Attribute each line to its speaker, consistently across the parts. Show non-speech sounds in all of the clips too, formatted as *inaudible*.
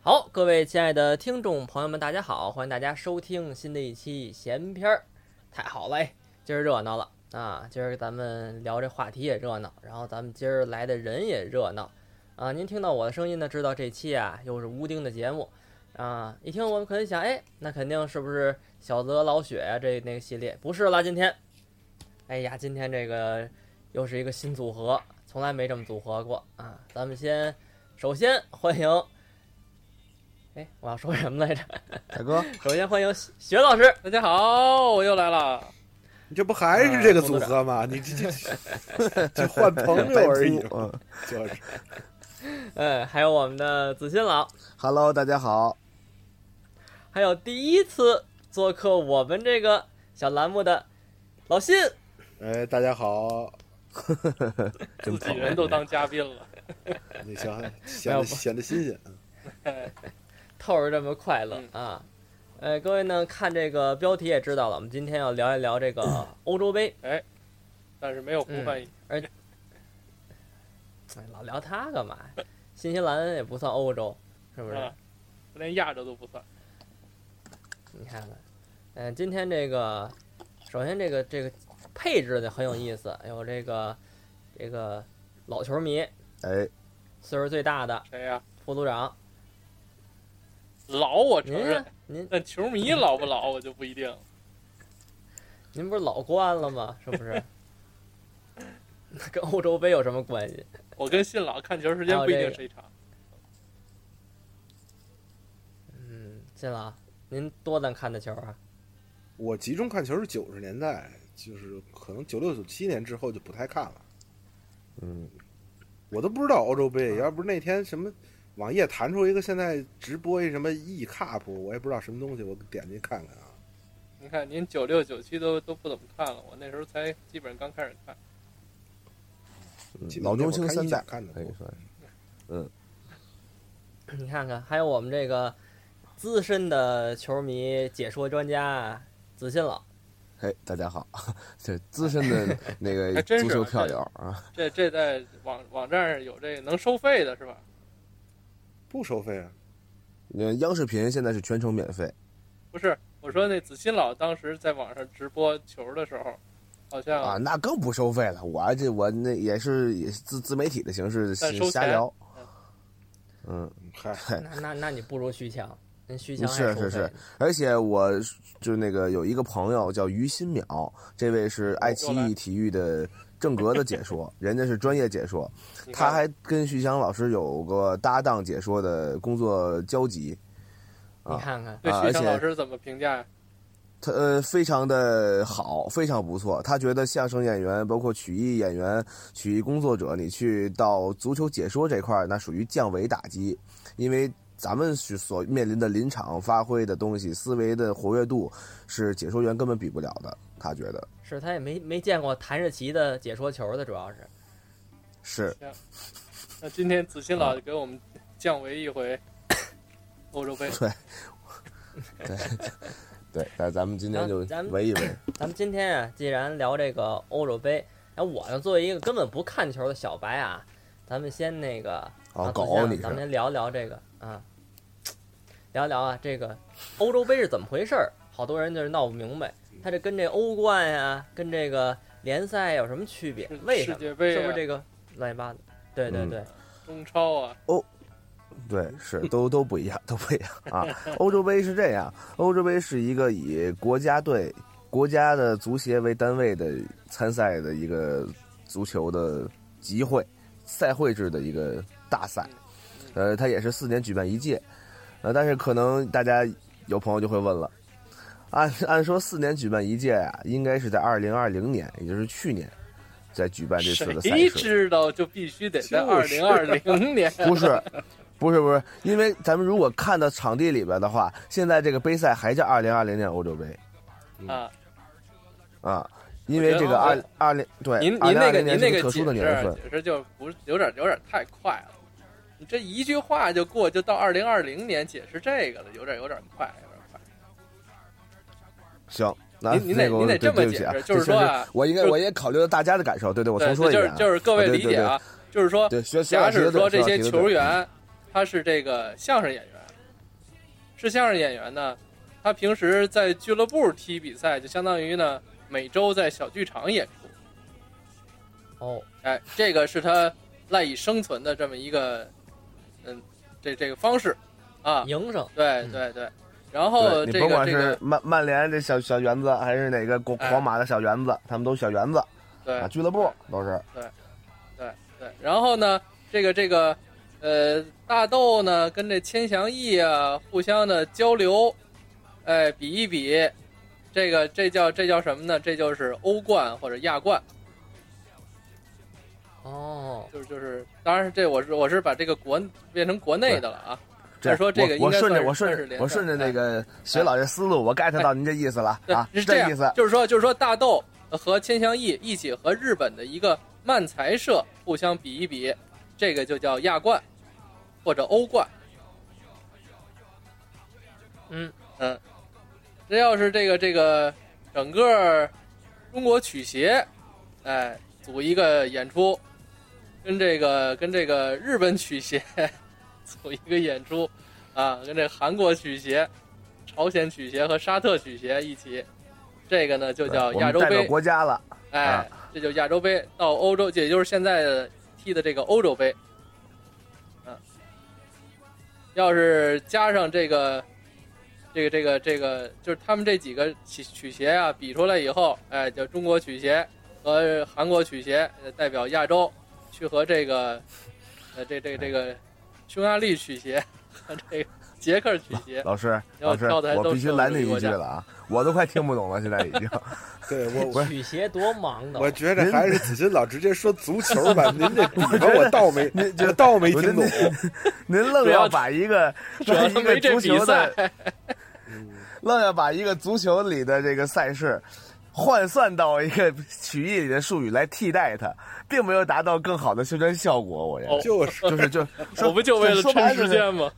Speaker 1: 好，各位亲爱的听众朋友们，大家好，欢迎大家收听新的一期闲篇儿。太好了，哎，今儿热闹了啊！今儿咱们聊这啊话题也热闹，然后咱们今儿来的人也热闹啊！您听到我的声音呢，知道这期啊又是乌丁的节目啊。一听我们可能想，哎，那肯定是不是小泽老雪啊这那个系列？不是啦，今天，哎呀，今天这个又是一个新组合，从来没这么组合过啊！咱们先，首先欢迎。哎，我要说什么来着？ *laughs*
Speaker 2: 海哥，
Speaker 1: 首先欢迎雪雪老师，
Speaker 3: 大家好，哦我又来了。
Speaker 4: 你这不还是这个
Speaker 2: 嗯
Speaker 4: 组合吗？你这这这换朋友而已，
Speaker 2: 嗯
Speaker 4: *laughs* 就是
Speaker 1: 嗯，还有我们的子欣老，
Speaker 2: ，Hello，大家好，
Speaker 1: 还有第一次做客我们这个小栏目的老信，
Speaker 4: 哎，大家好，
Speaker 3: 自己人都
Speaker 2: 哎
Speaker 3: 当嘉宾了，
Speaker 2: *laughs*
Speaker 4: 你行，显得显得新鲜，
Speaker 1: 透着这么快乐
Speaker 3: 嗯
Speaker 1: 啊！呃，各位呢，看这个标题也知道了，我们今天要聊一聊这个欧洲杯。
Speaker 3: 但是没有胡翻译。
Speaker 1: 哎老聊它干嘛呀？新西兰也不算欧洲，是不是？
Speaker 3: 啊连亚洲都不算。
Speaker 1: 你看看，嗯、今天这个，首先这个这个配置的很有意思，有这个这个老球迷，
Speaker 2: 哎，
Speaker 1: 岁数最大的
Speaker 3: 谁呀、
Speaker 1: 副组长，
Speaker 3: 老我承
Speaker 1: 您呀
Speaker 2: 哎
Speaker 3: 认，
Speaker 1: 您
Speaker 3: 但球迷老不老我就不一定。
Speaker 1: 您不是老国安了吗？是不是？ *laughs* 那跟欧洲杯有什么关系？
Speaker 3: 我跟信老看球时间
Speaker 2: 哦
Speaker 3: 不一定谁长。
Speaker 1: 嗯，信了，您多咱看的球啊？ *coughs*
Speaker 4: 我集中看球是九十年代，就是可能九六九七年之后就不太看了。
Speaker 2: 嗯，
Speaker 4: 我都不知道欧洲杯，要不是那天什么网页弹出一个现在直播一什么 E Cup，我也不知道什么东西，我点进去看看啊。
Speaker 3: 你看您九六九七都都不怎么看了，我那时候才基本上刚开始看。
Speaker 2: 嗯
Speaker 4: 基本
Speaker 2: 老中青三代
Speaker 4: 那会儿看意甲看的
Speaker 2: 可以
Speaker 4: 多
Speaker 2: 算是，
Speaker 1: 你看看，还有我们这个资深的球迷解说专家子信老，
Speaker 2: 哎，大家好， *laughs* 这资深的那个
Speaker 3: 还真是
Speaker 2: 足
Speaker 3: 啊
Speaker 2: 球票友啊，
Speaker 3: 这这在网网站上有这个能收费的是吧？
Speaker 4: 不收费啊？
Speaker 2: 呃央视频现在是全程免费，
Speaker 3: 不是，我说那子欣老当时在网上直播球的时候，好像、
Speaker 2: 啊，那更不收费了。我这我那也是也是自自媒体的形式
Speaker 3: 但收钱
Speaker 2: 瞎聊，嗯，
Speaker 4: 嗨，
Speaker 2: 嗨，
Speaker 1: 那那那你不如徐强，您徐强还
Speaker 2: 是
Speaker 1: 收费
Speaker 2: 是是而且我就那个有一个朋友叫于新淼，这位是爱奇艺体育的正格的解说，人家是专业解说，
Speaker 3: 你看
Speaker 2: 他还跟徐翔老师有过搭档解说的工作交集，
Speaker 1: 你看看，
Speaker 3: 对
Speaker 2: 啊
Speaker 3: 徐翔
Speaker 2: 而且
Speaker 3: 老师怎么评价呀？
Speaker 2: 他呃非常的好，非常不错。他觉得相声演员，包括曲艺演员、曲艺工作者，你去到足球解说这块儿，那属于降维打击，因为咱们是所面临的临场发挥的东西，思维的活跃度是解说员根本比不了的。他觉得
Speaker 1: 是他也没没见过谭志奇的解说球的，主要是
Speaker 2: 是
Speaker 3: 那今天子欣老给我们降维一
Speaker 2: *coughs*
Speaker 3: 回欧洲杯，
Speaker 2: 对。那咱们今天就
Speaker 1: 咱咱们
Speaker 2: 围一围，
Speaker 1: 咱们今天啊，既然聊这个欧洲杯，那我呢作为一个根本不看球的小白啊，咱们先那个
Speaker 2: 啊
Speaker 1: 啊，
Speaker 2: 狗
Speaker 1: 子健啊
Speaker 2: 你是
Speaker 1: 咱们聊聊这个啊，聊聊啊这个欧洲杯是怎么回事儿？好多人就是闹不明白，它这跟这欧冠呀、跟这个联赛啊有什么区别
Speaker 3: 世？
Speaker 1: 为什么？
Speaker 3: 世界杯啊
Speaker 1: 是不是这个乱七八糟？对对
Speaker 2: 嗯
Speaker 1: 对，
Speaker 3: 中超啊，
Speaker 2: 对，是都都不一样，都不一样啊！欧洲杯是这样，欧洲杯是一个以国家队、国家的足协为单位的参赛的一个足球的集会、赛会制的一个大赛，
Speaker 3: 嗯
Speaker 2: 呃，它也是四年举办一届，呃，但是可能大家有朋友就会问了，按按说四年举办一届啊，应该是在二零二零年，也就是去年，在举办这次的赛
Speaker 3: 谁
Speaker 2: 事。
Speaker 3: 知道就必须得在二
Speaker 4: 就是
Speaker 3: 零二零年。
Speaker 2: 不是， *laughs* 不是，不是，因为咱们如果看到场地里边的话，现在这个杯赛还叫二零二零年欧洲杯嗯
Speaker 3: 啊，
Speaker 2: 啊，因为这个
Speaker 3: 我
Speaker 2: 二
Speaker 3: 觉哦
Speaker 2: 二零对
Speaker 3: 您您
Speaker 2: 哎二零
Speaker 3: 那
Speaker 2: 二
Speaker 3: 个
Speaker 2: 零年
Speaker 3: 您
Speaker 2: 是
Speaker 3: 那
Speaker 2: 个特
Speaker 3: 解
Speaker 2: 殊的年
Speaker 3: 释啊
Speaker 2: 份，
Speaker 3: 解释就不是有点有点太快了，你这一句话就过就到二零二零年解释这个了，有点有点快，有点快。
Speaker 2: 行。那
Speaker 3: 您您得
Speaker 2: 那个我
Speaker 3: 您得
Speaker 2: 对
Speaker 3: 这么
Speaker 2: 对不起啊
Speaker 3: 解释就是
Speaker 2: 这确
Speaker 3: 说
Speaker 2: 实
Speaker 3: 啊
Speaker 2: 我应该
Speaker 3: 就是
Speaker 2: 我也考虑到大家的感受，对对，我重
Speaker 3: 对，
Speaker 2: 说一
Speaker 3: 就
Speaker 2: 遍
Speaker 3: 是
Speaker 2: 啊，
Speaker 3: 就是各位理解啊，就是说，
Speaker 2: 对对对对，学学
Speaker 3: 假
Speaker 2: 老师
Speaker 3: 使
Speaker 2: 的嗯
Speaker 3: 说
Speaker 2: 对
Speaker 3: 这些
Speaker 2: 学老师的
Speaker 3: 球员他是这个相声演员，是相声演员呢，他平时在俱乐部踢比赛，就相当于呢每周在小剧场演出。
Speaker 1: 哦，
Speaker 3: 哎，这个是他赖以生存的这么一个，嗯，这这个方式啊，
Speaker 1: 营生
Speaker 3: 对对对。然后
Speaker 2: 对
Speaker 3: 这
Speaker 2: 你甭
Speaker 3: 个
Speaker 2: 管
Speaker 3: 这
Speaker 2: 是
Speaker 3: 个
Speaker 2: 曼曼联这小小园子，还是哪个国
Speaker 3: 哎
Speaker 2: 皇马的小园子，他们都小园子
Speaker 3: 对
Speaker 2: 啊，俱乐部都是
Speaker 3: 对对，然后呢，这个这个，呃，大豆呢跟这千祥义啊互相的交流，哎，比一比，这个这叫这叫什么呢？这就是欧冠或者亚冠，
Speaker 1: 哦，
Speaker 3: 就是就是，当然是这我是我是把这个国变成国内的了啊。
Speaker 2: 这
Speaker 3: 按说这个
Speaker 2: 我我
Speaker 3: 应该
Speaker 2: 顺
Speaker 3: 算
Speaker 2: 着
Speaker 3: 是
Speaker 2: 我
Speaker 3: 算是
Speaker 2: 顺着
Speaker 3: 联
Speaker 2: 我
Speaker 3: 赛
Speaker 2: 顺着那个学老这思路，我 get 到您这意思了
Speaker 3: 对
Speaker 2: 啊，
Speaker 3: 是
Speaker 2: 这
Speaker 3: 样
Speaker 2: 意思。
Speaker 3: 就是说，就是说，大豆和千祥义一起和日本的一个漫才社互相比一比，这个就叫亚冠或者欧冠。
Speaker 1: 嗯
Speaker 3: 嗯，这要是这个这个整个中国曲协，哎，组一个演出，跟这个跟这个日本曲协 *laughs* 组一个演出，啊，跟这韩国曲协、朝鲜曲协和沙特曲协一起，这个呢就叫
Speaker 2: 我
Speaker 3: 亚
Speaker 2: 们
Speaker 3: 洲
Speaker 2: 代表
Speaker 3: 杯。
Speaker 2: 国家了，
Speaker 3: 哎
Speaker 2: 啊，
Speaker 3: 这就亚洲杯到欧洲，也就是现在的踢的这个欧洲杯。嗯，要是加上这个，这个，这个，这个，就是他们这几个曲曲协啊，比出来以后，哎，叫中国曲协和韩国曲协呃代表亚洲去和这个，呃，这这这个匈牙利曲协和这个捷克曲协，
Speaker 2: 老师
Speaker 3: 要
Speaker 2: 老师，
Speaker 3: 跳的还都
Speaker 2: 我必须
Speaker 3: 是
Speaker 2: 拦你
Speaker 3: 中国
Speaker 2: 一句
Speaker 3: 家
Speaker 2: 了啊，我都快听不懂了，现在已
Speaker 3: *laughs*
Speaker 2: 经。
Speaker 4: 对
Speaker 2: *laughs*
Speaker 4: 我
Speaker 2: 不是
Speaker 1: 曲协多忙的，
Speaker 4: 我觉着还是子欣老直接说足球 *laughs* 吧，您这比方我倒没，我倒没听懂。
Speaker 2: 您愣
Speaker 3: 主要
Speaker 2: 要把一个
Speaker 3: *laughs* 主要他没
Speaker 2: 一个
Speaker 3: 这
Speaker 2: 足
Speaker 3: 比
Speaker 2: 球
Speaker 3: 赛嗯
Speaker 2: 的， *laughs* 愣要把一个足球里的这个赛事换算到一个曲艺里的术语来替代它，并没有达到更好的宣传效果。我
Speaker 3: 哦
Speaker 2: 认为、
Speaker 4: 就是
Speaker 2: 就是就
Speaker 3: 我不就为了
Speaker 2: 说白
Speaker 3: 趁时
Speaker 2: 了就是
Speaker 3: 间吗？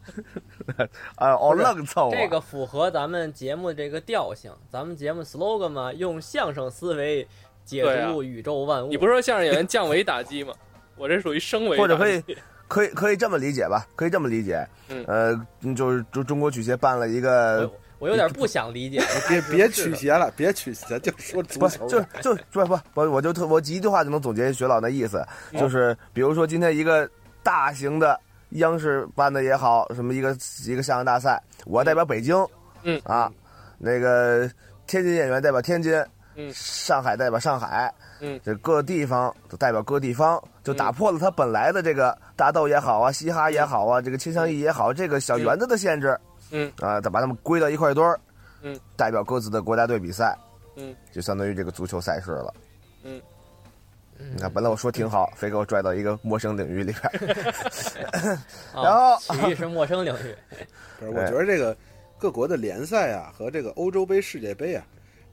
Speaker 3: *laughs*
Speaker 2: 啊，哦，愣凑啊
Speaker 1: 这个符合咱们节目这个调性。咱们节目 slogan 嘛，用相声思维解
Speaker 3: 对啊
Speaker 1: 读宇宙万物。
Speaker 3: 你不是说相声演员降维打击吗？我这属于升维打击，
Speaker 2: 或者可以可以可以这么理解吧？可以这么理解，
Speaker 3: 嗯哎
Speaker 2: 呃，就是中中国曲协办了一个
Speaker 1: 我，我有点不想理解。
Speaker 4: *laughs* 别别曲协了，别曲协，就说足
Speaker 2: 不
Speaker 4: 球
Speaker 2: 就
Speaker 4: 吧。
Speaker 2: 就不不不，我就特我一句话就能总结学老那意思，
Speaker 3: 嗯
Speaker 2: 就是比如说今天一个大型的央视办的也好，什么一个一个相声大赛，我代表北京，
Speaker 3: 嗯
Speaker 2: 啊，那个天津演员代表天津，
Speaker 3: 嗯
Speaker 2: 上海代表上海，
Speaker 3: 嗯，
Speaker 2: 这各地方都代表各地方，就打破了他本来的这个大豆也好啊，嘻哈也好啊，这个倾向意也好，这个小园子的限制，
Speaker 3: 嗯，
Speaker 2: 啊，把他们归到一块堆儿，
Speaker 3: 嗯，
Speaker 2: 代表各自的国家队比赛，
Speaker 3: 嗯，
Speaker 2: 就相当于这个足球赛事了。
Speaker 1: 嗯
Speaker 2: 你看，本来我说挺好，非给我拽到一个陌生领域
Speaker 3: *laughs*
Speaker 2: 里边。
Speaker 1: 啊
Speaker 2: 然后
Speaker 1: 曲艺是陌生领域，
Speaker 4: 不是，我觉得这个各国的联赛啊和这个欧洲杯、世界杯啊，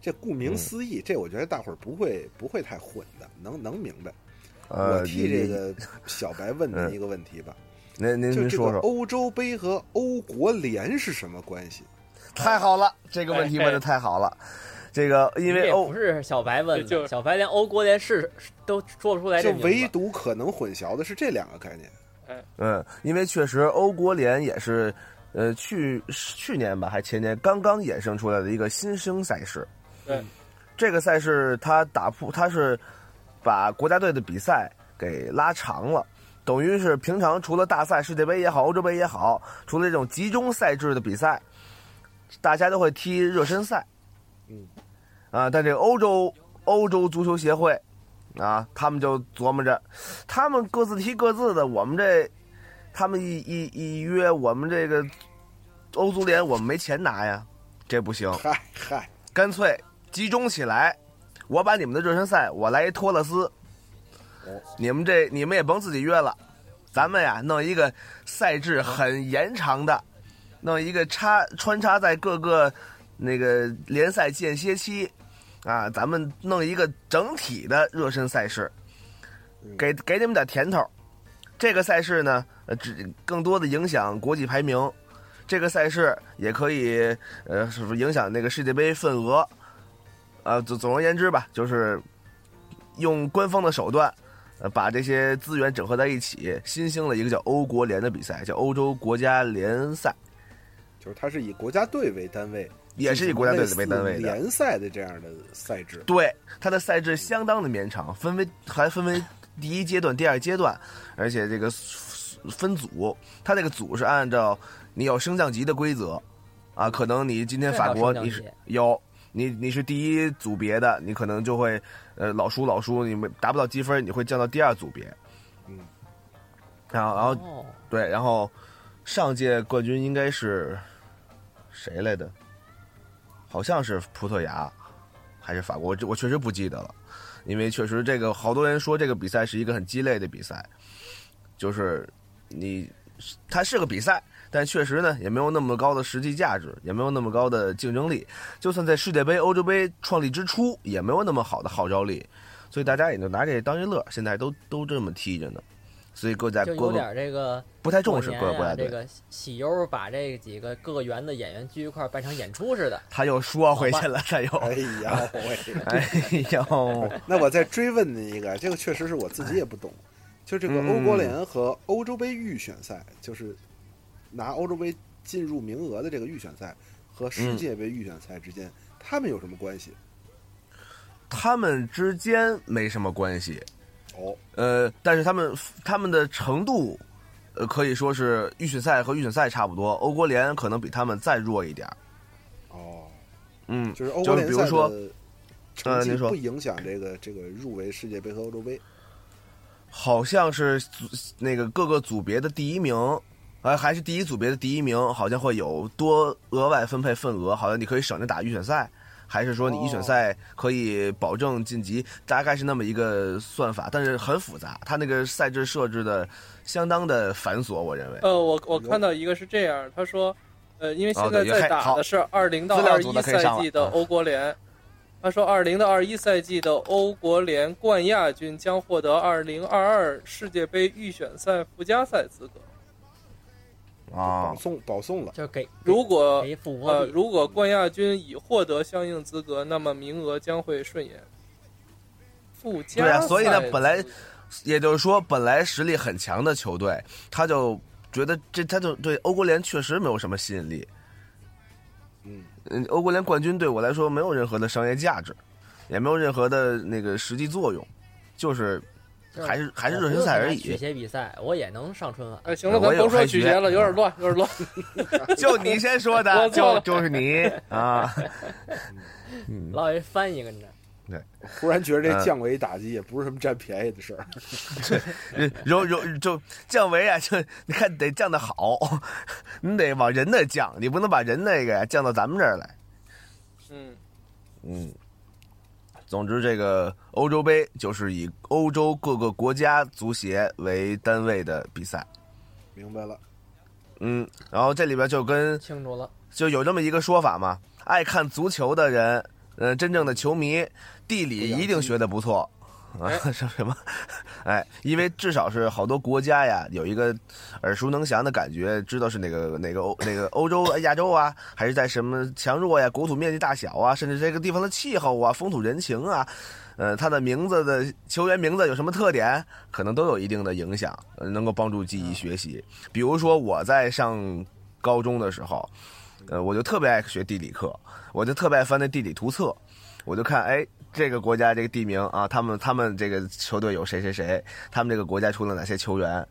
Speaker 4: 这顾名思义，这我觉得大伙儿不会不会太混的，能能明白。
Speaker 2: 呃，
Speaker 4: 我替这
Speaker 2: 您
Speaker 4: 个小白问您一个问题吧，
Speaker 2: 您您
Speaker 4: 就
Speaker 2: 您
Speaker 4: 这
Speaker 2: 说
Speaker 4: 个
Speaker 2: 说，
Speaker 4: 欧洲杯和欧国联是什么关系？
Speaker 2: 太好了，这个问题问的太好了。这个因
Speaker 1: 这
Speaker 2: 为
Speaker 1: 不
Speaker 2: 欧
Speaker 1: 是小白问
Speaker 3: 就
Speaker 1: 的，小白连欧国连是都说不出来
Speaker 4: 就
Speaker 1: 这名
Speaker 4: 唯
Speaker 1: 字。
Speaker 4: 独可能混淆的是这两个概念。
Speaker 2: 嗯，因为确实欧国联也是，呃，去去年吧，还前年刚刚衍生出来的一个新生赛事。
Speaker 3: 对，
Speaker 2: 这个赛事它打破，它是把国家队的比赛给拉长了。等于是平常除了大赛、世界杯也好，欧洲杯也好，除了这种集中赛制的比赛，大家都会踢热身赛。
Speaker 4: 嗯，
Speaker 2: 啊，但这个欧洲欧洲足球协会啊，他们就琢磨着，他们各自踢各自的，我们这他们一一一约，我们这个欧足联我们没钱拿呀，这不行，
Speaker 4: 嗨嗨，
Speaker 2: 干脆集中起来，我把你们的热身赛我来一托勒斯
Speaker 4: 哦，
Speaker 2: 你们这你们也甭自己约了，咱们呀弄一个赛制很延长的，弄一个插穿插在各个那个联赛间歇期，啊，咱们弄一个整体的热身赛事，给给你们点甜头。这个赛事呢，呃，只更多的影响国际排名，这个赛事也可以呃，是不是影响那个世界杯份额？呃，总总而言之吧，就是用官方的手段，呃，把这些资源整合在一起，新兴了一个叫欧国联的比赛，叫欧洲国家联赛。
Speaker 4: 就是它是以国家队为单位，
Speaker 2: 也是以国家队为单位
Speaker 4: 类似
Speaker 2: 的。
Speaker 4: 联赛的这样的赛制。
Speaker 2: 对，它的赛制相当的绵长，分为还分为第一阶段、第二阶段，而且这个分组，它这个组是按照你有升降级的规则啊，可能你今天
Speaker 1: 这还
Speaker 2: 法
Speaker 1: 有
Speaker 2: 国
Speaker 1: 升降
Speaker 2: 你
Speaker 1: 级
Speaker 2: 是有。你你是第一组别的，你可能就会，呃，老输老输，你没达不到积分，你会降到第二组别。
Speaker 4: 嗯，
Speaker 2: 然后然后
Speaker 1: 哦，
Speaker 2: 对，然后上届冠军应该是谁来的？好像是葡萄牙还是法国，我这我确实不记得了，因为确实这个好多人说这个比赛是一个很鸡肋的比赛，就是你它是个比赛，但确实呢也没有那么高的实际价值，也没有那么高的竞争力，就算在世界杯、欧洲杯创立之初也没有那么好的号召力，所以大家也就拿这当一乐，现在都都这么踢着呢。所以各家
Speaker 1: 就
Speaker 2: 各
Speaker 1: 有
Speaker 2: 个
Speaker 1: 点这个
Speaker 2: 不太重
Speaker 1: 过
Speaker 2: 视
Speaker 1: 年
Speaker 2: 各个国
Speaker 1: 呀，
Speaker 2: 家队。
Speaker 1: 这个喜忧把这几个各个园的演员聚一块儿办成演出似的。
Speaker 2: 他又说回去了，他又，
Speaker 4: 哎
Speaker 2: *laughs*
Speaker 4: 呀喂！
Speaker 2: 哎
Speaker 1: *laughs*
Speaker 2: 呦，
Speaker 4: 那我再追问你一个，这个确实是我自己也不懂，就这个欧国联和欧洲杯预选赛，就是拿欧洲杯进入名额的这个预选赛和世界杯预选赛之间，他们有什么关系？
Speaker 2: 他们之间没什么关系，
Speaker 4: 哦，
Speaker 2: 呃，但是他们他们的程度，呃，可以说是预选赛和预选赛差不多，欧国联可能比他们再弱一点儿，
Speaker 4: 哦，
Speaker 2: 嗯，
Speaker 4: 就是欧国联
Speaker 2: 就
Speaker 4: 赛
Speaker 2: 是比如呃
Speaker 4: 的成绩
Speaker 2: 您说
Speaker 4: 不影响这个这个入围世界杯和欧洲杯。
Speaker 2: 好像是组那个各个组别的第一名，呃，还是第一组别的第一名，好像会有多额外分配份额，好像你可以省着打预选赛，还是说你预选赛可以保证晋级，大概是那么一个算法，但是很复杂，它那个赛制设置的相当的繁琐，我认为。
Speaker 3: 呃，我我看到一个是这样，他说，呃，因为现在
Speaker 2: 哦对也
Speaker 3: 在
Speaker 2: 还
Speaker 3: 打
Speaker 2: 好
Speaker 3: 的是二零到
Speaker 2: 资料
Speaker 3: 二
Speaker 2: 组
Speaker 3: 一
Speaker 2: 的可以
Speaker 3: 赛
Speaker 2: 上了
Speaker 3: 季的
Speaker 2: 嗯
Speaker 3: 欧国联，他说二零到二一赛季的欧国联冠亚军将获得二零二二世界杯预选赛附加赛资格。
Speaker 2: 啊
Speaker 4: 保，送保送了，
Speaker 1: 就是给
Speaker 3: 如果
Speaker 1: 给富
Speaker 3: 呃
Speaker 1: 国币，
Speaker 3: 如果冠亚军已获得相应资格，那么名额将会顺延。附加
Speaker 2: 对啊所以呢
Speaker 3: 赛资
Speaker 2: 本来
Speaker 3: 格
Speaker 2: 也就是说，本来实力很强的球队，他就觉得这他就对欧国联确实没有什么吸引力，
Speaker 4: 嗯，
Speaker 2: 嗯，欧国联冠军对我来说没有任何的商业价值，也没有任何的那个实际作用，就是
Speaker 1: 就是
Speaker 2: 还是呃还是
Speaker 1: 我
Speaker 2: 热
Speaker 1: 不
Speaker 2: 身
Speaker 1: 用
Speaker 2: 赛
Speaker 1: 参加
Speaker 2: 而
Speaker 1: 曲
Speaker 2: 已。
Speaker 1: 协比赛，我也能上春晚。
Speaker 3: 哎，行了，
Speaker 2: 我
Speaker 3: 咱
Speaker 2: 有
Speaker 3: 甭说
Speaker 2: 嗨
Speaker 3: 曲
Speaker 2: 学嗯
Speaker 3: 协了，有点乱，有点乱。
Speaker 2: 就你先说的，
Speaker 3: 我错
Speaker 2: 就
Speaker 3: 了
Speaker 2: 就是你啊，
Speaker 1: 老爷翻一个你这，
Speaker 4: 忽然觉得
Speaker 2: 嗯
Speaker 4: 这降维打击也不是什么占便宜的事儿。
Speaker 2: 柔柔就降维啊，就你看得降的好，你得往人那降，你不能把人那个呀降到咱们这儿来。
Speaker 3: 嗯，
Speaker 2: 嗯，总之，这个欧洲杯就是以欧洲各个国家足协为单位的比赛。
Speaker 4: 明白了，
Speaker 2: 嗯，然后这里边就跟
Speaker 1: 清楚了。
Speaker 2: 就有这么一个说法嘛，爱看足球的人，嗯、真正的球迷，地理一定学的不错。啊， *laughs* 什什么？哎，因为至少是好多国家呀，有一个耳熟能详的感觉，知道是哪个哪个欧哪个欧洲、啊、亚洲啊， *laughs* 还是在什么强弱呀、国土面积大小啊，甚至这个地方的气候啊、风土人情啊，呃，他的名字的球员名字有什么特点，可能都有一定的影响，呃能够帮助记忆学习。比如说我在上高中的时候，呃，我就特别爱学地理课，我就特别爱翻那地理图册，我就看，哎，这个国家这个地名啊，他们他们这个球队有谁谁谁，他们这个国家出了哪些球员，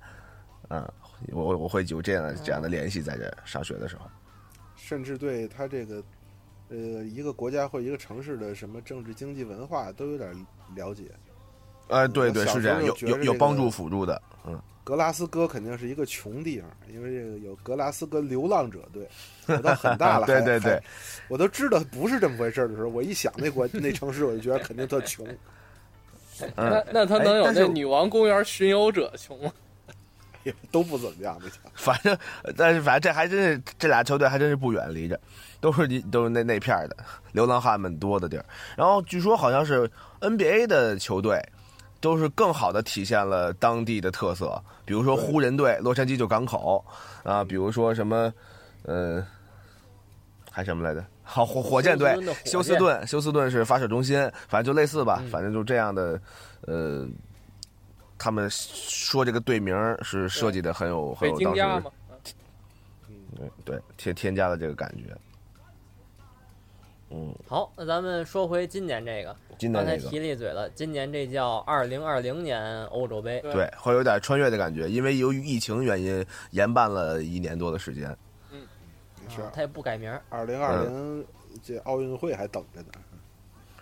Speaker 2: 嗯，我我我会有这样的这样的联系在这儿上学的时候，
Speaker 4: 甚至对他这个，呃，一个国家或一个城市的什么政治、经济、文化都有点了解。
Speaker 2: 呃，对对
Speaker 4: 嗯小
Speaker 2: 是这
Speaker 4: 时
Speaker 2: 样，
Speaker 4: 候就
Speaker 2: 有
Speaker 4: 觉
Speaker 2: 有
Speaker 4: 着
Speaker 2: 有
Speaker 4: 这
Speaker 2: 帮
Speaker 4: 个
Speaker 2: 助辅助的，嗯，
Speaker 4: 格拉斯哥肯定是一个穷地方，因为这个有格拉斯哥流浪者队。我到很大
Speaker 2: *laughs*
Speaker 4: 了，
Speaker 2: 对
Speaker 4: 还
Speaker 2: 对，对
Speaker 4: 还我都知道不是这么回事儿的时候，我一想那国那城市，我就觉得肯定特穷。
Speaker 2: 嗯
Speaker 3: 那那他
Speaker 2: 哎
Speaker 3: 能有
Speaker 2: 但
Speaker 3: 那
Speaker 2: 是哦
Speaker 3: 女王公园巡游者穷吗？
Speaker 4: 哎呦，都不怎么样，那家伙
Speaker 2: 反正，但是反正这还真是这俩球队还真是不远离着，都是一都是那那片儿的流浪汉们多的地儿。然后据说好像是 NBA 的球队，都是更好的体现了当地的特色，比如说湖人队，洛杉矶就港口啊，比如说什么，呃，还什么来着？好，火火箭队，
Speaker 1: 休
Speaker 2: 休
Speaker 1: 斯
Speaker 2: 斯
Speaker 1: 敦的火箭
Speaker 2: 顿，休斯顿是发射中心，反正就类似吧，
Speaker 1: 嗯
Speaker 2: 反正就这样的，呃。他们说这个队名儿是设计的很有
Speaker 3: 北
Speaker 2: 很有
Speaker 3: 京
Speaker 2: 当时
Speaker 3: 鸭嘛，
Speaker 2: 对嗯对，添添加了这个感觉。嗯，
Speaker 1: 好，那咱们说回今年这个，
Speaker 2: 今
Speaker 1: 刚
Speaker 2: 年
Speaker 1: 才
Speaker 2: 这个
Speaker 1: 提了一嘴了，今年这叫二零二零年欧洲杯，
Speaker 2: 对，会有点穿越的感觉，因为由于疫情原因延办了一年多的时间。
Speaker 4: 也是
Speaker 1: 啊他也不改名儿，
Speaker 4: 二零二零这奥运会还等着呢。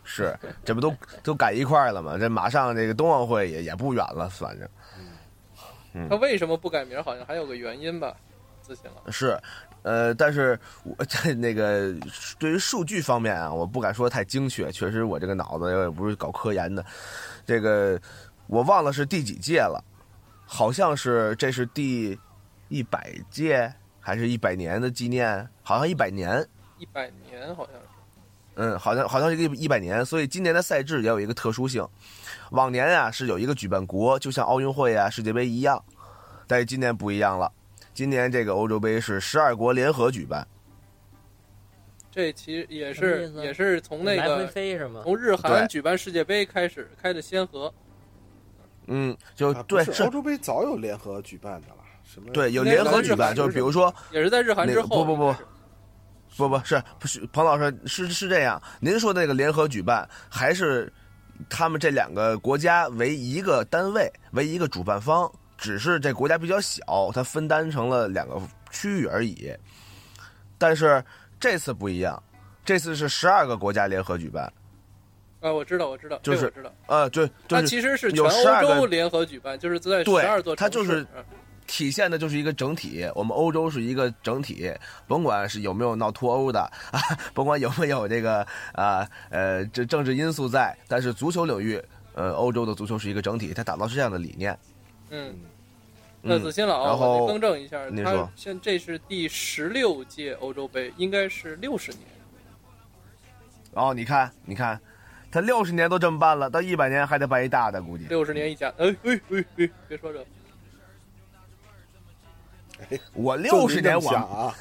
Speaker 2: 是，这不都都改一块儿了吗？这马上这个冬奥会也也不远了，反正
Speaker 3: 他为什么不改名？好像还有个原因吧，自信了。
Speaker 2: 是。呃，但是我 *laughs* 这那个对于数据方面啊，我不敢说太精确，确实我这个脑子也不是搞科研的，这个我忘了是第几届了，好像是这是第一百届还是一百年的纪念，好像一百年，
Speaker 3: 一百年好像是，
Speaker 2: 嗯，好像好像是一个一百年，所以今年的赛制也有一个特殊性。往年啊是有一个举办国，就像奥运会啊、世界杯一样，但是今年不一样了。今年这个欧洲杯是十二国联合举办，
Speaker 3: 这其实也
Speaker 1: 什么意
Speaker 3: 是
Speaker 1: 思
Speaker 3: 也是从那
Speaker 1: 来回
Speaker 3: 个
Speaker 1: 飞是吗？
Speaker 3: 从日
Speaker 2: 对
Speaker 3: 韩举办世界杯开始开的先河。
Speaker 2: 嗯，就
Speaker 4: 啊不
Speaker 2: 对
Speaker 4: 是欧洲杯早有联合举办的了，什么
Speaker 2: 对有
Speaker 3: 那
Speaker 2: 联
Speaker 3: 个
Speaker 2: 合
Speaker 3: 日
Speaker 2: 举办，
Speaker 4: 韩
Speaker 2: 就是
Speaker 4: 是
Speaker 2: 比
Speaker 4: 什
Speaker 2: 如
Speaker 4: 么
Speaker 2: 说
Speaker 3: 也是在日韩
Speaker 2: 那
Speaker 3: 之
Speaker 2: 个
Speaker 3: 后，
Speaker 2: 不不不不不是不是，彭老师是是这样，您说的那个联合举办还是他们这两个国家为一个单位为一个主办方，只是这国家比较小，它分担成了两个区域而已。但是这次不一样，这次是十二个国家联合举办，
Speaker 3: 啊，我知道我知道，
Speaker 2: 就是
Speaker 3: 这我知道，
Speaker 2: 呃，就
Speaker 3: 它
Speaker 2: 就是
Speaker 3: 其实是全
Speaker 2: 有12
Speaker 3: 欧洲
Speaker 2: 个
Speaker 3: 联合举办，就是在十
Speaker 2: 对
Speaker 3: 二座
Speaker 2: 它
Speaker 3: 城
Speaker 2: 就是
Speaker 3: 市嗯
Speaker 2: 体现的就是一个整体。我们欧洲是一个整体，甭管是有没有闹脱欧的 *laughs* 啊，甭管有没有这个啊呃这政治因素在，但是足球领域，呃，欧洲的足球是一个整体，它打造是这样的理念。
Speaker 3: 嗯。那子
Speaker 2: 嗯，
Speaker 3: 欣老，
Speaker 2: 然后
Speaker 3: 我得更正一下，
Speaker 2: 您
Speaker 3: 他
Speaker 2: 说
Speaker 3: 现这是第十六届欧洲杯，应该是六十年。
Speaker 2: 然后哦你看，你看，他六十年都这么办了，到一百年还得办一大的，估计。
Speaker 3: 六十年一家，哎哎哎哎，别说这，
Speaker 2: 我六十年
Speaker 4: 就您这么想
Speaker 2: 我
Speaker 4: 啊，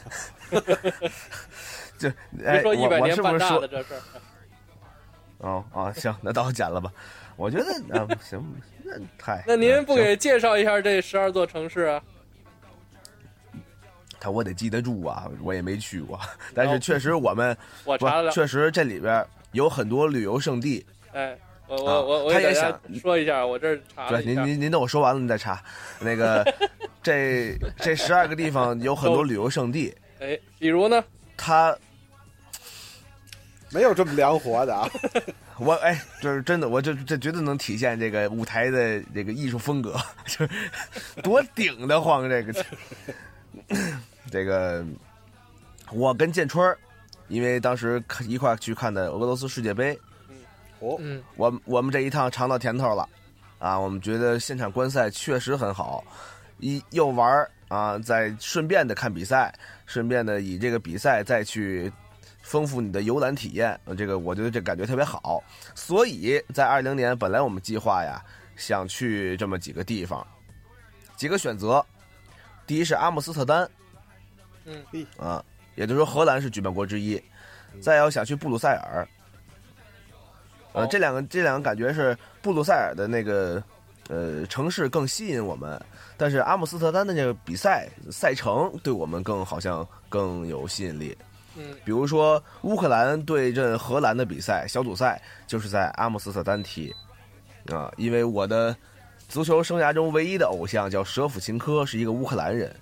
Speaker 2: 这
Speaker 3: 别
Speaker 2: 哎，我
Speaker 3: 说一百
Speaker 2: 我
Speaker 3: 年
Speaker 2: 是不
Speaker 3: 办
Speaker 2: 是
Speaker 3: 大
Speaker 2: 说
Speaker 3: 的这事儿。
Speaker 2: 哦哦行，那到我剪了吧。我觉得啊行，那太
Speaker 3: *laughs* 那您不
Speaker 2: 嗯行
Speaker 3: 给介绍一下这十二座城市啊？
Speaker 2: 他我得记得住啊，我也没去过，但
Speaker 3: 哦
Speaker 2: 是确实我们
Speaker 3: 我
Speaker 2: 不
Speaker 3: 查了，
Speaker 2: 确实这里边有很多旅游胜地。
Speaker 3: 哎，我
Speaker 2: 啊
Speaker 3: 我我我
Speaker 2: 他
Speaker 3: 给大
Speaker 2: 也
Speaker 3: 家
Speaker 2: 想
Speaker 3: 说一下，我这儿查了
Speaker 2: 对，
Speaker 3: 一
Speaker 2: 您
Speaker 3: 下，
Speaker 2: 您您等我说完了，你再查。
Speaker 3: *laughs*
Speaker 2: 那个，这这十二个地方有很多旅游胜地，
Speaker 3: 哎，比如呢，
Speaker 2: 它
Speaker 4: 没有这么凉
Speaker 3: *laughs*
Speaker 4: 活的啊。
Speaker 2: 我哎，就是真的，我这这绝对能体现这个舞台的这个艺术风格， *laughs* 就是多顶得慌这个。这个，我跟建春儿，因为当时看一块儿去看的俄罗斯世界杯，
Speaker 4: 哦，
Speaker 1: 嗯，
Speaker 2: 我们我们这一趟尝到甜头了，啊，我们觉得现场观赛确实很好，一又玩儿啊，再顺便的看比赛，顺便的以这个比赛再去丰富你的游览体验，呃这个我觉得这感觉特别好。所以在二零年，本来我们计划呀，想去这么几个地方，几个选择，第一是阿姆斯特丹，
Speaker 3: 嗯
Speaker 4: 嘿
Speaker 2: 啊，也就是说荷兰是举办国之一，再要想去布鲁塞尔。呃，
Speaker 3: 好
Speaker 2: 这两个这两个感觉是布鲁塞尔的那个呃城市更吸引我们，但是阿姆斯特丹的这个比赛赛程对我们更好像更有吸引力。
Speaker 3: 嗯，
Speaker 2: 比如说乌克兰对阵荷兰的比赛小组赛就是在阿姆斯特丹踢，啊，因为我的足球生涯中唯一的偶像叫舍甫琴科，是一个乌克兰人。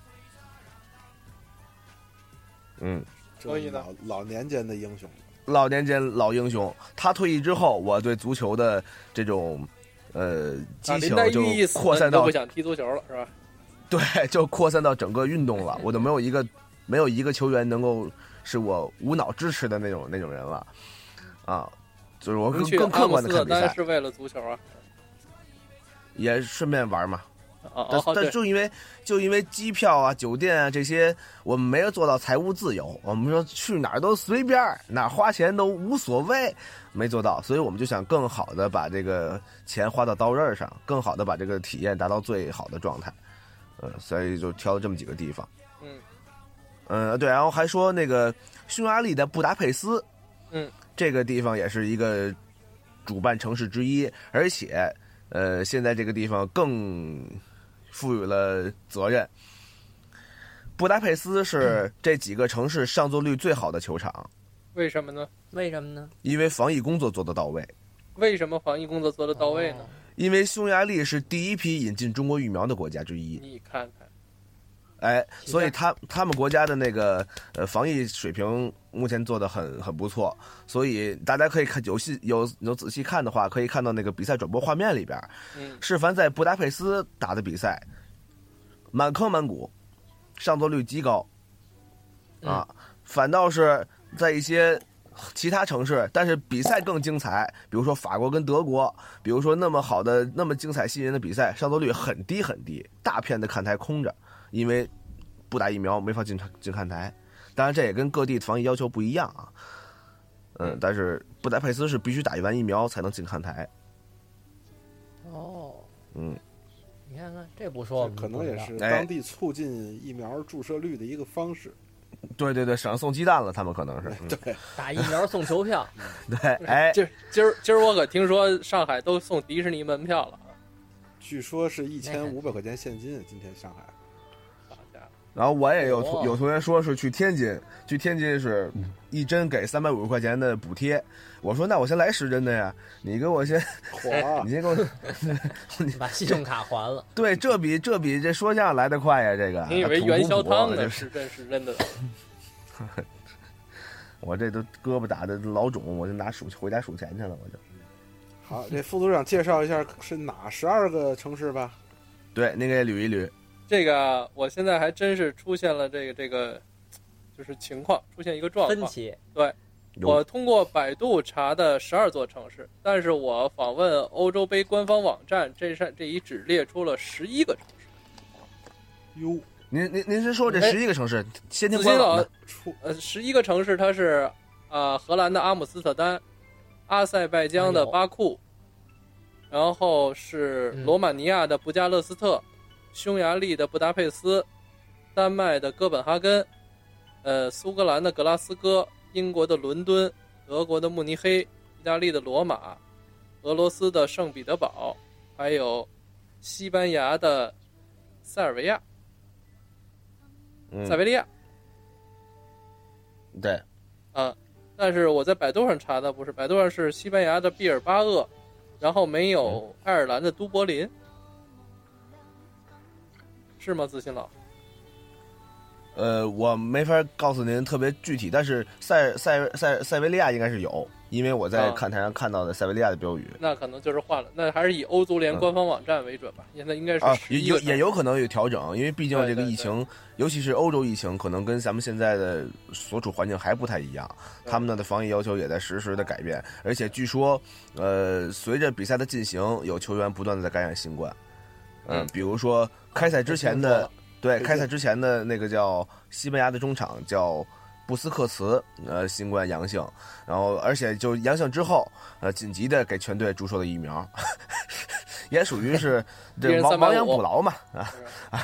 Speaker 2: 嗯，
Speaker 4: 这
Speaker 3: 所以
Speaker 4: 是
Speaker 3: 呢
Speaker 4: 老老年间的英雄，
Speaker 2: 老年间老英雄，他退役之后，我对足球的这种呃
Speaker 3: 啊，
Speaker 2: 激
Speaker 3: 林
Speaker 2: 情
Speaker 3: 黛
Speaker 2: 就
Speaker 3: 玉一死，
Speaker 2: 扩散
Speaker 3: 你都
Speaker 2: 到
Speaker 3: 不想踢足球了是吧？
Speaker 2: *laughs* 对，就扩散到整个运动了。我就没有一个没有一个球员能够是我无脑支持的那种那种人了，啊，就是我更
Speaker 3: 您去
Speaker 2: 更
Speaker 3: 阿
Speaker 2: 客
Speaker 3: 姆
Speaker 2: 观
Speaker 3: 斯
Speaker 2: 的
Speaker 3: 特
Speaker 2: 看比
Speaker 3: 丹
Speaker 2: 赛，
Speaker 3: 是为了足球啊？
Speaker 2: 也顺便玩嘛。
Speaker 3: 哦
Speaker 2: 啊但、
Speaker 3: 哦，
Speaker 2: 但
Speaker 3: 对，
Speaker 2: 就因为就因为机票啊、酒店啊这些，我们没有做到财务自由，我们说去哪儿都随便儿，哪儿花钱都无所谓，没做到，所以我们就想更好的把这个钱花到刀刃上，更好的把这个体验达到最好的状态，嗯，所以就挑了这么几个地方。
Speaker 3: 嗯
Speaker 2: 嗯，对，然后还说那个匈牙利的布达佩斯，
Speaker 3: 嗯，
Speaker 2: 这个地方也是一个主办城市之一，而且呃，现在这个地方更赋予了责任。布达佩斯是这几个城市上座率最好的球场，
Speaker 3: 为什么呢？
Speaker 1: 为什么呢？
Speaker 2: 因为防疫工作做得到位。
Speaker 3: 为什么防疫工作做得到位呢？
Speaker 2: 因为匈牙利是第一批引进中国疫苗的国家之一，
Speaker 3: 你看看，
Speaker 2: 哎，
Speaker 1: 是
Speaker 2: 所以他他们国家的那个呃防疫水平目前做的很很不错，所以大家可以看有细有有仔细看的话，可以看到那个比赛转播画面里边，
Speaker 3: 嗯，
Speaker 2: 是凡在布达佩斯打的比赛，满坑满谷，上座率极高，啊，反倒是在一些其他城市，但是比赛更精彩，比如说法国跟德国，比如说那么好的、那么精彩吸引人的比赛，上座率很低很低，大片的看台空着，因为不打疫苗没法进场进看台。当然，这也跟各地防疫要求不一样啊。嗯，但是布达佩斯是必须打完疫苗才能进看台。
Speaker 1: 哦，
Speaker 2: 嗯，
Speaker 1: 你看看这不
Speaker 3: 哦嗯
Speaker 1: 说，
Speaker 4: 可能也
Speaker 3: 啊
Speaker 4: 是
Speaker 2: 哎
Speaker 4: 当地促进疫苗注射率的一个方式。
Speaker 2: 对对对，省上送鸡蛋了，他们可能是。嗯
Speaker 4: 对，
Speaker 1: 打疫苗送球票，
Speaker 2: *laughs*
Speaker 1: *laughs*
Speaker 2: 对，哎，
Speaker 3: 今儿今儿今儿我可听说上海都送迪士尼门票了啊，
Speaker 4: 据说是一千五百块钱现金，啊今天
Speaker 3: *laughs*
Speaker 4: 上海。
Speaker 3: 好啊家伙，
Speaker 2: 然后我也有
Speaker 1: 哦
Speaker 2: 同有同学说是去天津，去天津是一针给三百五十块钱的补贴。我说那我先来十针的呀，你
Speaker 3: *laughs*
Speaker 2: 给我先，
Speaker 4: 嚯
Speaker 3: 啊
Speaker 4: 啊
Speaker 2: 你，先给我，
Speaker 1: 把信用卡还
Speaker 3: *laughs*
Speaker 1: 了。
Speaker 2: 对，这比这比这说相声来得快呀，这个。
Speaker 3: 你以为
Speaker 2: 土
Speaker 3: 元宵
Speaker 2: 土
Speaker 3: 汤
Speaker 2: 这
Speaker 3: 呢？
Speaker 2: 是
Speaker 3: 是真是真的，
Speaker 2: 我这都胳膊打的老肿，我就拿数回家数钱去了，我就。
Speaker 4: 好，这副组长介绍一下是哪十二个城市吧？
Speaker 2: 对，那个捋一捋，
Speaker 3: 这个啊我现在还真是出现了这个这个，就是情况出现一个状
Speaker 1: 分
Speaker 3: 况。
Speaker 1: 歧
Speaker 2: 有
Speaker 3: 我通过百度查的十二座城市，但是我访问欧洲杯官方网站，这上这一只列出了十一个城市。
Speaker 4: 哟，
Speaker 2: 您您您是说这
Speaker 3: 哎
Speaker 2: 十一个城市，先听
Speaker 3: 紫金
Speaker 2: 官
Speaker 3: 老
Speaker 2: 网的，
Speaker 4: 出
Speaker 3: 呃，十一个城市它是啊、呃荷兰的阿姆斯特丹，阿塞拜疆
Speaker 1: 哎
Speaker 3: 的
Speaker 1: 呦
Speaker 3: 巴库，然后是
Speaker 1: 嗯
Speaker 3: 罗马尼亚的布加勒斯特，匈牙利的布达佩斯，丹麦的哥本哈根，呃，苏格兰的格拉斯哥，英国的伦敦，德国的慕尼黑，意大利的罗马，俄罗斯的圣彼得堡，还有西班牙的塞尔维亚、
Speaker 2: 嗯
Speaker 3: 塞维利亚。
Speaker 2: 对，
Speaker 3: 啊，但是我在百度上查的不是，百度上是西班牙的毕尔巴鄂，然后没
Speaker 2: 嗯
Speaker 3: 有爱尔兰的都柏林，是吗？自信老，
Speaker 2: 呃，我没法告诉您特别具体，但是塞塞塞塞维利亚应该是有，因为我在
Speaker 3: 啊
Speaker 2: 看台上看到的塞维利亚的标语
Speaker 3: 那可能就是换了，那还是以欧足联官方网站为准吧，现在应该是
Speaker 2: 嗯啊，也
Speaker 3: 11
Speaker 2: 有
Speaker 3: 个
Speaker 2: 也有可能有调整，因为毕竟
Speaker 3: 对
Speaker 2: 这个
Speaker 3: 对
Speaker 2: 疫情，尤其是欧洲疫情，可能跟咱们现在的所处环境还不太一样，
Speaker 3: 对
Speaker 2: 他们的防疫要求也在实时的改变，而且据说，呃，随着比赛的进行，有球员不断的在感染新冠，嗯
Speaker 3: 嗯，
Speaker 2: 比如说开赛之前
Speaker 1: 我听说
Speaker 2: 的
Speaker 1: 了
Speaker 2: 对，
Speaker 4: 对
Speaker 2: 开赛之前的那个叫西班牙的中场叫布斯克茨，呃，新冠阳性，然后而且就阳性之后，呃，紧急的给全队注射了疫苗， *laughs* 也属于是
Speaker 3: 一
Speaker 2: 这
Speaker 3: 人
Speaker 2: 亡
Speaker 3: 350
Speaker 2: 亡羊补牢嘛，啊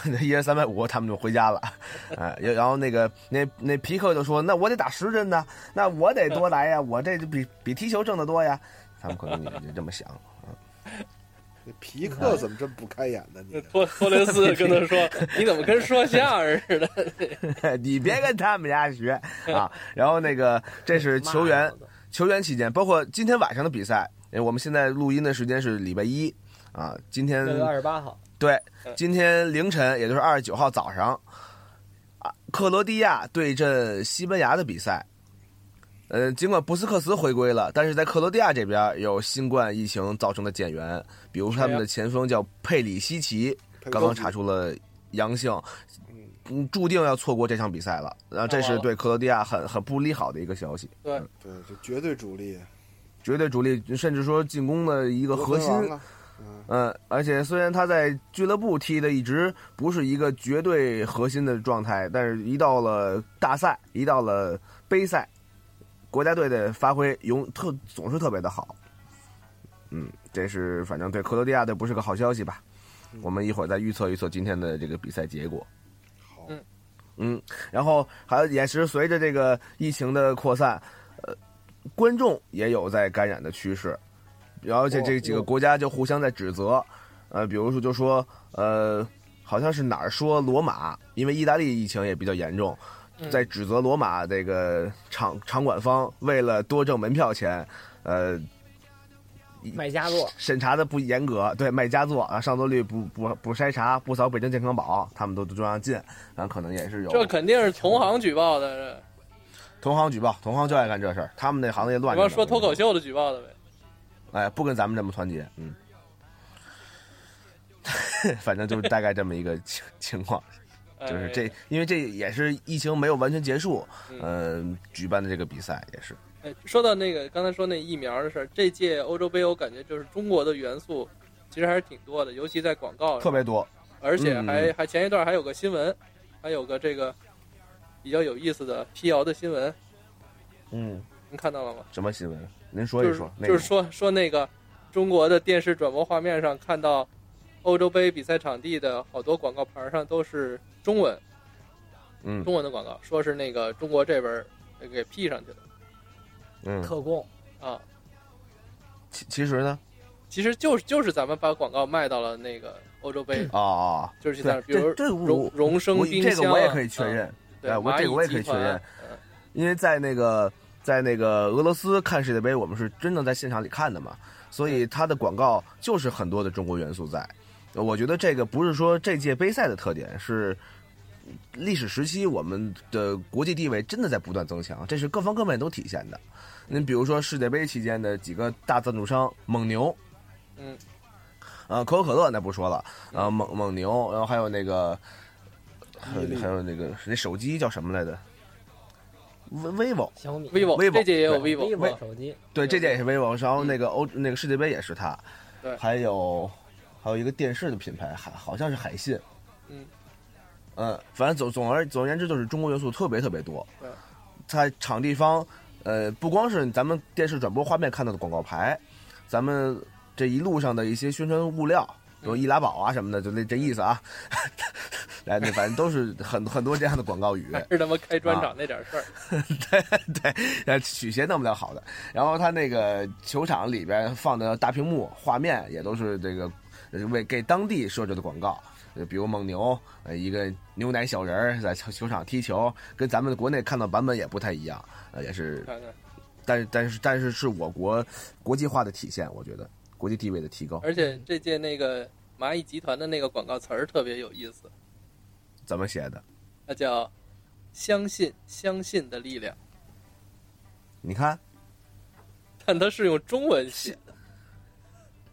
Speaker 3: 是
Speaker 2: 啊，一人三百五，他们就回家了， *laughs* 啊，也然后那个那那皮克就说，那我得打十针呢，那我得多来呀，我这就比比踢球挣得多呀， *laughs* 他们可能也就这么想， *laughs*
Speaker 4: 这皮克怎么这么不开眼呢？你
Speaker 3: 托托雷斯跟他说：“
Speaker 2: *laughs*
Speaker 3: 你怎么跟说相声似的
Speaker 2: 你别跟他们家学啊。然后那个，这是球员
Speaker 1: *laughs* 骂我都
Speaker 2: 球员期间，包括今天晚上的比赛，因为我们现在录音的时间是礼拜一啊，今天
Speaker 1: 六月二十八号，
Speaker 2: 对
Speaker 3: 嗯，
Speaker 2: 今天凌晨，也就是二十九号早上，啊，克罗地亚对阵西班牙的比赛。呃，尽管布斯克茨回归了，但是在克罗地亚这边有新冠疫情造成的减员，比如说他们的前锋叫佩里西奇，刚刚查，出了阳性，
Speaker 4: 嗯
Speaker 2: 嗯，注定要错过这场比赛了。然后这是对克罗地亚很很不利好的一个消息，？”
Speaker 3: 对，
Speaker 4: 对，这绝对主力，
Speaker 2: 绝对主力，甚至说进攻的一个
Speaker 4: 得
Speaker 2: 核
Speaker 4: 分
Speaker 2: 心。
Speaker 4: 王啊，嗯，
Speaker 2: 嗯，而且虽然他在俱乐部踢的一直不是一个绝对核心的状态，但是一到了大赛，一到了杯赛，国家队的发挥永特总是特别的好。嗯，这是反正对克罗地亚队不是个好消息吧？我们一会儿再预测预测今天的这个比赛结果。
Speaker 4: 好，
Speaker 3: 嗯
Speaker 2: 嗯，然后还有也是随着这个疫情的扩散，呃，观众也有在感染的趋势，而且这几个国家就互相在指责，呃，比如说就说呃，好像是哪儿说罗马，因为意大利疫情也比较严重，
Speaker 3: 嗯
Speaker 2: 在指责罗马这个场场馆方为了多挣门票钱，呃，
Speaker 1: 卖佳作，
Speaker 2: 审查的不严格，对卖佳作啊，上座率不不不筛查，不扫北京健康宝，他们都都让进，然后可能也是有
Speaker 3: 这肯定是同行举报的，
Speaker 2: 同行举报，同行就爱干这事儿，他们那行
Speaker 3: 这
Speaker 2: 业 *laughs* 乱着
Speaker 3: 帮
Speaker 2: 呢。
Speaker 3: 说脱口秀的举报的呗。
Speaker 2: 哎，不跟咱们这么团结，嗯， *laughs* 反正就是大概这么一个情 *laughs* 情况，
Speaker 3: 哎
Speaker 2: 就是这，因为这也是疫情没有完全结束，
Speaker 3: 嗯
Speaker 2: 嗯、举办的这个比赛也是，
Speaker 3: 哎，说到那个刚才说那疫苗的事儿，这届欧洲杯我感觉就是中国的元素其实还是挺多的，尤其在广告
Speaker 2: 特
Speaker 3: 上，
Speaker 2: 别多，
Speaker 3: 而且还
Speaker 2: 嗯
Speaker 3: 还前一段还有个新闻，还有个这个比较有意思的辟谣的新闻，
Speaker 2: 嗯，
Speaker 3: 您看到了吗？
Speaker 2: 什么新闻？您说
Speaker 3: 就
Speaker 2: 一
Speaker 3: 是
Speaker 2: 说，
Speaker 3: 就是说说那个中国的电视转播画面上看到欧洲杯比赛场地的好多广告牌儿上都是中文
Speaker 2: 嗯
Speaker 3: 中文的广告，说是那个中国这边儿给 P 上去的
Speaker 2: 嗯，
Speaker 1: 特供，
Speaker 3: 啊，
Speaker 2: 其其实呢，
Speaker 3: 其实就是就是咱们把广告卖到了那个欧洲杯，
Speaker 2: 哦哦，
Speaker 3: 就是像
Speaker 2: 对
Speaker 3: 比如
Speaker 2: 这这
Speaker 3: 荣
Speaker 2: 我
Speaker 3: 荣升
Speaker 2: 我
Speaker 3: 冰
Speaker 2: 这
Speaker 3: 箱啊，
Speaker 2: 个我也可以确
Speaker 3: 嗯
Speaker 2: 认，
Speaker 3: 对，
Speaker 2: 哎我
Speaker 3: 蚂
Speaker 2: 这
Speaker 3: 蚁
Speaker 2: 个我也可以
Speaker 3: 集团
Speaker 2: 确认
Speaker 3: 嗯
Speaker 2: 因为在那个在那个俄罗斯看世界杯，我们是真正在现场里看的嘛，所以它的广告就是很多的中国元素在。呃我觉得这个不是说这届杯赛的特点，是历史时期我们的国际地位真的在不断增强，这是各方各面都体现的。您比如说世界杯期间的几个大赞助商蒙牛，
Speaker 3: 嗯，
Speaker 2: 呃，可口可乐那不说了，呃，蒙蒙牛，然后还有那个，还有还有那个那手机叫什么来着？vi-？vivo，
Speaker 1: 小米
Speaker 3: vivo
Speaker 2: vivo，
Speaker 3: 这届也有
Speaker 2: 对
Speaker 1: vivo
Speaker 3: vivo，
Speaker 1: 手机，
Speaker 3: 对
Speaker 2: 对，这届也是 vivo，然后
Speaker 3: 嗯
Speaker 2: 那个欧、那个世界杯也是它，
Speaker 3: 对
Speaker 2: 还有还有一个电视的品牌，海好像是海信，
Speaker 3: 嗯
Speaker 2: 嗯，反正总总而总而言之，就是中国元素特别特别多。
Speaker 3: 对，
Speaker 2: 它场地方，呃，不光是咱们电视转播画面看到的广告牌，咱们这一路上的一些宣传物料，比
Speaker 3: 嗯
Speaker 2: 如易拉宝啊什么的，就那这意思啊。 *laughs* 来，那反正都是很很多这样的广告语。
Speaker 3: *laughs* 还是他妈开专
Speaker 2: 啊
Speaker 3: 场那点事儿，
Speaker 2: *laughs* 对，呃，曲协弄不了好的。然后他那个球场里边放的大屏幕画面也都是这个呃为给当地设置的广告，呃比如蒙牛，呃，一个牛奶小人儿在球球场踢球，跟咱们国内看到版本也不太一样，呃，也是，
Speaker 3: 看看，
Speaker 2: 但是但是但是是我国国际化的体现，我觉得国际地位的提高。
Speaker 3: 而且这届那个蚂蚁集团的那个广告词儿特别有意思，
Speaker 2: 怎么写的？
Speaker 3: 那叫“相信相信的力量
Speaker 2: 你看，”，
Speaker 3: 但它是用中文写的，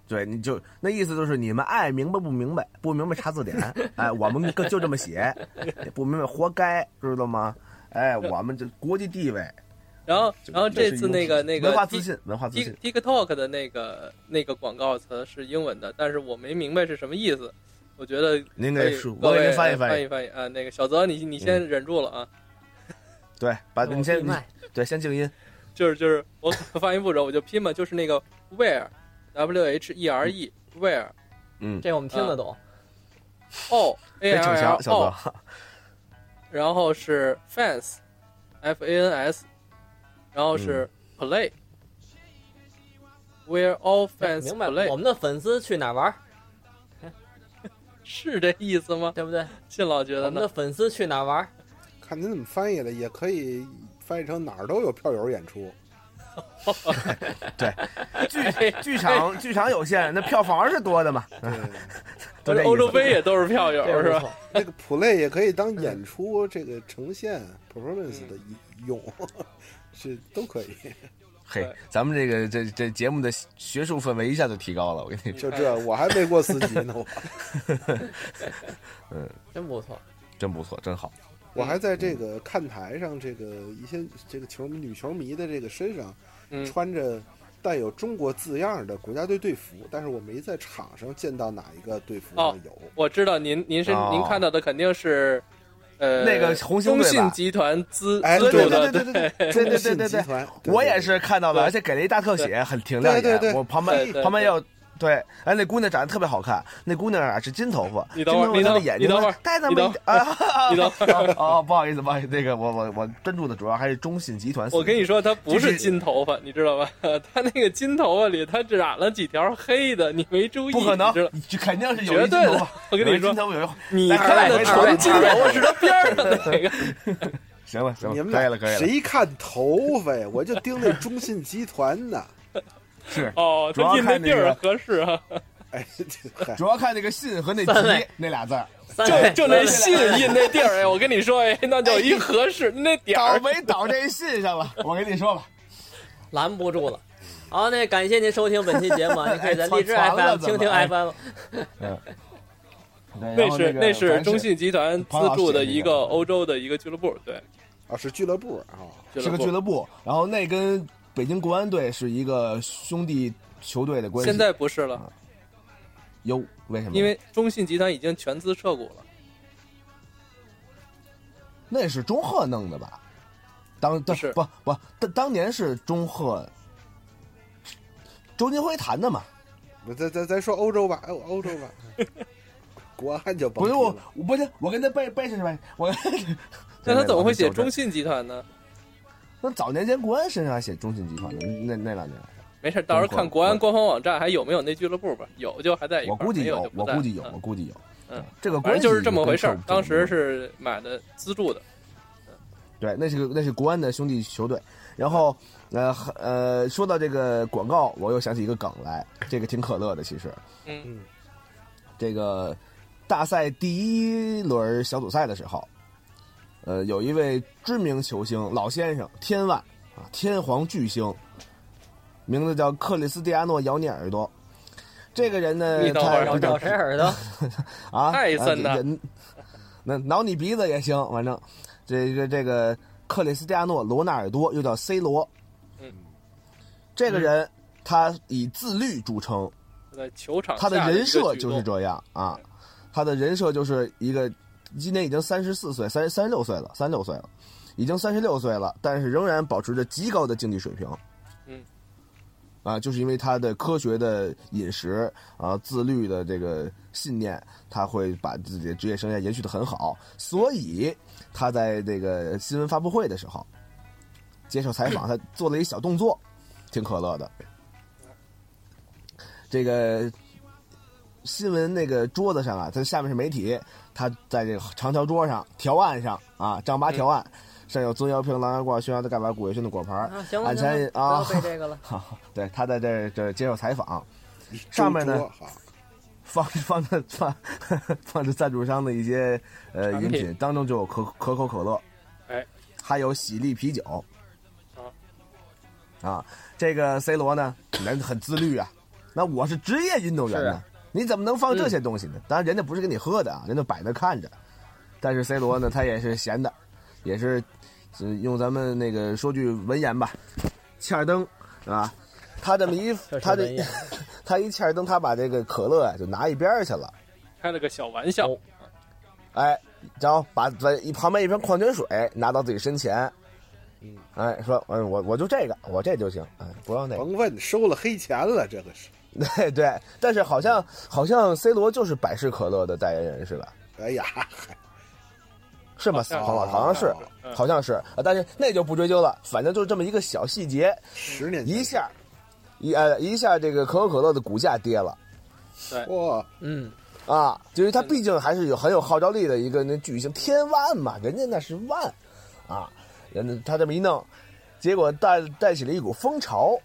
Speaker 2: 对，你就那意思就是你们爱明白不明白，不明白查
Speaker 3: *laughs*
Speaker 2: 字典。哎，我们就就这么写，不明白活该，知道吗？哎，我们这国际地位。
Speaker 3: 然后
Speaker 2: 就
Speaker 3: 然后这次那个
Speaker 2: 也是
Speaker 3: 那
Speaker 2: 一
Speaker 3: 个
Speaker 2: 文化自信，文化自
Speaker 3: Tik
Speaker 2: 信，
Speaker 3: TikTok 的那个那个广告词是英文的，但是我没明白是什么意思。我觉得
Speaker 2: 您
Speaker 3: 可
Speaker 2: 给
Speaker 3: 以
Speaker 2: 是
Speaker 3: 各
Speaker 2: 我给
Speaker 3: 位
Speaker 2: 您翻
Speaker 3: 呃
Speaker 2: 译嗯
Speaker 3: 翻
Speaker 2: 翻译。
Speaker 3: 翻译啊，那个小泽，你你先忍住了啊，
Speaker 2: 对，把
Speaker 1: 我
Speaker 2: 啊你先
Speaker 1: 闭麦
Speaker 2: 你对先静音。
Speaker 3: 就是就是我 *laughs* 发音不准，我就拼吧，就是那个 where w h e r e where
Speaker 2: 嗯，
Speaker 1: 这我们听得懂，
Speaker 3: 啊 o 哦 a
Speaker 2: 别
Speaker 3: l
Speaker 2: 逞
Speaker 3: l
Speaker 2: 强，哎小
Speaker 3: o， *laughs*
Speaker 2: 泽。
Speaker 3: 然后是 fans f a n s，然后是
Speaker 2: 嗯
Speaker 3: play、where all fans
Speaker 1: 明白了。我
Speaker 3: play
Speaker 1: 们的粉丝去哪儿玩儿，
Speaker 3: 是这意思吗？
Speaker 1: 对不对？
Speaker 3: 信老觉
Speaker 1: 我
Speaker 3: 得
Speaker 1: 们
Speaker 3: 呢
Speaker 1: 的？粉丝去哪儿玩儿，
Speaker 4: 看您怎么翻译了，也可以翻译成哪儿都有票友
Speaker 2: *laughs*
Speaker 4: 演出。
Speaker 2: 剧剧场剧场有限，那票房是多的嘛？
Speaker 4: 对，
Speaker 2: 都这意思
Speaker 3: 欧洲杯也都是票友
Speaker 1: 这个
Speaker 3: 是
Speaker 1: 不
Speaker 3: 吧？
Speaker 1: 错。
Speaker 4: 那个 play 也可以当演出这个呈现 performance 的一用， *laughs* 是都可以。
Speaker 2: 嘿
Speaker 3: 对，
Speaker 2: 咱们这个这这节目的学术氛围一下就提高了，我跟你
Speaker 4: 就这，我还没过四级呢，我
Speaker 1: 真不错，
Speaker 2: 真不错，真好。
Speaker 4: 我还在这个看台上，这个一些这个球迷女球迷的这个身上
Speaker 3: 嗯，
Speaker 4: 穿着带有中国字样的国家队队服，但是我没在场上见到哪一个队服上有。
Speaker 3: 我知道您您是、
Speaker 2: 哦
Speaker 3: 您看到的肯定是，呃，
Speaker 2: 那个红星
Speaker 3: 中
Speaker 2: 队吧
Speaker 3: 信集团资
Speaker 4: 哎，
Speaker 3: 资
Speaker 4: 对
Speaker 3: 助
Speaker 4: 对
Speaker 3: 的
Speaker 4: 对对对
Speaker 2: 对
Speaker 4: 对，中
Speaker 2: 对
Speaker 4: 信
Speaker 2: 对对
Speaker 4: 集
Speaker 2: 对
Speaker 4: 团，对
Speaker 2: 我也。是看到了，而且给了一大特写，很挺亮
Speaker 4: 对对对
Speaker 2: 眼。我旁
Speaker 3: 对
Speaker 2: 边
Speaker 3: 对
Speaker 2: 旁边有对，哎，那姑娘长得特别好看，那姑娘啊是金头发，
Speaker 3: 你
Speaker 2: 金
Speaker 3: 等会儿
Speaker 2: 头发她的
Speaker 3: 你等
Speaker 2: 眼睛
Speaker 3: 你等会儿
Speaker 2: 带那
Speaker 3: 你
Speaker 2: 么
Speaker 3: 等
Speaker 2: 一啊，
Speaker 3: 你等会儿，
Speaker 2: *laughs* 哦，不好意思，不好意思，那个我我我专注的主要还是中信集团。
Speaker 3: 我跟你，说，他不
Speaker 2: 就是是
Speaker 3: 金头发，你知道吧？他那个金头发里，他染了几条黑的，你没注意，
Speaker 2: 不可能
Speaker 3: 你知道？，
Speaker 2: 你肯定是有
Speaker 3: 绝
Speaker 2: 一金
Speaker 3: 对
Speaker 2: 头
Speaker 3: 的
Speaker 2: 发。。
Speaker 3: 我跟
Speaker 2: 有
Speaker 3: 你
Speaker 2: 一金
Speaker 3: 说，
Speaker 2: 头发有一
Speaker 3: 你
Speaker 2: 来
Speaker 3: 看
Speaker 2: 二
Speaker 3: 的
Speaker 2: 位
Speaker 3: 纯金头
Speaker 2: 二
Speaker 3: 发
Speaker 2: 位
Speaker 3: 是他边儿上那个。
Speaker 2: 行了行
Speaker 4: 你
Speaker 2: 了，嗯可以
Speaker 4: 们俩
Speaker 2: 了可以了，
Speaker 4: 谁看头发呀？我就盯那中信集团呢。 *laughs*
Speaker 2: 是
Speaker 3: *laughs* 哦，
Speaker 2: 主要
Speaker 3: 他印的
Speaker 2: 看那
Speaker 3: 地儿
Speaker 2: 个
Speaker 3: 合适
Speaker 2: *laughs*
Speaker 3: 啊，
Speaker 4: 哎，这嗨
Speaker 2: 主要看那个信和那
Speaker 1: 三
Speaker 2: 集
Speaker 1: 位
Speaker 2: 那俩字儿，
Speaker 1: 三
Speaker 3: 就
Speaker 1: 位
Speaker 3: 就
Speaker 1: 三
Speaker 3: 那
Speaker 1: 位
Speaker 3: 信印那地儿，哎，我跟你说，哎，那叫一合适，那点
Speaker 2: 倒
Speaker 3: 儿
Speaker 2: 霉倒这信上了。我跟你说吧，
Speaker 1: *laughs* 拦不住了。好，那感谢您收听本期节目啊，您可以在
Speaker 2: 哎
Speaker 1: 荔枝
Speaker 2: 传了
Speaker 1: FM、
Speaker 2: 怎么
Speaker 1: 蜻蜓
Speaker 2: 哎
Speaker 1: FM
Speaker 2: *laughs*
Speaker 4: *laughs*
Speaker 2: 那
Speaker 3: 那是那是中信集团资助的一
Speaker 2: 庞
Speaker 3: 个
Speaker 2: 老师
Speaker 3: 欧洲的一个俱乐部，对，
Speaker 4: 啊，是俱乐部啊，
Speaker 2: 是个
Speaker 3: 部
Speaker 2: 俱乐部，然后那跟北京国安队是一个兄弟球队的关系。
Speaker 3: 现在不是了，
Speaker 2: 哟，为什么？
Speaker 3: 因为中信集团已经全资撤股了。
Speaker 2: 那是中赫弄的吧？当当
Speaker 3: 是
Speaker 2: 不不当当年是中赫，周金辉谈的嘛？
Speaker 4: 不咱咱咱说欧洲吧，哎欧欧洲吧， *laughs* 国安就甭
Speaker 2: 不是
Speaker 4: 提
Speaker 2: 我
Speaker 4: 了，
Speaker 2: 我不是我跟他背背着是吧？
Speaker 3: *laughs*
Speaker 2: 我
Speaker 3: 那他怎么会写中
Speaker 2: 信？
Speaker 3: 信集团呢？
Speaker 2: 那早年间国安身上还写中信集团的，那那两年
Speaker 3: 没事，到时候
Speaker 2: 中国
Speaker 3: 看国安官方网站还有没有那俱乐部吧，有就还在一块
Speaker 2: 我
Speaker 3: 儿，
Speaker 2: 估计
Speaker 3: 没有就
Speaker 2: 我
Speaker 3: 不在
Speaker 2: 估计有，
Speaker 3: 嗯
Speaker 2: 我估计有。
Speaker 3: 嗯
Speaker 2: 对，这个
Speaker 3: 反正就是这么回事
Speaker 2: 关
Speaker 3: 儿
Speaker 2: 系。
Speaker 3: 当时是买的资助的，
Speaker 2: 对，那是个那是国安的兄弟球队。然后，呃呃，说到这个广告，我又想起一个梗来，这个挺可乐的。其实
Speaker 3: 嗯
Speaker 4: 嗯，
Speaker 2: 这个大赛第一轮小组赛的时候，呃，有一位知名球星老先生天万啊，天皇巨星，名字叫克里斯蒂亚诺·咬你耳朵。这个人呢
Speaker 3: 你，等会儿
Speaker 2: 他
Speaker 1: 咬
Speaker 2: 比较
Speaker 1: 咬谁耳朵？
Speaker 2: 啊，
Speaker 3: 泰森呢
Speaker 2: 啊这这那挠你鼻子也行，反正这个这个克里斯蒂亚诺·罗纳尔多又叫 C 罗，
Speaker 3: 嗯，
Speaker 2: 这个人他以自律著称，
Speaker 3: 在球场
Speaker 2: 他的
Speaker 3: 下
Speaker 2: 人
Speaker 3: 一个
Speaker 2: 设
Speaker 3: 举
Speaker 2: 就
Speaker 3: 动
Speaker 2: 是这样啊，他的人设就是一个今年已经三十四岁，三三十六岁了，三十六岁了，已经三十六岁了，但是仍然保持着极高的竞技水平。
Speaker 3: 嗯，
Speaker 2: 啊，就是因为他的科学的饮食啊，自律的这个信念，他会把自己的职业生涯延续的很好，所以他在这个新闻发布会的时候接受采访，他做了一小动作，挺可乐的。这个新闻那个桌子上啊，它下面是媒体，他在这个长条桌上条案上啊，丈八条案、上有曾耀平、狼牙褂、宣扬的盖板、古月轩的果盘儿
Speaker 1: 啊，行了
Speaker 2: 俺
Speaker 1: 行
Speaker 2: 前
Speaker 1: 了，不
Speaker 2: 啊
Speaker 1: 要，背这
Speaker 2: *laughs*
Speaker 1: 个了。
Speaker 2: 对他在这儿这儿接受采访，上面呢
Speaker 4: 周桌哈，
Speaker 2: 放 *laughs* 放着放放着赞助商的一些呃
Speaker 3: 产
Speaker 2: 饮
Speaker 3: 品
Speaker 2: 品，当中就有可可口可乐，
Speaker 3: 哎，
Speaker 2: 还有喜力啤酒，啊，这个 C 罗呢，人很自律啊，那我是职业运动员
Speaker 1: 是
Speaker 2: 呢
Speaker 1: 啊，
Speaker 2: 你怎么能放这些东西呢？当然，人家不是给你喝的啊，人家摆那看着，但是 C 罗呢，他也是闲的，也是，呃用咱们那个说句文言吧，欠儿灯啊，他这么
Speaker 1: *laughs*
Speaker 2: 一
Speaker 1: 这是
Speaker 2: 他
Speaker 1: 文
Speaker 2: 这
Speaker 1: 言
Speaker 2: 他一欠儿灯，他把这个可乐啊就拿一边儿去了。
Speaker 3: 开了个小玩笑
Speaker 1: 哦，
Speaker 2: 哎，然后把把一旁边一瓶矿泉水拿到自己身前，
Speaker 4: 嗯，
Speaker 2: 哎，说，哎，我我就这个，我这就行，哎，不要那个，
Speaker 4: 甭问，收了黑钱了，这个是，
Speaker 2: 对 *laughs* 对，但是好像好像 C 罗就是百事可乐的代言人似的，
Speaker 4: 哎呀，
Speaker 2: 是吗？
Speaker 3: 好像是
Speaker 2: 好像好像是，
Speaker 3: 嗯
Speaker 2: 好像是，啊但是那就不追究了，反正就是这么一个小细节，
Speaker 4: 十年前
Speaker 2: 一，下，一呃一下这个可口可乐的股价跌了。
Speaker 4: 哇，
Speaker 1: 嗯，
Speaker 2: 啊，就是他毕竟还是有很有号召力的一个那巨星，天万嘛，人家那是万，啊，人家他这么一弄，结果带带起了一股风潮，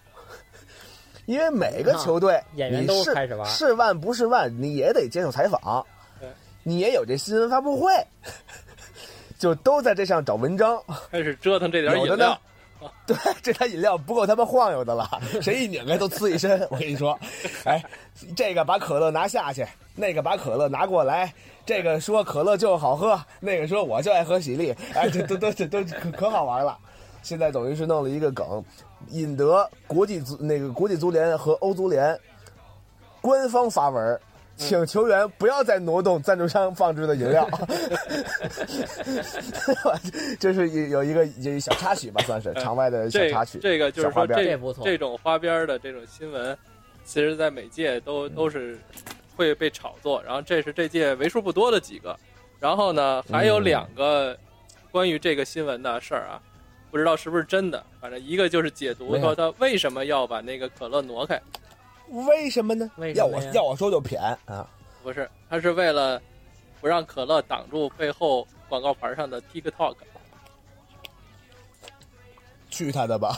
Speaker 2: 因为每个球队
Speaker 1: 啊演员
Speaker 2: 你
Speaker 1: 都
Speaker 2: 是
Speaker 1: 开始玩
Speaker 2: 是万不是万，你也得接受采访
Speaker 3: 对，
Speaker 2: 你也有这新闻发布会， *laughs* 就都在这上找文章， *laughs*
Speaker 3: 开始折腾这点
Speaker 2: 有的
Speaker 3: 饮
Speaker 2: 呢
Speaker 3: 料，
Speaker 2: 对，这台饮料不够他们晃悠
Speaker 1: *laughs*
Speaker 2: 的了，谁一拧开都呲一身。我跟你说，哎，这个把可乐拿下去，那个把可乐拿过来，这个说可乐就好喝，那个说我就爱喝喜力， *laughs* 哎，这都都这都可可好玩了。现在等于是弄了一个梗，引得国际足那个国际足联和欧足联官方发文。请球员不要再挪动赞助商放置的饮料， *laughs* 这是有有一个有一小插曲吧，算是场外的小
Speaker 3: 这
Speaker 2: 插曲。
Speaker 3: 这个就是
Speaker 2: 小花
Speaker 3: 说
Speaker 2: 边
Speaker 1: 这不错
Speaker 3: 这种花边儿的这种新闻，其实，在每届都都是会被炒
Speaker 2: 嗯
Speaker 3: 作，然后这是这届为数不多的几个。然后呢，还有两个关于这个新闻的事儿啊，不知道是不是真的。反正一个就是解读
Speaker 2: 没有
Speaker 3: 说他为什么要把那个可乐挪开，
Speaker 2: 为什么呢？
Speaker 1: 为什
Speaker 2: 要
Speaker 1: 么
Speaker 2: 我
Speaker 1: 呀
Speaker 2: 要我说就偏啊，
Speaker 3: 不是，他是为了不让可乐挡住背后广告牌上的 TikTok。
Speaker 2: 去他的吧！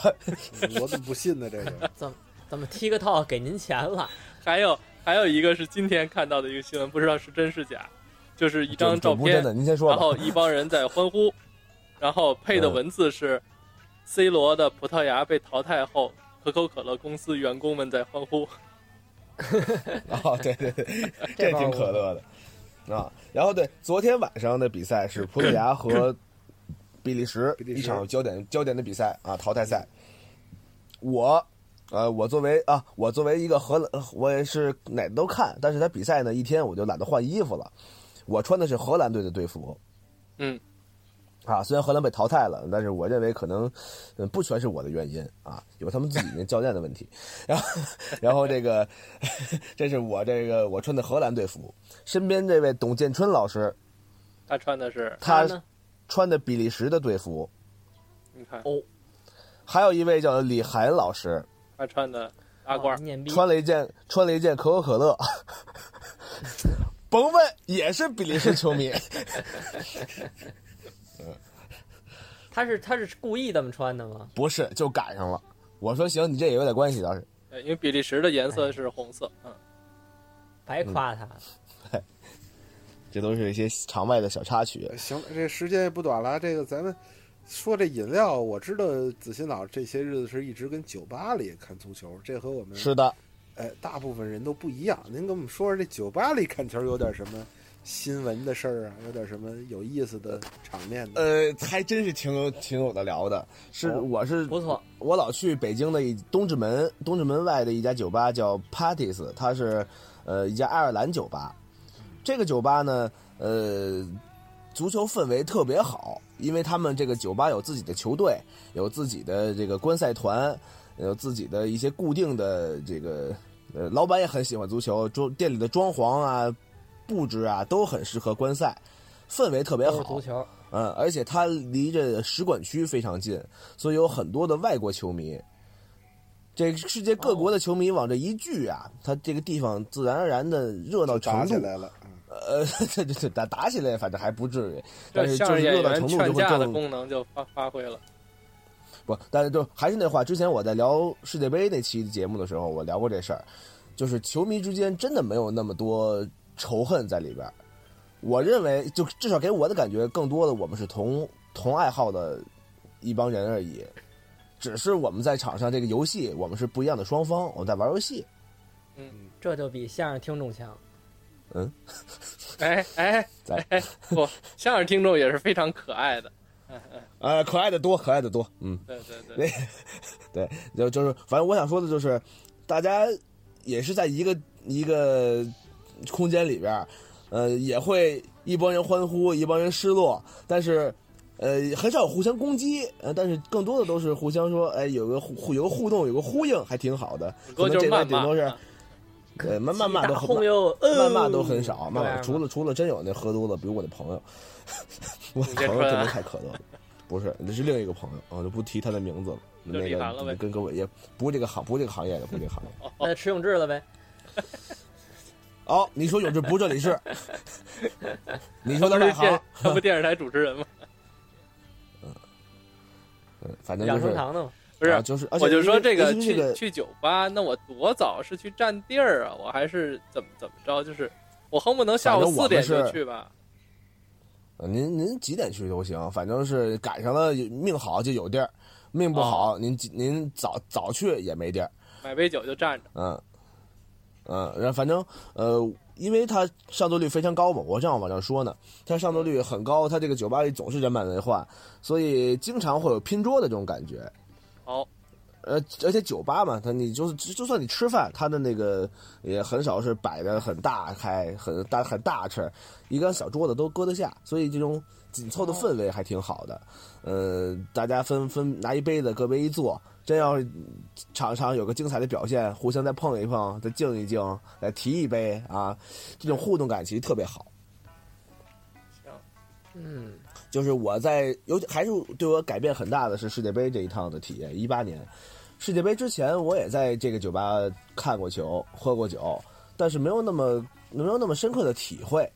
Speaker 4: 我怎么不信呢？这个
Speaker 1: 怎么 TikTok 给您钱了？
Speaker 3: 还有还有一个是今天看到的一个新闻，不知道是真是假，就是一张
Speaker 2: 这
Speaker 3: 照
Speaker 2: 不真
Speaker 3: 片，
Speaker 2: 的，您先说
Speaker 3: 然
Speaker 2: 吧。嗯
Speaker 3: 后一帮人在欢呼，然后配的文字是 “C 罗的葡萄牙被淘汰后，可口可乐公司员工们在欢呼
Speaker 2: *laughs* 哦，对对对，这挺可乐的啊。然后对，昨天晚上的比赛是葡萄牙和比利时
Speaker 4: 比利时
Speaker 2: 一场焦点焦点的比赛啊，淘汰赛。我，呃，我作为啊，我作为一个荷兰，我也是哪都看，但是他比赛呢一天我就懒得换衣服了，我穿的是荷兰队的队服。
Speaker 3: 嗯。
Speaker 2: 啊，虽然荷兰被淘汰了，但是我认为可能，嗯，不全是我的原因啊，有他们自己那教练的问题。然后， *laughs* 然后这个， *laughs* 这是我这个我穿的荷兰队服，身边这位董建春老师，”。
Speaker 3: 他穿的是，
Speaker 2: 他
Speaker 1: 呢？
Speaker 2: 穿的比利时的队服，
Speaker 3: 你看
Speaker 2: 还有一位叫李涵老师，
Speaker 3: 他穿的阿罐
Speaker 1: 哦，碾逼
Speaker 2: 穿了一件穿了一件可口可乐， *laughs* 甭问，也是比利时球 *laughs* 迷。
Speaker 1: 他是他是故意这么穿的吗？
Speaker 2: 不是，就赶上了。我说行，你这也有点关系倒是。
Speaker 3: 呃因为比利时的颜色是红色，嗯，
Speaker 1: 白夸他了。
Speaker 2: 嗯这都是一些场外的小插曲。
Speaker 4: 哎行，这时间也不短了，啊这个咱们说这饮料，我知道子欣老师这些日子是一直跟酒吧里看足球，这和我们
Speaker 2: 是的，
Speaker 4: 哎大部分人都不一样。您给我们说说这酒吧里看球有点什么新闻的事儿啊，有点什么有意思的啊场面呢？
Speaker 2: 呃，还真是挺有挺有的聊的。是，
Speaker 1: 哦
Speaker 2: 我是
Speaker 1: 不错，
Speaker 2: 我老去北京的一东直门东直门外的一家酒吧叫 Parties，它是呃一家爱尔兰酒吧。这个酒吧呢，呃，足球氛围特别好，因为他们这个酒吧有自己的球队，有自己的这个观赛团，有自己的一些固定的这个呃，老板也很喜欢足球，装店里的装潢啊、布置啊都很适合观赛，氛围特别
Speaker 1: 都
Speaker 2: 好
Speaker 1: 是。足球，
Speaker 2: 嗯，而且它离着使馆区非常近，所以有很多的外国球迷。这世界各国的球迷往这一聚啊，它这个地方自然而然的热闹
Speaker 4: 打
Speaker 2: 程
Speaker 4: 起
Speaker 2: 度，
Speaker 4: 来了，嗯
Speaker 2: 呃，这这这打打起来，反正还不至于，但
Speaker 3: 这
Speaker 2: 是
Speaker 3: 相
Speaker 2: 就
Speaker 3: 声
Speaker 2: 是
Speaker 3: 演
Speaker 2: 热闹
Speaker 3: 员
Speaker 2: 程度
Speaker 3: 劝
Speaker 2: 就会
Speaker 3: 架的
Speaker 2: 更
Speaker 3: 功能就发发挥了，
Speaker 2: 不，但是就还是那话，之前我在聊世界杯那期节目的时候，我聊过这事儿，就是球迷之间真的没有那么多仇恨在里边儿。我认为，就至少给我的感觉，更多的我们是同同爱好的一帮人而已，只是我们在场上这个游戏，我们是不一样的双方，我们在玩游戏。
Speaker 1: 这就比相声听众强。
Speaker 3: 哎哎
Speaker 2: 咱
Speaker 3: 哎，不，相声听众也是非常可爱的，
Speaker 2: *laughs* 呃，可爱的多，可爱的多，嗯。
Speaker 3: 对对对。
Speaker 2: 对，就就是，反正我想说的就是，大家也是在一个一个空间里边儿，呃，也会一帮人欢呼，一帮人失落，但是。呃，很少有互相攻击，呃，但是更多的都是互相说，哎，有个互有个互动，有个呼应，还挺好的。
Speaker 3: 顶
Speaker 2: 可
Speaker 3: 多
Speaker 2: 能
Speaker 3: 就
Speaker 2: 这
Speaker 3: 是
Speaker 2: 边
Speaker 3: 谩
Speaker 2: 顶
Speaker 3: 骂
Speaker 2: 多是
Speaker 3: 啊，
Speaker 2: 呃，谩谩骂
Speaker 1: 一
Speaker 2: 都
Speaker 1: 打
Speaker 2: 很
Speaker 1: 后面又
Speaker 2: 谩
Speaker 1: 呃
Speaker 2: 骂都很
Speaker 3: 嗯
Speaker 2: 少，
Speaker 1: 这
Speaker 3: 啊
Speaker 2: 谩骂
Speaker 1: 样
Speaker 2: 除
Speaker 1: 吗
Speaker 2: 了除了真有那喝多了，比如我那朋友， *laughs* 我
Speaker 3: 董建
Speaker 2: 朋友
Speaker 3: 春
Speaker 2: 真的
Speaker 3: 啊
Speaker 2: 太
Speaker 3: *laughs*
Speaker 2: 可乐了，不是，那是另一个朋友，我就不提他的名字了。那
Speaker 3: 李涵了
Speaker 2: 个
Speaker 3: 呗
Speaker 2: 跟跟我也不是这个行，不是这个行业的，不是这个行业。
Speaker 1: 那就迟永志了呗？
Speaker 2: 哦，你说永志不是这
Speaker 3: *laughs*
Speaker 2: 里是，你
Speaker 3: 他
Speaker 2: 说
Speaker 3: 不是
Speaker 2: 他外
Speaker 3: 电
Speaker 2: 行，
Speaker 3: 他不电视台主持人吗？
Speaker 2: 嗯反正就
Speaker 1: 养
Speaker 2: 是
Speaker 1: 生，堂的嘛。
Speaker 3: 不是，
Speaker 2: 啊就是，而且
Speaker 3: 我就说
Speaker 2: 因为
Speaker 3: 这个
Speaker 2: 因为
Speaker 3: 去
Speaker 2: 这个
Speaker 3: 去酒吧，那我多早是去占地儿啊？我还是怎么怎么着？就是我恨不能下午
Speaker 2: 反正
Speaker 3: 四
Speaker 2: 我们
Speaker 3: 点就是去吧。
Speaker 2: 呃您您几点去都行，反正是赶上了命好就有地儿，命不
Speaker 3: 哦
Speaker 2: 好您几您早早去也没地儿。
Speaker 3: 买杯酒就站着，
Speaker 2: 嗯，嗯，然后反正呃，因为它上座率非常高嘛，我正要往上说呢，它上座率很高，它这个酒吧里总是人满为患，所以经常会有拼桌的这种感觉。
Speaker 3: 好，
Speaker 2: 呃，而且酒吧嘛，它你就是就就算你吃饭，它的那个也很少是摆的很大开、很大很大吃，一个小桌子都搁得下，所以这种紧凑的氛围还挺好的。呃，大家分分拿一杯子，各杯一坐，真要是场上有个精彩的表现，互相再碰一碰，再敬一敬，再提一杯啊，这种互动感其实特别好。
Speaker 1: 嗯，
Speaker 2: 就是我在尤其还是对我改变很大的是世界杯这一趟的体验。一八年世界杯之前，我也在这个酒吧看过球、喝过酒，但是没有那么没有那么深刻的体会。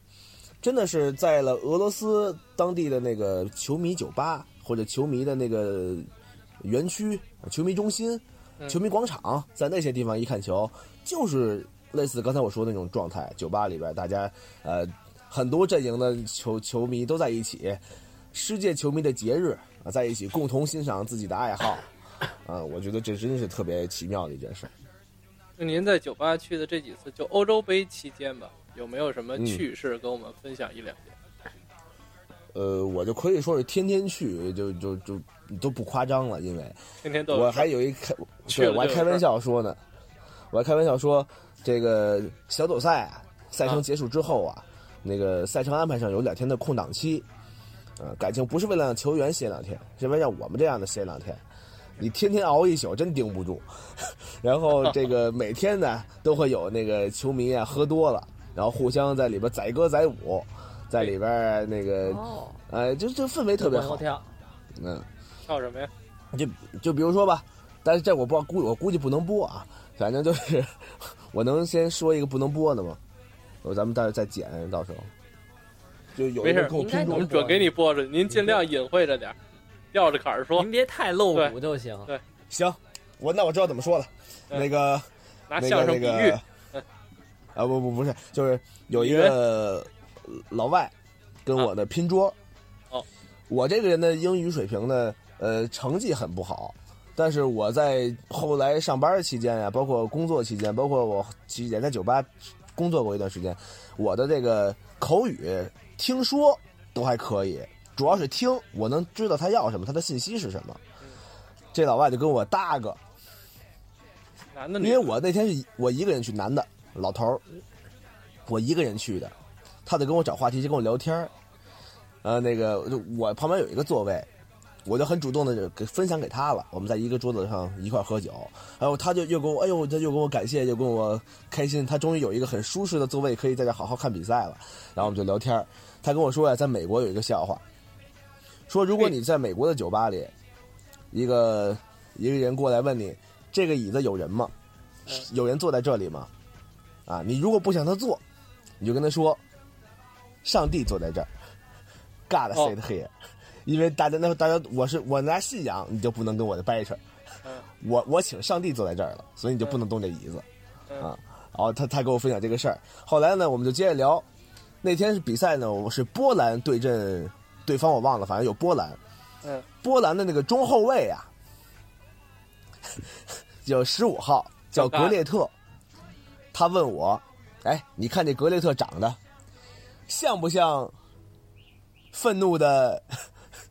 Speaker 2: 真的是在了俄罗斯当地的那个球迷酒吧或者球迷的那个园区、球迷中心、球迷广场，在那些地方一看球，就是类似刚才我说的那种状态。酒吧里边大家呃很多阵营的球球迷都在一起，世界球迷的节日啊，在一起共同欣赏自己的爱好，啊，我觉得这真是特别奇妙的一件事儿。
Speaker 3: 就您在酒吧去的这几次，就欧洲杯期间吧，有没有什
Speaker 2: 嗯
Speaker 3: 么趣事跟我们分享一两件？
Speaker 2: 呃，我就可以说是天天去，就就就都不夸张了，因为
Speaker 3: 天天都有
Speaker 2: 我还有一开，
Speaker 3: 去
Speaker 2: 对
Speaker 3: 了
Speaker 2: 我还
Speaker 3: 就有
Speaker 2: 开
Speaker 3: 事
Speaker 2: 玩
Speaker 3: 儿
Speaker 2: 笑说呢，我还开玩笑说这个小组赛啊，赛程
Speaker 3: 啊
Speaker 2: 结束之后啊，那个赛程安排上有两天的空档期，呃，感情不是为了让球员歇两天，是为了让我们这样的歇两天。你天天熬一宿，真顶不住。 *laughs* 然后
Speaker 3: *laughs*
Speaker 2: 这个每天呢，都会有那个球迷啊喝多了，然后互相在里边载歌载舞，在里边儿那个，
Speaker 1: 哦，
Speaker 2: 呃，就就氛围特别
Speaker 1: 蹦
Speaker 2: 好
Speaker 1: 蹦。跳，
Speaker 2: 嗯，
Speaker 3: 跳什么
Speaker 2: *laughs*
Speaker 3: 呀？
Speaker 2: 就就比如说吧，但是这我不知道，估我估计不能播啊。反正就是我能先说一个不能播的吗？我咱们到时候再剪，到时候就有
Speaker 3: 没
Speaker 2: 人
Speaker 3: 事
Speaker 2: 跟我
Speaker 1: 应该能
Speaker 2: 拼
Speaker 3: 我
Speaker 2: 桌
Speaker 3: 们准给你播着，您尽量隐晦着点儿，吊着坎儿说
Speaker 2: 嗯
Speaker 1: 您，别太露骨就行。
Speaker 3: 对
Speaker 2: 行，我那我知道怎么说了。
Speaker 3: 嗯
Speaker 2: 那个
Speaker 3: 拿
Speaker 2: 那
Speaker 3: 相
Speaker 2: 个
Speaker 3: 声
Speaker 2: 那
Speaker 3: 比
Speaker 2: 个
Speaker 3: 喻，
Speaker 2: *laughs* 啊不不不是，就是有一
Speaker 3: 比喻啊
Speaker 2: 个呃老外跟我的拼桌。
Speaker 3: 哦，
Speaker 2: 我这个人的英语水平呢，呃，成绩很不好。但是我在后来上班期间呀、包括工作期间，包括我其实也在酒吧工作过一段时间，我的这个口语听说都还可以，主要是听，我能知道他要什么，他的信息是什么。
Speaker 3: 嗯
Speaker 2: 这老外就跟我搭个，
Speaker 3: 男的女
Speaker 2: 因
Speaker 3: 的，
Speaker 2: 为我那天是一我一个人去，男的老头儿，我一个人去的，他得跟我找话题，就跟我聊天儿。呃，那个就我旁边有一个座位，我就很主动的给分享给他了。我们在一个桌子上一块儿喝酒，然后他就又跟我，哎呦，他又跟我感谢，又跟我开心。他终于有一个很舒适的座位，可以在这儿好好看比赛了。然后我们就聊天儿他跟我说呀、在美国有一个笑话，说如果你在美国的酒吧里，一个一个人过来问你，这个椅子有人吗？
Speaker 3: 嗯
Speaker 2: 是有人坐在这里吗？啊，你如果不想他坐，你就跟他说，上帝坐在这儿，God
Speaker 3: 哦
Speaker 2: sit here，、因为大家那大家我是我拿信仰，你就不能跟我掰扯。
Speaker 3: 嗯
Speaker 2: 我我请上帝坐在这儿了，所以你就不能动这椅子。
Speaker 3: 嗯
Speaker 2: 啊然后他他给我分享这个事儿。后来呢，我们就接着聊。那天是比赛呢，我是波兰对阵对方，我忘了，反正有波兰。
Speaker 3: 嗯，
Speaker 2: 波兰的那个中后卫啊， *laughs* 有十五号叫格列特，他问我，哎，你看这格列特长得像不像愤怒的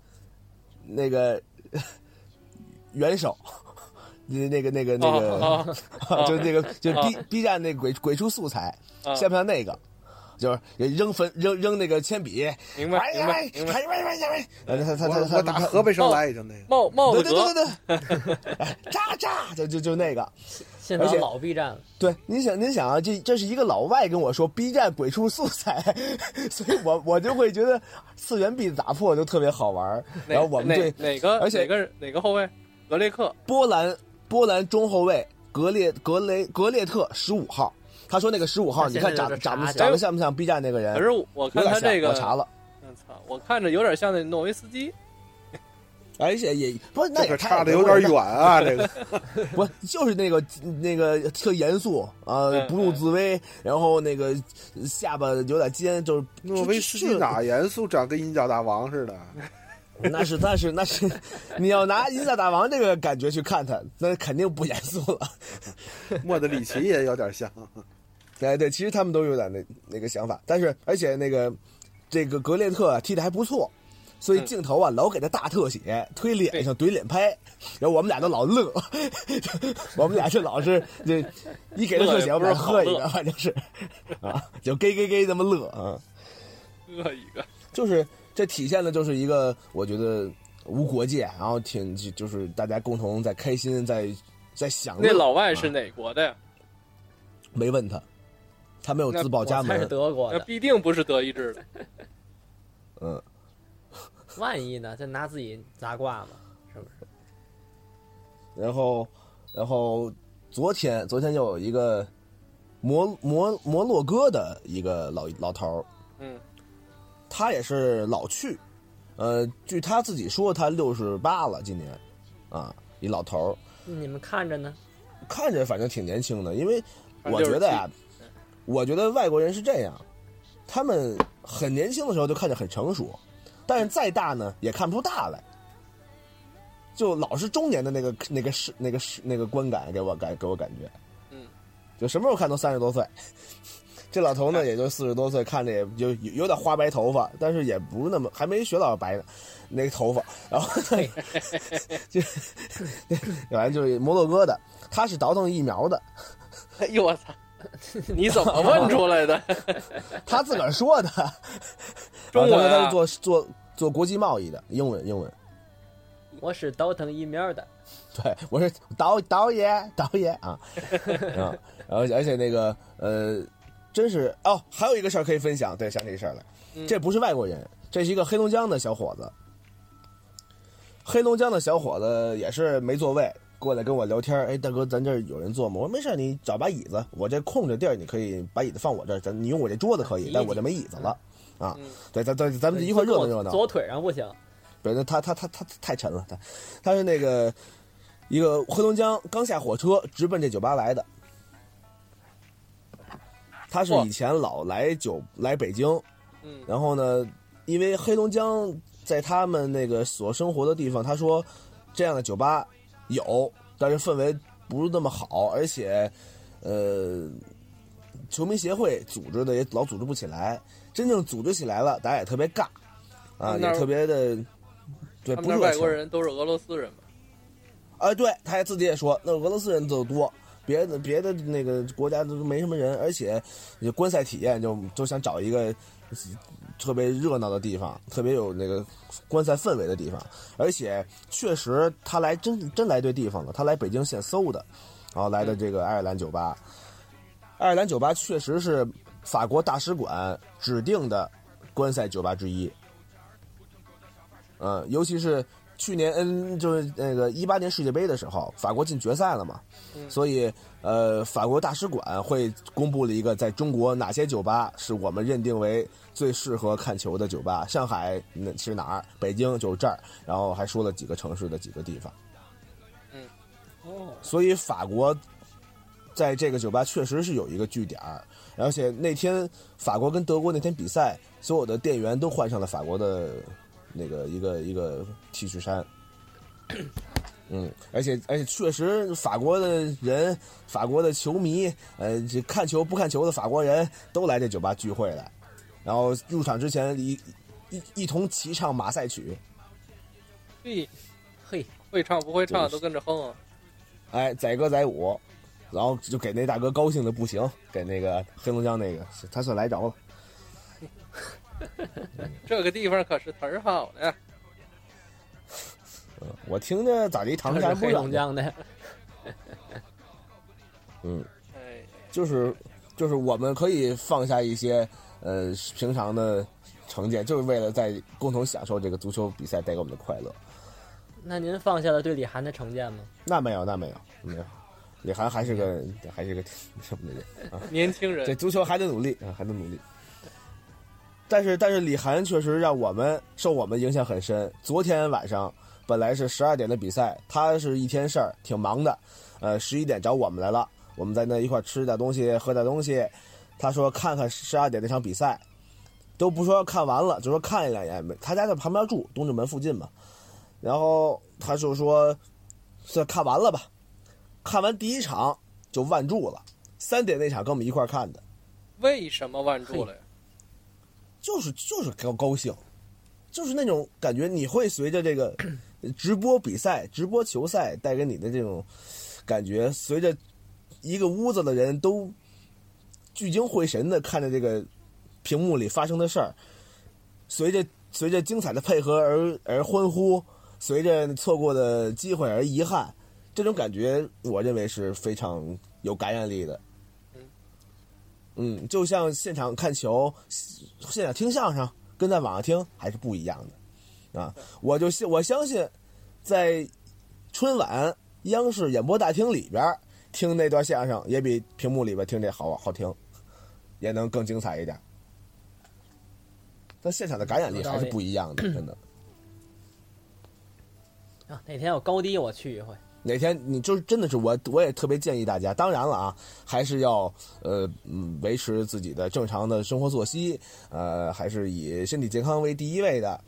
Speaker 2: *laughs* 那个 *laughs* 元首？那那个那个那个，
Speaker 3: 哦哦
Speaker 2: 啊就
Speaker 3: *laughs*
Speaker 2: 是那个就是 B
Speaker 3: 哦
Speaker 2: B 站那鬼鬼畜素材，
Speaker 3: 啊
Speaker 2: 像不像那个？就是扔粉扔扔那个铅笔，
Speaker 3: 明白
Speaker 2: 哎呀
Speaker 3: 明白
Speaker 2: 哎
Speaker 3: 明白
Speaker 2: 哎呀哎呀哎呀然后他他
Speaker 4: 我
Speaker 2: 他他
Speaker 4: 我打
Speaker 2: 他
Speaker 4: 河北省来已经那个，
Speaker 3: 帽帽
Speaker 2: 对
Speaker 3: 子
Speaker 2: 对对
Speaker 3: 哥，
Speaker 2: 对对，哎炸炸就就就那个，
Speaker 1: 现场
Speaker 2: 而且
Speaker 1: 老 B 站了，
Speaker 2: 对，您想您想啊，这这是一个老外跟我说 B 站鬼畜素材， *laughs* 所以我我就会觉得次元壁打破就特别好玩儿。
Speaker 3: 哪
Speaker 2: 然后我们对
Speaker 3: 哪哪个
Speaker 2: 而且
Speaker 3: 哪个哪个后卫？格雷克，
Speaker 2: 波兰波兰中后卫格列格雷格列特十五号，他说那个十五号，
Speaker 1: 他
Speaker 2: 你
Speaker 1: 现
Speaker 2: 看
Speaker 1: 在
Speaker 2: 长
Speaker 1: 就
Speaker 2: 长
Speaker 1: 查
Speaker 2: 得
Speaker 1: 去
Speaker 2: 长得像不像 B 站那个人？
Speaker 3: 可是我
Speaker 2: 呃有
Speaker 3: 看
Speaker 2: 点
Speaker 3: 他
Speaker 2: 像，
Speaker 3: 这个
Speaker 2: 我，查了，
Speaker 3: 嗯操，我看着有点像那诺维斯基，
Speaker 2: 而且也不是那
Speaker 4: 这
Speaker 2: 也
Speaker 4: 个
Speaker 2: 太
Speaker 4: 差的有点，远啊，这 *laughs* 个
Speaker 2: 不是就是那个那个特严肃啊
Speaker 3: 嗯，
Speaker 2: 不露自威，然后那个下巴有点尖，就是
Speaker 4: 诺维斯基
Speaker 2: 这
Speaker 4: 哪严肃长跟银角大王似 *laughs* 的，
Speaker 2: 那是那是那是，你要拿《银甲大王》这个感觉去看他，那肯定不严肃了。
Speaker 4: 莫德里奇也有点像。
Speaker 2: 哎，对，其实他们都有点那那个想法，但是而且那个这个格列特啊踢的还不错，所
Speaker 1: 嗯
Speaker 2: 以镜头啊老给他大特写，推脸上怼脸拍，然后我们俩都老乐， *laughs* 我们俩就老是这一给他特写，我们俩喝一个，反正是啊，就给给给这么乐啊，
Speaker 3: 乐一
Speaker 2: *laughs*
Speaker 3: 个，
Speaker 2: 就是这体现的就是一个我觉得无国界，然后挺就是大家共同在开心，在在享乐。
Speaker 3: 那老外是哪国的呀？
Speaker 2: 没问他，他没有自报家
Speaker 1: 我猜是
Speaker 2: 门，
Speaker 1: 德国
Speaker 3: 那
Speaker 1: 的，
Speaker 3: 必定不是德意志的。
Speaker 2: 嗯，
Speaker 1: 万一呢？这拿自己砸挂嘛，是不是？
Speaker 2: 然后，然后昨天昨天又有一个摩摩摩洛哥的一个老老头儿， *laughs*
Speaker 3: 嗯，
Speaker 2: 他也是老去，呃，据他自己说，他六十八了，今年，啊，一老头儿，
Speaker 1: 你们看着呢，
Speaker 2: 看着反正挺年轻的，因为
Speaker 3: 反正
Speaker 2: 我觉得呀、
Speaker 3: 67
Speaker 2: 我觉得外国人是这样，他们很年轻的时候就看着很成熟，但是再大呢也看不出大来，就老是中年的那个那个是那个是那个观感给我感给我感觉，
Speaker 3: 嗯，
Speaker 2: 就什么时候看都三十多岁， *laughs* 这老
Speaker 3: 哎
Speaker 2: 头呢也就四十多岁，看着也就有有点花白头发，但是也不是那么还没雪老白呢，那个头发，然后
Speaker 1: 嘿
Speaker 2: *laughs* 就 *laughs* 反正就是摩洛哥的，他是倒腾疫
Speaker 3: *laughs*
Speaker 2: 苗的。
Speaker 3: 哎呦我 *laughs* 操！你怎么问出来的？
Speaker 2: 他自个儿说的，
Speaker 3: 中文
Speaker 2: 啊
Speaker 3: 啊
Speaker 2: 他说他是做做做国际贸易的，英文英文。
Speaker 1: 我是倒腾疫苗的，
Speaker 2: 对，我是导导演导演啊啊，而且而且那个呃，真是哦，还有一个事儿可以分享，对，想起一事儿来，这不是外国人，这是一个黑龙江的小伙子，黑龙江的小伙子也是没座位。过来跟我聊天儿，哎，大哥，咱这儿有人坐吗？我说没事儿，你找把椅子，我这空着地儿，你可以把椅子放我这儿，咱你用我这桌子可以，但我这没椅子了，啊，对，咱咱咱们一块儿热闹热闹。
Speaker 1: 左腿上不行，
Speaker 2: 不是他他他他他太沉了，他他是那个一个黑龙江刚下火车直奔这酒吧来的，他是
Speaker 3: 哇
Speaker 2: 以前老来酒来北京，
Speaker 3: 嗯
Speaker 2: 然后呢，因为黑龙江在他们那个所生活的地方，他说这样的酒吧有，但是氛围不是那么好，而且呃，球迷协会组织的也老组织不起来，真正组织起来了，大家也特别尬
Speaker 3: 他
Speaker 2: 啊，
Speaker 3: 们那
Speaker 2: 也
Speaker 3: 儿
Speaker 2: 特别的 *laughs* 对
Speaker 3: 他们
Speaker 2: 不
Speaker 3: 那儿
Speaker 2: 热
Speaker 3: 外
Speaker 2: 情
Speaker 3: 国。人都是俄罗斯人嘛？
Speaker 2: 啊，对，他也自己也说，那俄罗斯人走多，别的别的那个国家都没什么人，而且也观赛体验就就想找一个呃特别热闹的地方，特别有那个观赛氛围的地方，而且确实他来真真来对地方了，他来北京现搜的，然后来的这个爱尔兰酒吧，爱尔兰酒吧确实是法国大使馆指定的观赛酒吧之一。嗯，尤其是去年 N 就是那个一八年世界杯的时候，法国进决赛了嘛，所以呃，法国大使馆会公布了一个在中国哪些酒吧是我们认定为最适合看球的酒吧，上海那是哪儿，北京就是这儿，然后还说了几个城市的几个地方。
Speaker 1: 哦，
Speaker 2: 所以法国在这个酒吧确实是有一个据点儿，而且那天法国跟德国那天比赛，所有的店员都换上了法国的那个一个一个 T 恤衫。嗯，而且而且确实，法国的人、法国的球迷，呃，这看球不看球的法国人都来这酒吧聚会来，然后入场之前一一一同齐唱马赛曲，
Speaker 3: 嘿，
Speaker 1: 嘿，
Speaker 3: 会唱不会唱的
Speaker 2: 就
Speaker 3: 都跟着哼啊。
Speaker 2: 哎，载歌载舞，然后就给那大哥高兴的不行，给那个黑龙江那个他算来着了。
Speaker 3: 这个地方可是词儿好的呀。
Speaker 2: 我听着咋的，唐
Speaker 1: 这
Speaker 2: 山
Speaker 1: 是
Speaker 2: 不
Speaker 1: 黑龙
Speaker 2: 远，
Speaker 1: 江的，
Speaker 3: 哎，
Speaker 2: 就是就是我们可以放下一些呃平常的成见，就是为了在共同享受这个足球比赛带给我们的快乐。
Speaker 1: 那您放下了对李涵的成见吗？
Speaker 2: 那没有，那没有，没有。李涵还是个还是个什么的人，
Speaker 3: 哎年轻人
Speaker 2: 这，足球还得努力啊，还得努力。但是但是李涵确实让我们受我们影响很深。昨天晚上本来是十二点的比赛，他是一天事儿，挺忙的，呃，十一点找我们来了，我们在那一块儿吃点东西，喝点东西。他说看看十二点那场比赛，都不说看完了，就说看一两眼。没他家在旁边住，东直门附近嘛。然后他就说，算看完了吧，看完第一场就万住了，三点那场跟我们一块儿看的。
Speaker 3: 为什么万住了呀？
Speaker 2: 就是就是高高兴，就是那种感觉，你会随着这个直播比赛、直播球赛带给你的这种感觉，随着一个屋子的人都聚精会神的看着这个屏幕里发生的事儿，随着随着精彩的配合而而欢呼，随着错过的机会而遗憾，这种感觉我认为是非常有感染力的。嗯，就像现场看球、现场听相声，跟在网上听还是不一样的，啊，我就信我相信，在春晚央视演播大厅里边儿听那段相声，也比屏幕里边听这好好听，也能更精彩一点。但现场的感染力还是不一样的，真的。
Speaker 1: 啊，哪天有高低我去一回。
Speaker 2: 哪天你就是真的是我，我也特别建议大家。当然了啊，还是要呃嗯维持自己的正常的生活作息，呃，还是以身体健康为第一位的。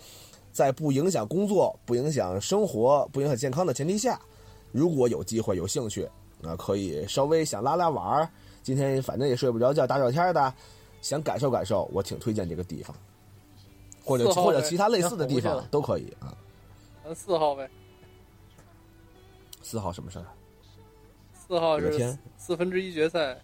Speaker 2: 在不影响工作、不影响生活、不影响健康的前提下，如果有机会、有兴趣，啊、可以稍微想拉拉玩儿。今天反正也睡不着觉，打聊天儿的，想感受感受，我挺推荐这个地方，或者
Speaker 3: 伺候
Speaker 2: 或者
Speaker 3: 呗
Speaker 2: 其他类似的地
Speaker 1: 行我
Speaker 2: 方
Speaker 1: 不去了
Speaker 2: 都可以啊。
Speaker 3: 咱四号呗，
Speaker 2: 四号什么事儿？
Speaker 3: 四号
Speaker 2: 我的
Speaker 3: 是
Speaker 2: 天
Speaker 3: 四分之一决赛，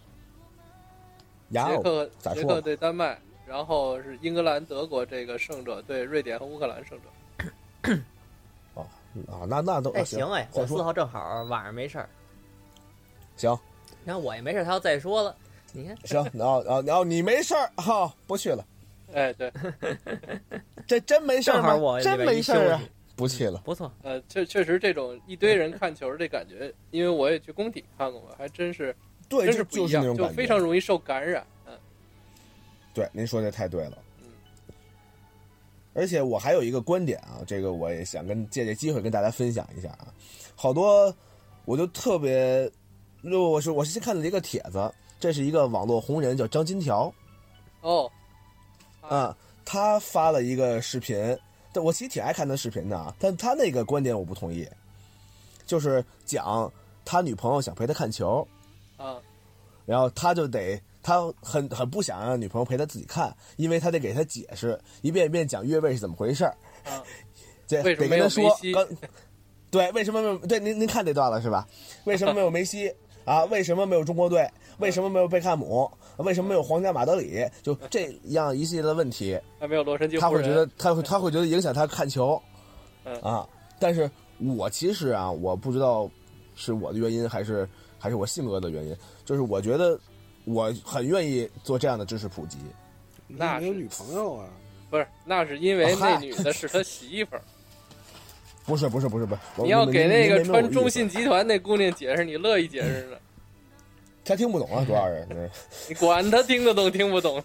Speaker 2: 呀
Speaker 3: 捷
Speaker 2: 哦，
Speaker 3: 克
Speaker 2: 咋
Speaker 3: 捷
Speaker 2: 说
Speaker 3: 克
Speaker 2: 吧
Speaker 3: 对丹麦，然后是英格兰、德国这个胜者对瑞典和乌克兰胜者。
Speaker 2: 哦啊，那那都
Speaker 1: 哎，
Speaker 2: 啊行
Speaker 1: 哎，
Speaker 2: 再
Speaker 1: 我
Speaker 2: 说
Speaker 1: 四号正好晚上没事儿，
Speaker 2: 行。
Speaker 1: 你看我也没事儿，他要再说了，你看
Speaker 2: 行，然后然后然后你没事儿哈、不去了，
Speaker 3: 哎，对，
Speaker 2: 这真没事儿
Speaker 1: 正好
Speaker 2: 吗？
Speaker 1: 我
Speaker 2: 真
Speaker 1: 礼拜
Speaker 2: 没
Speaker 1: 一
Speaker 2: 事
Speaker 1: 休
Speaker 2: 儿啊
Speaker 1: 息，，
Speaker 2: 不去了。
Speaker 1: 不错，
Speaker 3: 呃，确确实这种一堆人看球这感觉，因为我也去工体看过嘛，还真是
Speaker 2: 对，
Speaker 3: 嗯真
Speaker 2: 这
Speaker 3: 不
Speaker 2: 就
Speaker 3: 一
Speaker 2: 是
Speaker 3: 样
Speaker 2: 那，种
Speaker 3: 就
Speaker 2: 感
Speaker 3: 非常
Speaker 2: 觉。
Speaker 3: 容易受感染。嗯，
Speaker 2: 对，您说的太对了
Speaker 3: 嗯。
Speaker 2: 而且我还有一个观点啊，这个我也想跟借这机会跟大家分享一下啊。好多我就特别，就我是我是先看了一个帖子，这是一个网络红人叫张金条，
Speaker 3: 哦，
Speaker 2: 啊，他发了一个视频，但我其实挺爱看他视频的啊，但他那个观点我不同意，就是讲他女朋友想陪他看球，
Speaker 3: 啊，
Speaker 2: 然后他就得他很很不想让女朋友陪他自己看，因为他得给他解释一遍一遍讲越位是怎么回事儿，
Speaker 3: 啊
Speaker 2: 这
Speaker 3: 为什么
Speaker 2: 得跟
Speaker 3: 没有
Speaker 2: 他
Speaker 3: 梅
Speaker 2: 说
Speaker 3: 西
Speaker 2: 刚。对，为什么没有？对，您您看这段了是吧？为什么没有梅西啊？为什么没有中国队？为什么没有贝克汉姆？为什么没有皇家马德里？就这样一系列的问题，
Speaker 3: 还没有洛杉矶
Speaker 2: 他
Speaker 3: 湖
Speaker 2: 会觉
Speaker 3: 人
Speaker 2: 得，他会他会觉得影响他看球
Speaker 3: 嗯，
Speaker 2: 啊。但是我其实啊，我不知道是我的原因还是还是我性格的原因，就是我觉得我很愿意做这样的知识普及。
Speaker 4: 你
Speaker 3: 那
Speaker 4: 有没有
Speaker 3: 是
Speaker 4: 女朋友 *laughs* 啊？
Speaker 3: 不是，那是因为那
Speaker 2: 啊嗨
Speaker 3: 女的是他媳妇儿。
Speaker 2: 不是不是不是不是，我
Speaker 3: 你要
Speaker 2: 明
Speaker 3: 给那
Speaker 2: 明
Speaker 3: 个
Speaker 2: 明白我
Speaker 3: 穿
Speaker 2: 意思
Speaker 3: 中信集团那姑娘解释，你乐意解释呢？
Speaker 2: 他听不懂啊，主要是。对
Speaker 3: 你管他听得懂听不懂？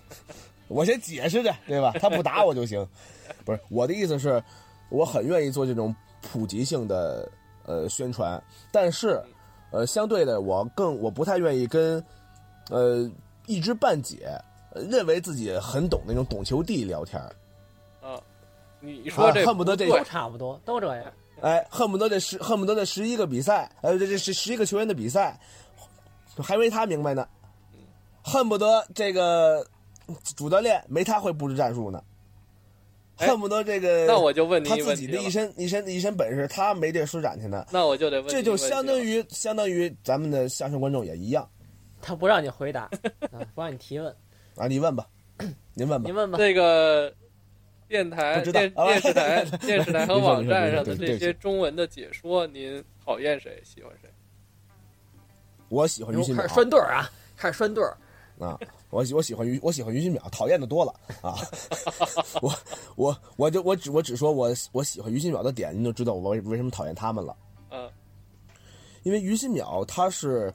Speaker 2: 我先解释着，对吧？他不打我
Speaker 3: *laughs*
Speaker 2: 就行。不是我的意思是，我很愿意做这种普及性的呃宣传，但是呃，相对的，我更我不太愿意跟呃一知半解、呃认为自己很懂那种懂球帝聊天儿。
Speaker 3: 啊，你说这
Speaker 2: 啊恨不得这
Speaker 3: 对
Speaker 1: 都差不多，都这样。
Speaker 2: 哎，恨不得这十恨不得这十一个比赛，呃，这这十十一个球员的比赛，还没他明白呢，恨不得这个主教练没他会布置战术呢，
Speaker 3: 哎
Speaker 2: 恨不得这个
Speaker 3: 那我就问你
Speaker 2: 他
Speaker 3: 一
Speaker 2: 自
Speaker 3: 问
Speaker 2: 己
Speaker 3: 题
Speaker 2: 的
Speaker 3: 了
Speaker 2: 一，身一身一身本事，他没地儿施展去呢，
Speaker 3: *laughs* 那我就得问你
Speaker 2: 这
Speaker 3: 一个
Speaker 2: 就
Speaker 3: 问题了，
Speaker 2: 相当于相当于咱们的相声观众也一样
Speaker 1: 他不让你回答， *laughs* 啊，不让你提问，
Speaker 2: 啊，你问吧，您问吧
Speaker 1: 您，问吧。
Speaker 3: 这个电台、
Speaker 2: 不知道
Speaker 3: 电
Speaker 2: 啊
Speaker 3: 电视
Speaker 2: *laughs*
Speaker 3: 台、电视台和网站上的
Speaker 2: 没事没事对
Speaker 3: 这些
Speaker 2: 对
Speaker 3: 中文的解说，您讨厌谁，喜欢谁？
Speaker 2: 我喜欢于
Speaker 1: 哟
Speaker 2: 新
Speaker 1: 开
Speaker 2: 淼
Speaker 1: 始拴对儿啊，开始拴对儿。
Speaker 2: 啊，我喜我喜欢于我喜欢于新淼，讨厌的多了啊， *laughs* 我我我就我只我只说我我喜欢于新淼的点，您就知道我为为什么讨厌他们了。
Speaker 3: 嗯
Speaker 2: 因为于新淼他是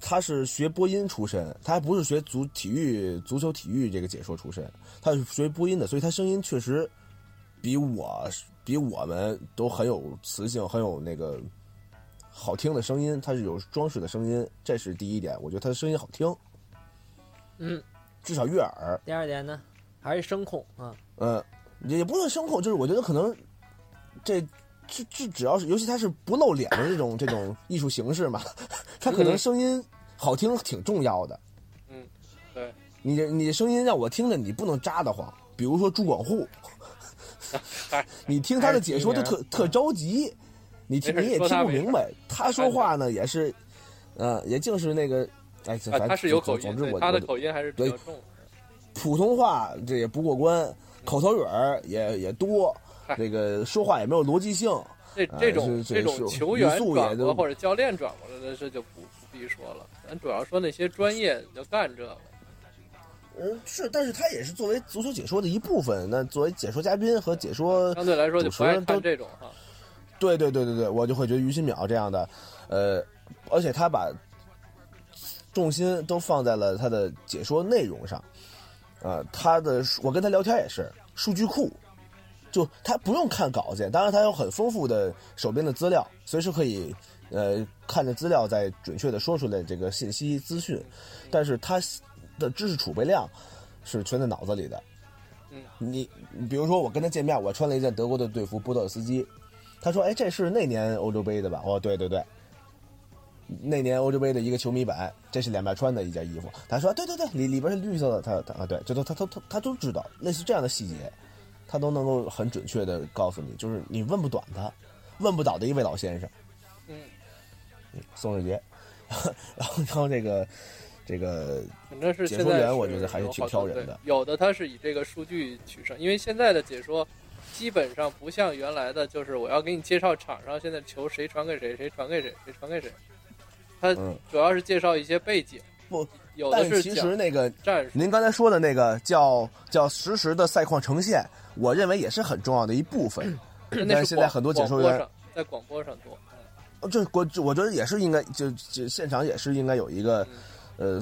Speaker 2: 他是学播音出身，他还不是学足体育足球体育这个解说出身，他是学播音的，所以他声音确实比我比我们都很有磁性，很有那个好听的声音，他是有装饰的声音，这是第一点，我觉得他的声音好听，
Speaker 1: 嗯，
Speaker 2: 至少悦耳。
Speaker 1: 第二点呢，还是声控啊，
Speaker 2: 嗯，也也不算声控，就是我觉得可能这这这只要是，尤其他是不露脸的这种这种艺术形式嘛， *laughs* 他可能声音好听挺重要的。
Speaker 3: 嗯，对，
Speaker 2: 你这你声音让我听着你不能扎得慌，比如说朱广沪，
Speaker 3: 嗨，
Speaker 2: 你听他的解说就特特着急，你听
Speaker 3: 没事
Speaker 2: 你也
Speaker 3: 说
Speaker 2: 听
Speaker 3: 他
Speaker 2: 不
Speaker 3: 没事 *laughs*
Speaker 2: 明白。他说话呢也是，呃，也净是那个，哎，
Speaker 3: 啊
Speaker 2: 反，
Speaker 3: 他
Speaker 2: 正
Speaker 3: 是有口音
Speaker 2: 总，之
Speaker 3: 对
Speaker 2: 我
Speaker 3: 他的
Speaker 2: 我
Speaker 3: 口音还是比较
Speaker 2: 对
Speaker 3: 重的。
Speaker 2: 普通话这也不过关，口头语儿也也多
Speaker 3: 嗨，
Speaker 2: 这个说话也没有逻辑性。
Speaker 3: 这
Speaker 2: 啊
Speaker 3: 这种
Speaker 2: 是
Speaker 3: 这
Speaker 2: 这
Speaker 3: 种
Speaker 2: 是
Speaker 3: 球员
Speaker 2: 语速
Speaker 3: 转
Speaker 2: 也
Speaker 3: 过
Speaker 2: 都
Speaker 3: 或者教练转过来的事就不不必说了，咱主要说那些专业就干这个。
Speaker 2: 嗯，是，但是他也是作为足球解说的一部分。那作为解说嘉宾和解说，
Speaker 3: 相对来说就不
Speaker 2: 主持
Speaker 3: 爱
Speaker 2: 人
Speaker 3: 看
Speaker 2: 都
Speaker 3: 这种哈。
Speaker 2: 对对对对对，我就会觉得于新淼这样的，呃，而且他把重心都放在了他的解说内容上。呃，他的数我跟他聊天也是数据库，就他不用看稿件，当然他有很丰富的手边的资料，随时可以呃看着资料再准确的说出来这个信息资讯，但是他的知识储备量是全在脑子里的。
Speaker 3: 嗯，
Speaker 2: 你你比如说我跟他见面，我穿了一件德国的队服，波多尔斯基，他说：“哎，这是那年欧洲杯的吧？”哦，对对对，那年欧洲杯的一个球迷版，这是两边穿的一件衣服。他说：“对对对，里里边是绿色的。他”他啊，对，这都他他他他都知道，类似这样的细节，他都能够很准确的告诉你，就是你问不短他，问不倒的一位老先生，
Speaker 3: 嗯，
Speaker 2: 宋世杰。 *laughs* 然后，然后这个这个
Speaker 3: 反正是
Speaker 2: 解
Speaker 3: 现
Speaker 2: 说
Speaker 3: 在
Speaker 2: 员我觉得还是
Speaker 3: 有
Speaker 2: 挺
Speaker 3: 好多
Speaker 2: 挑人
Speaker 3: 对
Speaker 2: 的
Speaker 3: 有的他是以这个数据取胜，因为现在的解说基本上不像原来的，就是我要给你介绍场上现在球谁传给谁，谁传给谁，谁传给谁。他
Speaker 2: 嗯
Speaker 3: 主要是介绍一些背景，
Speaker 2: 不，
Speaker 3: 有的
Speaker 2: 但
Speaker 3: 是
Speaker 2: 其
Speaker 3: 讲
Speaker 2: 实那个
Speaker 3: 战术，
Speaker 2: 您刚才说的那个叫叫实时的赛况呈现，我认为也是很重要的一部分。
Speaker 3: 嗯那
Speaker 2: 但
Speaker 3: 是
Speaker 2: 是现在
Speaker 3: 广
Speaker 2: 很多解
Speaker 3: 广
Speaker 2: 说
Speaker 3: 播
Speaker 2: 员
Speaker 3: 上在广播上多。
Speaker 2: 呃这我我觉得也是应该，就就现场也是应该有一个呃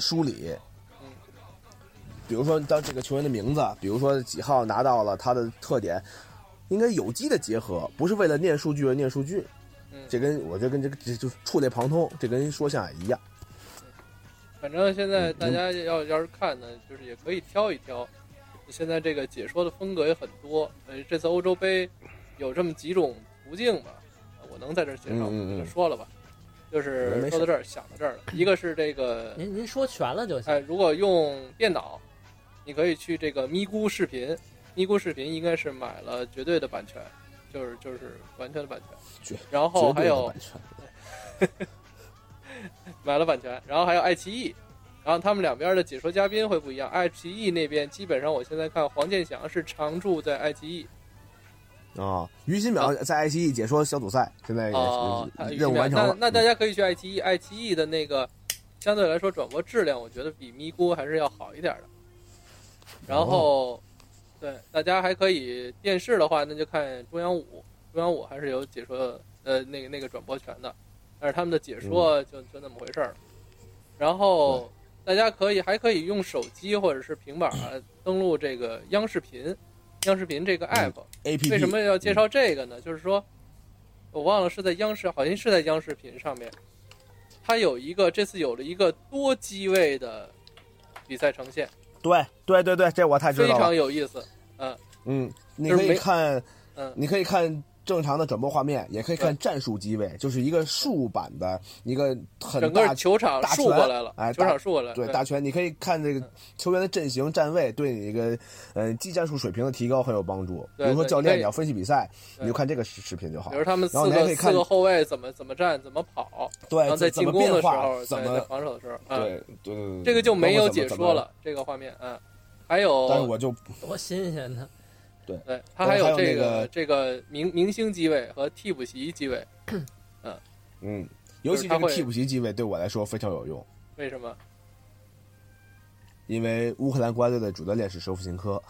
Speaker 2: 梳理
Speaker 3: 嗯。
Speaker 2: 比如说，当这个球员的名字，比如说几号拿到了他的特点，应该有机的结合，不是为了念数据而念数据。
Speaker 3: 嗯，
Speaker 2: 这跟我觉得跟这个这就触类旁通，这跟说相声一样。
Speaker 3: 反正现在
Speaker 2: 嗯
Speaker 3: 大家要要是看呢，就是也可以挑一挑。现在这个解说的风格也很多，呃，这次欧洲杯有这么几种途径吧，我能在这儿介绍，
Speaker 2: 嗯嗯嗯
Speaker 3: 就说了吧，就是
Speaker 2: 没事
Speaker 3: 说到这儿，想到这儿了。一个是这个，
Speaker 1: 您您说全了就行
Speaker 3: 哎，。如果用电脑，你可以去这个咪咕视频，咪咕视频应该是买了绝对的版权，就是就是完全的版
Speaker 2: 绝
Speaker 3: 权。然后
Speaker 2: 绝对
Speaker 3: 还
Speaker 2: 的
Speaker 3: 有
Speaker 2: 版权
Speaker 3: *laughs* 买了版权，然后还有爱奇艺，然后他们两边的解说嘉宾会不一样。爱奇艺那边基本上我现在看黄健翔是常驻在爱奇艺
Speaker 2: 啊！于新淼在爱奇艺解说小组赛，现在也
Speaker 3: 哦，他
Speaker 2: 任务完成了。
Speaker 3: 那那大家可以去爱奇艺，爱奇艺的那个相对来说转播质量，我觉得比咪咕还是要好一点的。然
Speaker 2: 哦
Speaker 3: 后，对大家还可以电视的话，那就看中央五，中央五还是有解说呃那个那个转播权的，但是他们的
Speaker 2: 嗯
Speaker 3: 解说就、就那么回事儿了。然后大家可以还可以用手机或者是平板儿登录这个央视频，央视频这个 app，、
Speaker 2: 嗯 A P P
Speaker 3: 为什么要介绍这个呢？就是说，我忘了是在央视，好像是在央视频上面，它有一个这次有了一个多机位的比赛呈现，
Speaker 2: 对对对对，这我太知
Speaker 3: 非
Speaker 2: 道了
Speaker 3: 常。有意思。
Speaker 2: 嗯，你
Speaker 3: 就是
Speaker 2: 可
Speaker 3: 没
Speaker 2: 以看，
Speaker 3: 嗯
Speaker 2: 你可以看正常的转播画面，也可以看战术机位，就是一个竖版的一个很
Speaker 3: 整
Speaker 2: 大
Speaker 3: 个球场
Speaker 2: 大
Speaker 3: 竖过
Speaker 2: 全
Speaker 3: 来了，
Speaker 2: 哎
Speaker 3: 球
Speaker 2: 大
Speaker 3: 场竖过来了，
Speaker 2: 对大全，你可以看这个
Speaker 3: 嗯
Speaker 2: 球员的阵型站位，对你一个呃技战术水平的提高很有帮助。比
Speaker 3: 对
Speaker 2: 如说
Speaker 3: 对
Speaker 2: 教
Speaker 3: 可以
Speaker 2: 练你要分析比赛，
Speaker 3: 对
Speaker 2: 你就看这个视视频就好
Speaker 3: 比。如他们
Speaker 2: 然后
Speaker 3: 四
Speaker 2: 你还可
Speaker 3: 个
Speaker 2: 以
Speaker 3: 四
Speaker 2: 看
Speaker 3: 个后卫怎么怎么站，怎么跑，然后
Speaker 2: 对，
Speaker 3: 在
Speaker 2: 怎
Speaker 3: 进
Speaker 2: 怎么
Speaker 3: 攻的
Speaker 2: 变
Speaker 3: 时候，
Speaker 2: 化，
Speaker 3: 在
Speaker 2: 怎
Speaker 3: 在
Speaker 2: 么
Speaker 3: 防守的时候，嗯，
Speaker 2: 对对对对，
Speaker 3: 这个就
Speaker 2: 包
Speaker 3: 没
Speaker 2: 括
Speaker 3: 有
Speaker 2: 怎么
Speaker 3: 解
Speaker 2: 怎
Speaker 3: 说
Speaker 2: 么
Speaker 3: 了，这个画面，嗯，还
Speaker 2: 但是
Speaker 3: 有
Speaker 2: 我就
Speaker 1: 多新鲜呢！
Speaker 2: 对
Speaker 3: 对，它
Speaker 2: 对
Speaker 3: 还
Speaker 2: 还
Speaker 3: 有
Speaker 2: 有
Speaker 3: 这
Speaker 2: 那
Speaker 3: 个
Speaker 2: 个
Speaker 3: 这个明明星机位和替补席机位，
Speaker 2: 嗯，尤
Speaker 3: 就是
Speaker 2: 其
Speaker 3: 他
Speaker 2: 这个
Speaker 3: 会
Speaker 2: 替补席机位对我来说非常有用，
Speaker 3: 为什么？
Speaker 2: 因为乌克兰国家队的主教练是舍甫琴科，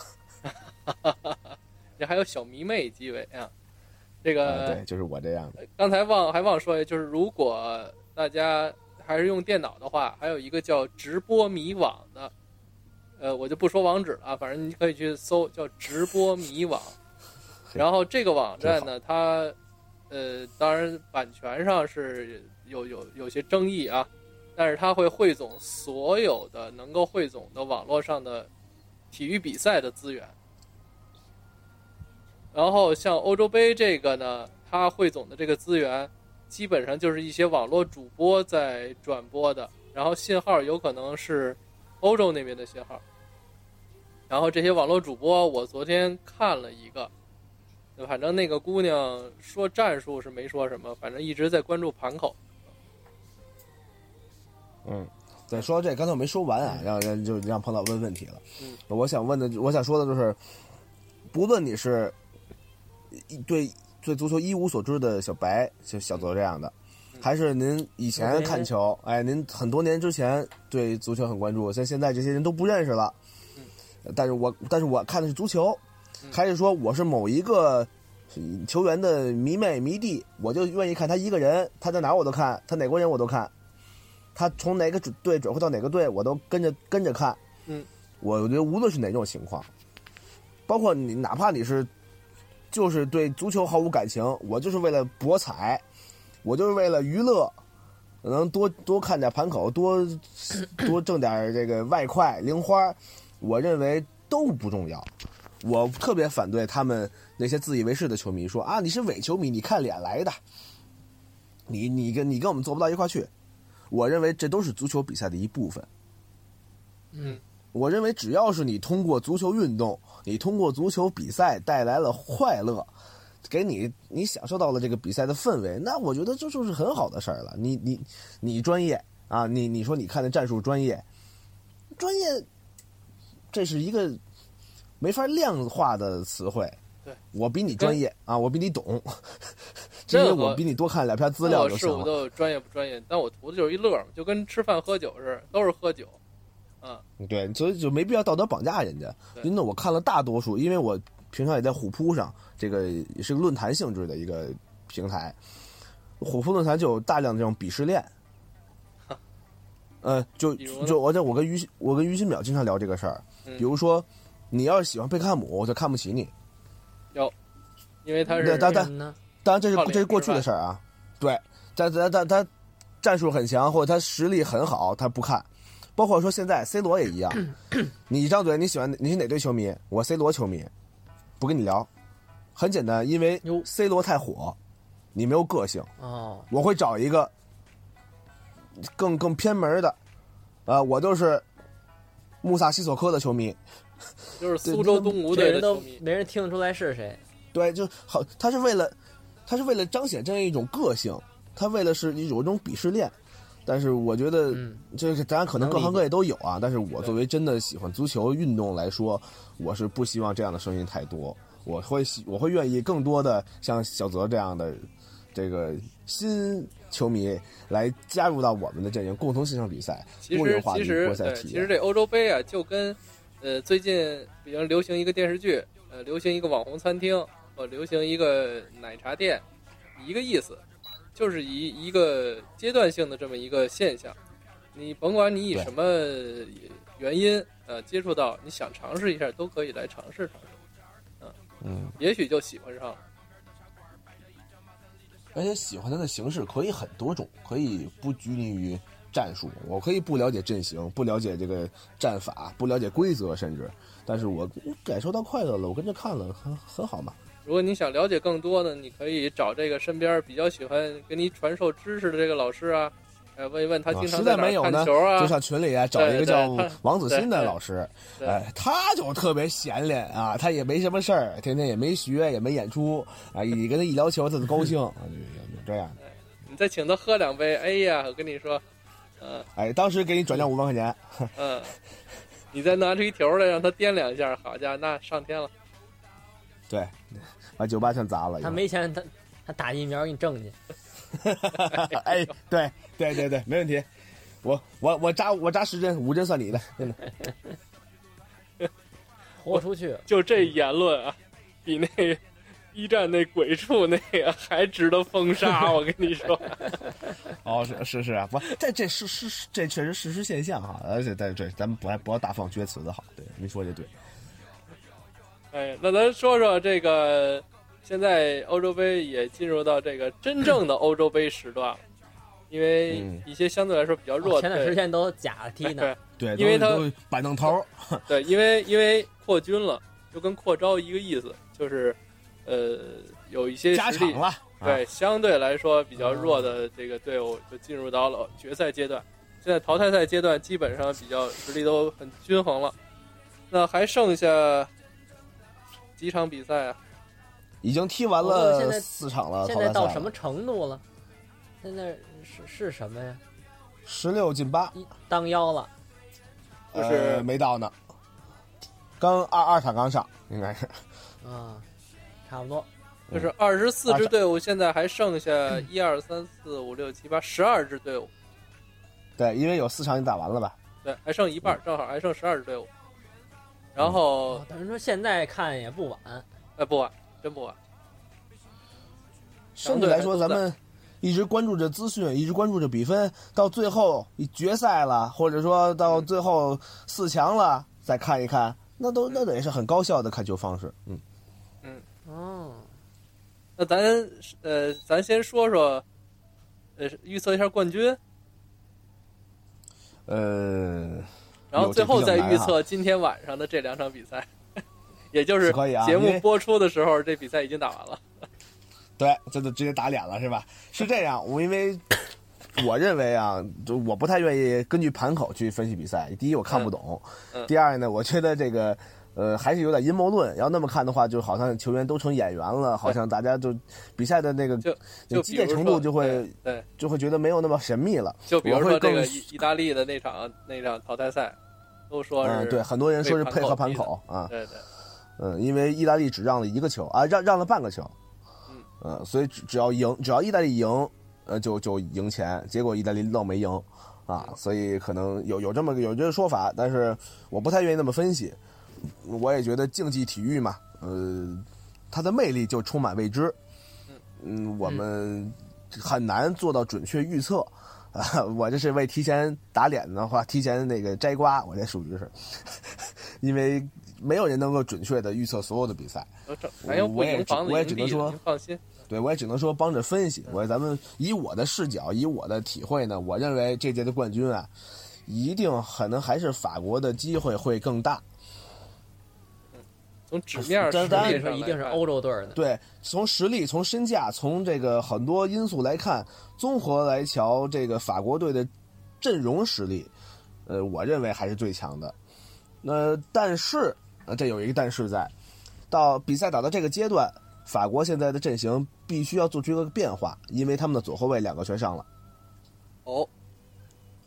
Speaker 3: 这还有小迷妹机位啊。这
Speaker 2: 呃
Speaker 3: 个
Speaker 2: 对，就是我这样的。
Speaker 3: 刚才忘还忘说，就是如果大家还是用电脑的话，还有一个叫直播迷网的，呃，我就不说网址了啊，反正你可以去搜叫直播迷网。然后这个网站呢，它呃，当然版权上是有有有些争议啊，但是它会汇总所有的能够汇总的网络上的体育比赛的资源。然后像欧洲杯这个呢，它汇总的这个资源，基本上就是一些网络主播在转播的，然后信号有可能是欧洲那边的信号，然后这些网络主播，我昨天看了一个，反正那个姑娘说战术是没说什么，反正一直在关注盘口。
Speaker 5: 嗯，
Speaker 2: 对，说到这，刚才我没说完啊，让让就让彭导问问题了。
Speaker 3: 嗯
Speaker 2: 我想问的，我想说的就是，不论你是一对对足球一无所知的小白，就小泽这样的，还是您以前看球，哎，您很多年之前对足球很关注，像现在这些人都不认识了。但是我但是我看的是足球，还是说我是某一个球员的迷妹迷弟，我就愿意看他一个人，他在哪儿我都看，他哪国人我都看，他从哪个转队转会到哪个队我都跟着跟着看。
Speaker 3: 嗯，
Speaker 2: 我觉得无论是哪种情况，包括你哪怕你是就是对足球毫无感情，我就是为了博彩，我就是为了娱乐。能多多看点盘口，多多挣点这个外快零花，我认为都不重要。我特别反对他们那些自以为是的球迷说啊，你是伪球迷，你看脸来的，你你跟你跟我们做不到一块儿去。我认为这都是足球比赛的一部分。
Speaker 3: 嗯，
Speaker 2: 我认为只要是你通过足球运动，你通过足球比赛带来了快乐，给你你享受到了这个比赛的氛围，那我觉得这就是很好的事儿了。你你你专业啊，你你说你看的战术专业，专业这是一个没法量化的词汇。
Speaker 3: 对，
Speaker 2: 我比你专业啊，我比你懂，
Speaker 3: 这
Speaker 2: 因
Speaker 3: 个
Speaker 2: 为我比你多看两篇资料
Speaker 3: 我
Speaker 2: 就是行
Speaker 3: 我
Speaker 2: 了。
Speaker 3: 都有专业不专业，但我图的就是一乐嘛，就跟吃饭喝酒似的，都是喝酒。
Speaker 2: 对，所以就没必要道德绑架人家。
Speaker 3: 对
Speaker 2: 因此，我看了大多数，因为我平常也在虎扑上，这个也是个论坛性质的一个平台。虎扑论坛就有大量的这种鄙视链，呃，就
Speaker 3: 比如呢
Speaker 2: 就而且我跟于我跟于新淼经常聊这个事儿，
Speaker 3: 嗯
Speaker 2: 比如说你要是喜欢贝克汉姆，我就看不起你。
Speaker 3: 因为他是
Speaker 2: 对但
Speaker 1: 什么呢？
Speaker 2: 当然这是
Speaker 3: 靠脸
Speaker 2: 这是过去的
Speaker 3: 吃
Speaker 2: 事儿啊，对，但但但他战术很强或者他实力很好，他不看，包括说现在 C 罗也一样，你一张嘴你喜欢你是哪队球迷？我 C 罗球迷，不跟你聊，很简单，因为
Speaker 1: 哟
Speaker 2: C 罗太火，你没有个性，
Speaker 1: 哦，
Speaker 2: 我会找一个更更偏门的，呃，我就是穆萨西索科的球迷，
Speaker 3: 就是苏州东吴
Speaker 1: 这
Speaker 3: 队的
Speaker 1: 人都
Speaker 3: 球迷。
Speaker 1: 没人听得出来是谁。
Speaker 2: 对，就好，他是为了，他是为了彰显这样一种个性，他为了是有一种鄙视链。但是我觉得
Speaker 1: 嗯，
Speaker 2: 这个咱可能
Speaker 1: 能
Speaker 2: 各
Speaker 1: 理
Speaker 2: 行
Speaker 1: 解
Speaker 2: 各业都有啊。但是我作为真的喜欢足球运动来说，我是不希望这样的声音太多。我会喜，我会愿意更多的像小泽这样的这个新球迷来加入到我们的阵营，共同欣赏比赛，
Speaker 3: 其
Speaker 2: 多元
Speaker 3: 实
Speaker 2: 化
Speaker 3: 其
Speaker 2: 的一
Speaker 3: 实
Speaker 2: 个国赛
Speaker 3: 对，
Speaker 2: 体
Speaker 3: 其实
Speaker 2: 验。
Speaker 3: 这欧洲杯啊，就跟呃最近比较流行一个电视剧，呃流行一个网红餐厅，呃流行一个奶茶店，一个意思，就是一一个阶段性的这么一个现象。你甭管你以
Speaker 2: 对
Speaker 3: 什么呃原因呃接触到，你想尝试一下都可以来尝试尝试，
Speaker 2: 嗯，
Speaker 3: 也许就喜欢上了。
Speaker 2: 而且喜欢它的形式可以很多种，可以不拘泥于战术，我可以不了解阵型，不了解这个战法，不了解规则，甚至，但是我感受到快乐了，我跟着看了，很很好嘛。
Speaker 3: 如果你想了解更多呢，你可以找这个身边比较喜欢给你传授知识的这个老师啊，呃，问一问他
Speaker 2: 啊
Speaker 3: 经常
Speaker 2: 实
Speaker 3: 在
Speaker 2: 在
Speaker 3: 哪
Speaker 2: 没有
Speaker 3: 儿
Speaker 2: 呢
Speaker 3: 看球啊，
Speaker 2: 就上群里啊，找一个
Speaker 3: 对
Speaker 2: 叫
Speaker 3: 对
Speaker 2: *laughs* 王子欣的
Speaker 3: 对
Speaker 2: 老师，
Speaker 3: 对
Speaker 2: 哎，他就特别闲练啊，他也没什么事儿，天天也没学，也没演出啊，你跟他一聊球，他就高兴， *laughs* 啊，有有这样的。
Speaker 3: 你再请他喝两杯，哎呀，我跟你说，嗯、
Speaker 2: 哎，当时给你转账五万块钱，
Speaker 3: 嗯，你再拿出一条来让他掂两下，好家伙，那上天了。
Speaker 2: 对，把酒吧全砸
Speaker 3: 哎
Speaker 2: 了。以
Speaker 1: 他
Speaker 2: 后
Speaker 1: 没钱，他他打疫苗给你挣去。
Speaker 2: *laughs* 哎，对对对对，没问题。我我我扎我扎十针，五针算你的，真的。
Speaker 1: 豁出去，
Speaker 3: 就这言论啊，比那 *laughs* B 站那鬼畜那个还值得封
Speaker 2: *laughs*
Speaker 3: 杀，我跟你说。
Speaker 2: *laughs* 哦，是是是啊，不，这这是是是这确实事实现象哈，而且但对，咱们不爱不要大放厥词的好，对，您说这对。
Speaker 3: 哎，那咱说说这个，现在欧洲杯也进入到这个真正的欧洲杯时段了，因为
Speaker 2: 嗯
Speaker 3: 一些相对来说比较弱
Speaker 1: 哦前
Speaker 3: 的
Speaker 1: 段时
Speaker 3: 队，
Speaker 1: 间都假踢
Speaker 3: *laughs*
Speaker 1: 呢。
Speaker 2: 对，
Speaker 3: 因为
Speaker 2: 都是
Speaker 3: 他
Speaker 2: 都是板凳头儿，
Speaker 3: 对，因为因为扩军了，就跟扩招一个意思，就是呃有一些
Speaker 2: 加
Speaker 3: 实
Speaker 2: 场
Speaker 3: 力
Speaker 2: 了，啊
Speaker 3: 对，相对来说比较弱的这个队伍就进入到了决赛阶段。现在淘汰赛阶段基本上比较实力都很均衡了，那还剩下几场比赛啊？
Speaker 2: 已经踢完
Speaker 1: 我问现
Speaker 2: 了
Speaker 1: 在
Speaker 2: 四场
Speaker 3: 啊
Speaker 2: 了，
Speaker 1: 现在到什么程度了？现在是是什么呀？
Speaker 2: 十六进八，
Speaker 1: 一当腰了，
Speaker 3: 就
Speaker 2: 呃
Speaker 3: 是
Speaker 2: 没到呢，刚二二场刚上，应该是
Speaker 1: 啊，差不多。
Speaker 3: 就是二十四
Speaker 2: 嗯
Speaker 3: 支队伍，现在还剩
Speaker 2: *clears throat*
Speaker 3: 下一二三四五六七八十二支队伍，
Speaker 2: 对，因为有四场你打完了吧？
Speaker 3: 对，还剩一半
Speaker 2: 嗯
Speaker 3: 儿，正好还剩十二支队伍。然后
Speaker 1: 哦，等于说现在看也不晚。
Speaker 3: 哎，不晚，真不晚。
Speaker 2: 甚至来说，咱们一直关注着资讯，一直关注着比分，到最后啊决赛了，或者说到最后四强了，再看一看，那都那也是很高效的看球方式。嗯，
Speaker 1: 哦，
Speaker 3: 那咱呃，咱先说说，呃，预测一下冠军，
Speaker 2: 呃，
Speaker 3: 然后最后再预
Speaker 2: 有这比较难
Speaker 3: 测今天晚上的这两场比赛，也就是
Speaker 2: 是可以啊
Speaker 3: 节
Speaker 2: 因
Speaker 3: 目
Speaker 2: 为
Speaker 3: 播出的时候，这比赛已经打完了。
Speaker 2: 对，这就直接打脸了是吧？是这样，我因为我认为啊，就我不太愿意根据盘口去分析比赛。第一，我看不懂；
Speaker 3: 嗯嗯
Speaker 2: 第二呢，我觉得这个呃还是有点阴谋论。要那么看的话，就好像球员都成演员了，好像大家就比赛的那个
Speaker 3: 就
Speaker 2: 那
Speaker 3: 就
Speaker 2: 激
Speaker 3: 比
Speaker 2: 烈
Speaker 3: 如
Speaker 2: 程
Speaker 3: 说
Speaker 2: 度就会
Speaker 3: 对，对
Speaker 2: 就会觉得没有那么神秘了。
Speaker 3: 就比如
Speaker 2: 我会
Speaker 3: 说这个
Speaker 2: 更
Speaker 3: 意意大利的那场那场淘汰赛，都说是、
Speaker 2: 嗯，对，很多人说是配合盘口啊，
Speaker 3: 对对，
Speaker 2: 嗯，因为意大利只让了一个球啊，让让了半个球，
Speaker 3: 嗯，
Speaker 2: 呃，所以只只要赢，只要意大利赢，呃，就就赢钱。结果意大利愣没赢，啊，所以可能有有这么个有这个说法，但是我不太愿意那么分析。我也觉得竞技体育嘛，呃，它的魅力就充满未知，嗯，我们很难做到准确预测。啊，我这是为提前打脸的话，提前那个摘瓜，我这属于是， *laughs* 因为没有人能够准确的预测所有的比赛。
Speaker 3: 都正，咱又不
Speaker 2: 我
Speaker 3: 赢
Speaker 2: 也只
Speaker 3: 房子
Speaker 2: 我也
Speaker 3: 赢
Speaker 2: 只
Speaker 3: 地
Speaker 2: 能
Speaker 3: 的，
Speaker 2: 说
Speaker 3: 您放心。
Speaker 2: 对我也只能说帮着分析。我咱们以我的视角，以我的体会呢，我认为这届的冠军啊，一定可能还是法国的机会会更大。
Speaker 3: 从纸面
Speaker 2: *laughs*
Speaker 3: 儿实
Speaker 2: 咱
Speaker 3: 力上
Speaker 1: 当
Speaker 2: 咱
Speaker 1: 然说一定是
Speaker 3: 来看
Speaker 1: 欧洲队儿的。
Speaker 2: 对，从实力、从身价、从这个很多因素来看，综合来瞧这个法国队的阵容实力，呃，我认为还是最强的。那、但是，呃，这有一个但是在，到比赛打到这个阶段，法国现在的阵型必须要做出一个变化，因为他们的左后卫两个全伤了，
Speaker 3: 哦，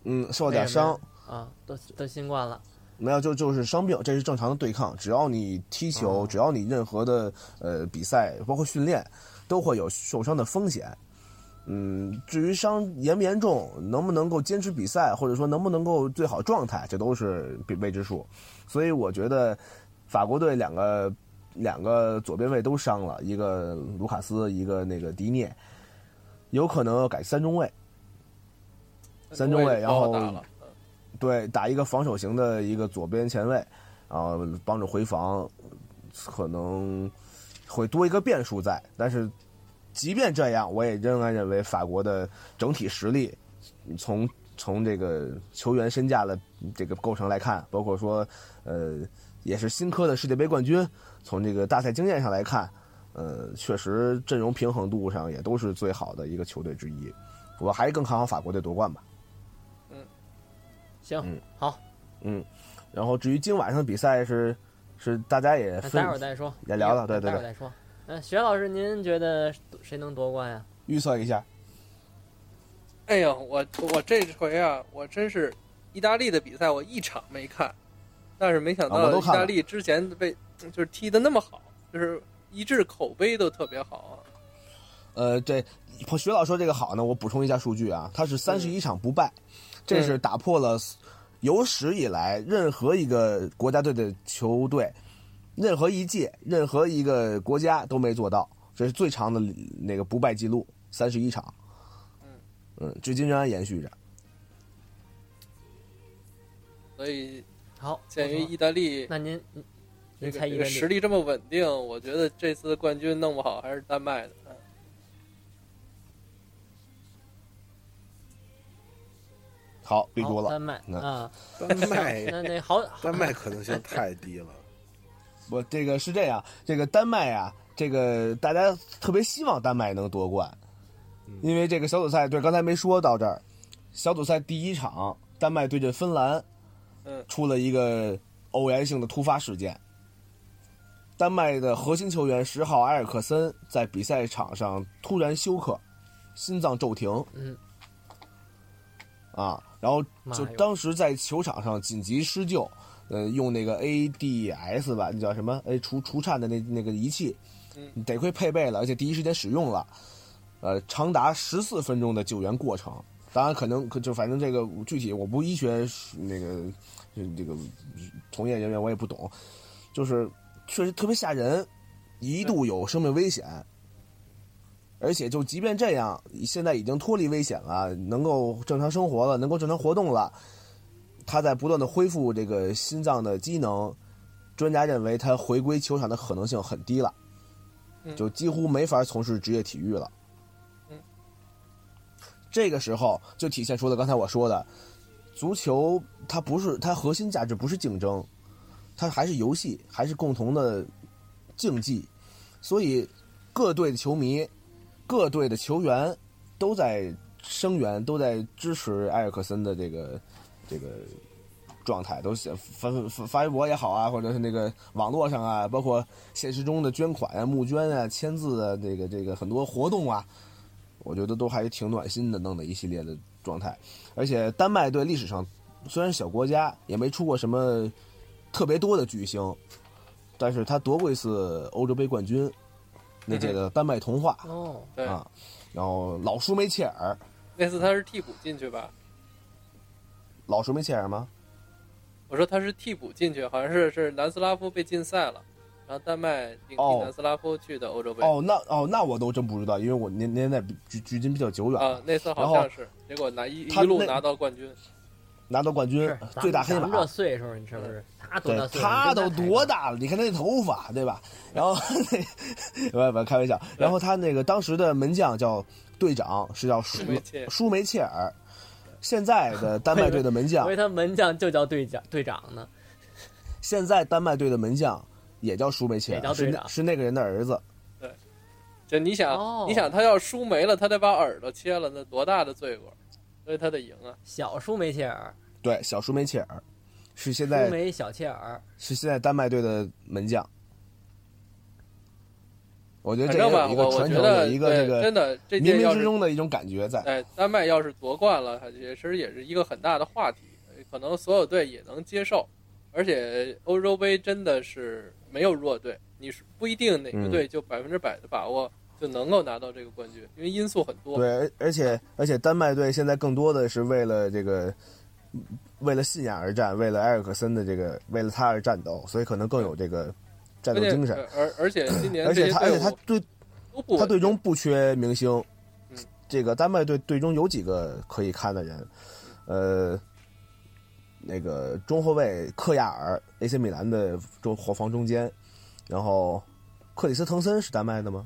Speaker 2: 嗯，受了
Speaker 1: 为
Speaker 2: 点
Speaker 1: 什么
Speaker 2: 伤
Speaker 1: 呀，啊，都都新冠了。
Speaker 2: 没有，就就是伤病，这是正常的对抗。只要你踢球，只要你任何的呃比赛，包括训练，都会有受伤的风险。嗯，至于伤严不严重，能不能够坚持比赛，或者说能不能够最好状态，这都是未未知数。所以我觉得法国队两个两个左边卫都伤了，一个卢卡斯，一个那个迪涅，有可能要改三中卫。三中卫
Speaker 3: 就
Speaker 2: 然
Speaker 3: 包
Speaker 2: 后
Speaker 3: 打了，嗯
Speaker 2: 对，打一个防守型的一个左边前卫，啊，帮着回防，可能会多一个变数在。但是，即便这样，我也仍然认为法国的整体实力，从从这个球员身价的这个构成来看，包括说，呃，也是新科的世界杯冠军，从这个大赛经验上来看，呃，确实阵容平衡度上也都是最好的一个球队之一。我还是更看好法国队夺冠吧。
Speaker 1: 嗯行，
Speaker 2: 嗯
Speaker 1: 好，
Speaker 2: 嗯，然后至于今晚上的比赛是是大家也
Speaker 1: 那
Speaker 2: 分
Speaker 1: 待会儿再说，
Speaker 2: 也聊了对
Speaker 1: 待
Speaker 2: 对
Speaker 1: 会儿
Speaker 2: 对
Speaker 1: 再说。嗯，雪老师，您觉得谁能夺冠呀？
Speaker 2: 预测一下，
Speaker 3: 哎呀，我我这回啊，我真是意大利的比赛我一场没看，但是没想
Speaker 2: 啊我
Speaker 3: 到
Speaker 2: 都
Speaker 3: 意
Speaker 2: 看了
Speaker 3: 大利之前被就是踢的那么好，就是一致口碑都特别好啊。
Speaker 2: 呃，这徐老说这个好呢，我补充一下数据啊，他是三十一场不败，这是打破了有史以来任何一个国家队的球队，任何一届、任何一个国家都没做到，这是最长的那个不败记录，三十一场。嗯，至今仍然延续着。
Speaker 3: 所以
Speaker 1: 好，
Speaker 3: 鉴于
Speaker 1: 不错
Speaker 3: 意大利
Speaker 1: 那您您
Speaker 3: 这
Speaker 1: 您
Speaker 3: 个
Speaker 1: 猜
Speaker 3: 这
Speaker 1: 意
Speaker 3: 个
Speaker 1: 大
Speaker 3: 实
Speaker 1: 利？
Speaker 3: 力这么稳定，我觉得这次冠军弄不好还是丹麦的。嗯
Speaker 2: 好，对多
Speaker 1: 好，
Speaker 2: 了。
Speaker 1: 丹麦
Speaker 2: 那
Speaker 1: 啊，
Speaker 4: 丹麦
Speaker 1: 那那好，
Speaker 4: 丹麦可能性太低了，
Speaker 2: 我这个是这样，这个丹麦啊，这个大家特别希望丹麦能夺冠，因为这个小组赛对刚才没说到这儿，小组赛第一场丹麦对阵芬兰，
Speaker 3: 嗯
Speaker 2: 出了一个偶然性的突发事件。丹麦的核心球员十号埃尔克森在比赛场上突然休克，心脏骤停。
Speaker 1: 嗯，
Speaker 2: 啊，然后
Speaker 1: 妈
Speaker 2: 就
Speaker 1: 哟
Speaker 2: 当时在球场上紧急施救，呃，用那个 ADS 吧，那叫什么？哎，除除颤的那那个仪器，得亏配备了，而且第一时间使用了，呃，长达十四分钟的救援过程。当然，可能可就反正这个具体我不医学那个这个从业人员我也不懂，就是确实特别吓人，一度有生命危险。而且就即便这样，现在已经脱离危险了，能够正常生活了，能够正常活动了。他在不断的恢复这个心脏的机能，专家认为他回归球场的可能性很低了，
Speaker 3: 嗯
Speaker 2: 就几乎没法从事职业体育了
Speaker 3: 嗯。
Speaker 2: 这个时候就体现出了刚才我说的，足球它不是它核心价值不是竞争，它还是游戏，还是共同的竞技，所以各队的球迷各队的球员都在声援，都在支持埃尔克森的这个这个状态，都写发发发微博也好啊，或者是那个网络上啊，包括现实中的捐款啊、募捐啊、签字啊，这个这个很多活动啊，我觉得都还挺暖心的，弄的一系列的状态。而且丹麦队历史上虽然是小国家，也没出过什么特别多的巨星，但是他夺过一次欧洲杯冠军，那届的丹麦童话。
Speaker 1: 哦，
Speaker 3: 对，
Speaker 2: 啊，然后老舒梅切尔，
Speaker 3: 那次他是替补进去吧？
Speaker 2: 老舒梅切尔吗？
Speaker 3: 我说他是替补进去，好像是是南斯拉夫被禁赛了，然后丹麦顶替
Speaker 2: 哦
Speaker 3: 南斯拉夫去的欧洲杯。
Speaker 2: 哦，那哦，那我都真不知道，因为我年年代比距距今比较久远，
Speaker 3: 啊，那次
Speaker 2: 然
Speaker 3: 好
Speaker 2: 后
Speaker 3: 像是，结果拿一一
Speaker 2: 他
Speaker 3: 路
Speaker 2: 那
Speaker 3: 拿到冠军。
Speaker 2: 拿到冠军
Speaker 1: 是，
Speaker 2: 最大黑
Speaker 1: 咱们
Speaker 2: 马
Speaker 1: 这。岁数，你是不是？他多大
Speaker 2: 对，
Speaker 1: 岁数？你
Speaker 2: 他
Speaker 1: 跟
Speaker 2: 都
Speaker 1: 抬
Speaker 2: 多
Speaker 1: 杠？
Speaker 2: 大了？你看他那头发，对吧？然后 *laughs* 那，不不开玩笑。然后他那个当时的门将叫队长是叫舒
Speaker 3: 舒梅切尔
Speaker 2: 舒梅切尔，现在的丹麦队的门将
Speaker 1: *laughs* 因为，他门将就叫队长，队长呢？
Speaker 2: 现在丹麦队的门将也叫舒梅切
Speaker 1: 也叫
Speaker 2: 尔，是
Speaker 1: 队
Speaker 2: 那
Speaker 1: 长
Speaker 2: 是那个人的儿子。
Speaker 3: 就你想，
Speaker 1: 哦
Speaker 3: 你想他要输没了，他得把耳朵切了，那多大的罪过？所以他得赢啊！
Speaker 1: 小舒梅切尔，
Speaker 2: 对，小舒梅切尔是现在
Speaker 1: 舒梅小切尔，
Speaker 2: 是现在丹麦队的门将。我觉得
Speaker 3: 反
Speaker 2: 这也
Speaker 3: 正吧，
Speaker 2: 有一个
Speaker 3: 我我
Speaker 2: 传
Speaker 3: 觉
Speaker 2: 承
Speaker 3: 得
Speaker 2: 的
Speaker 3: 对
Speaker 2: 一个这
Speaker 3: 真
Speaker 2: 个
Speaker 3: 的这
Speaker 2: 冥
Speaker 3: 届
Speaker 2: 冥
Speaker 3: 要
Speaker 2: 之
Speaker 3: 是
Speaker 2: 中的一种感觉在。
Speaker 3: 哎丹麦要是夺冠了，也是也是一个很大的话题，可能所有队也能接受。而且欧洲杯真的是没有弱队，你是不一定哪个
Speaker 2: 嗯
Speaker 3: 队就百分之百的把握就能够拿到这个冠军，因为因素很多。
Speaker 2: 对，而而且而且丹麦队现在更多的是为了这个，为了信仰而战，为了埃尔克森的这个，为了他而战斗，所以可能更有这个战斗
Speaker 3: 关键
Speaker 2: 精神。
Speaker 3: 呃而而
Speaker 2: *clears throat*
Speaker 3: 且今年
Speaker 2: 而
Speaker 3: 这
Speaker 2: 且
Speaker 3: 些
Speaker 2: 他而
Speaker 3: 队
Speaker 2: 且他
Speaker 3: 伍
Speaker 2: 对
Speaker 3: 都不
Speaker 2: 他
Speaker 3: 稳
Speaker 2: 队
Speaker 3: 定
Speaker 2: 中不缺明星
Speaker 3: 嗯，
Speaker 2: 这个丹麦队队中有几个可以看的人，呃，那个中后卫克亚尔，AC 米兰的中后防中间，然后克里斯滕森是丹麦的吗？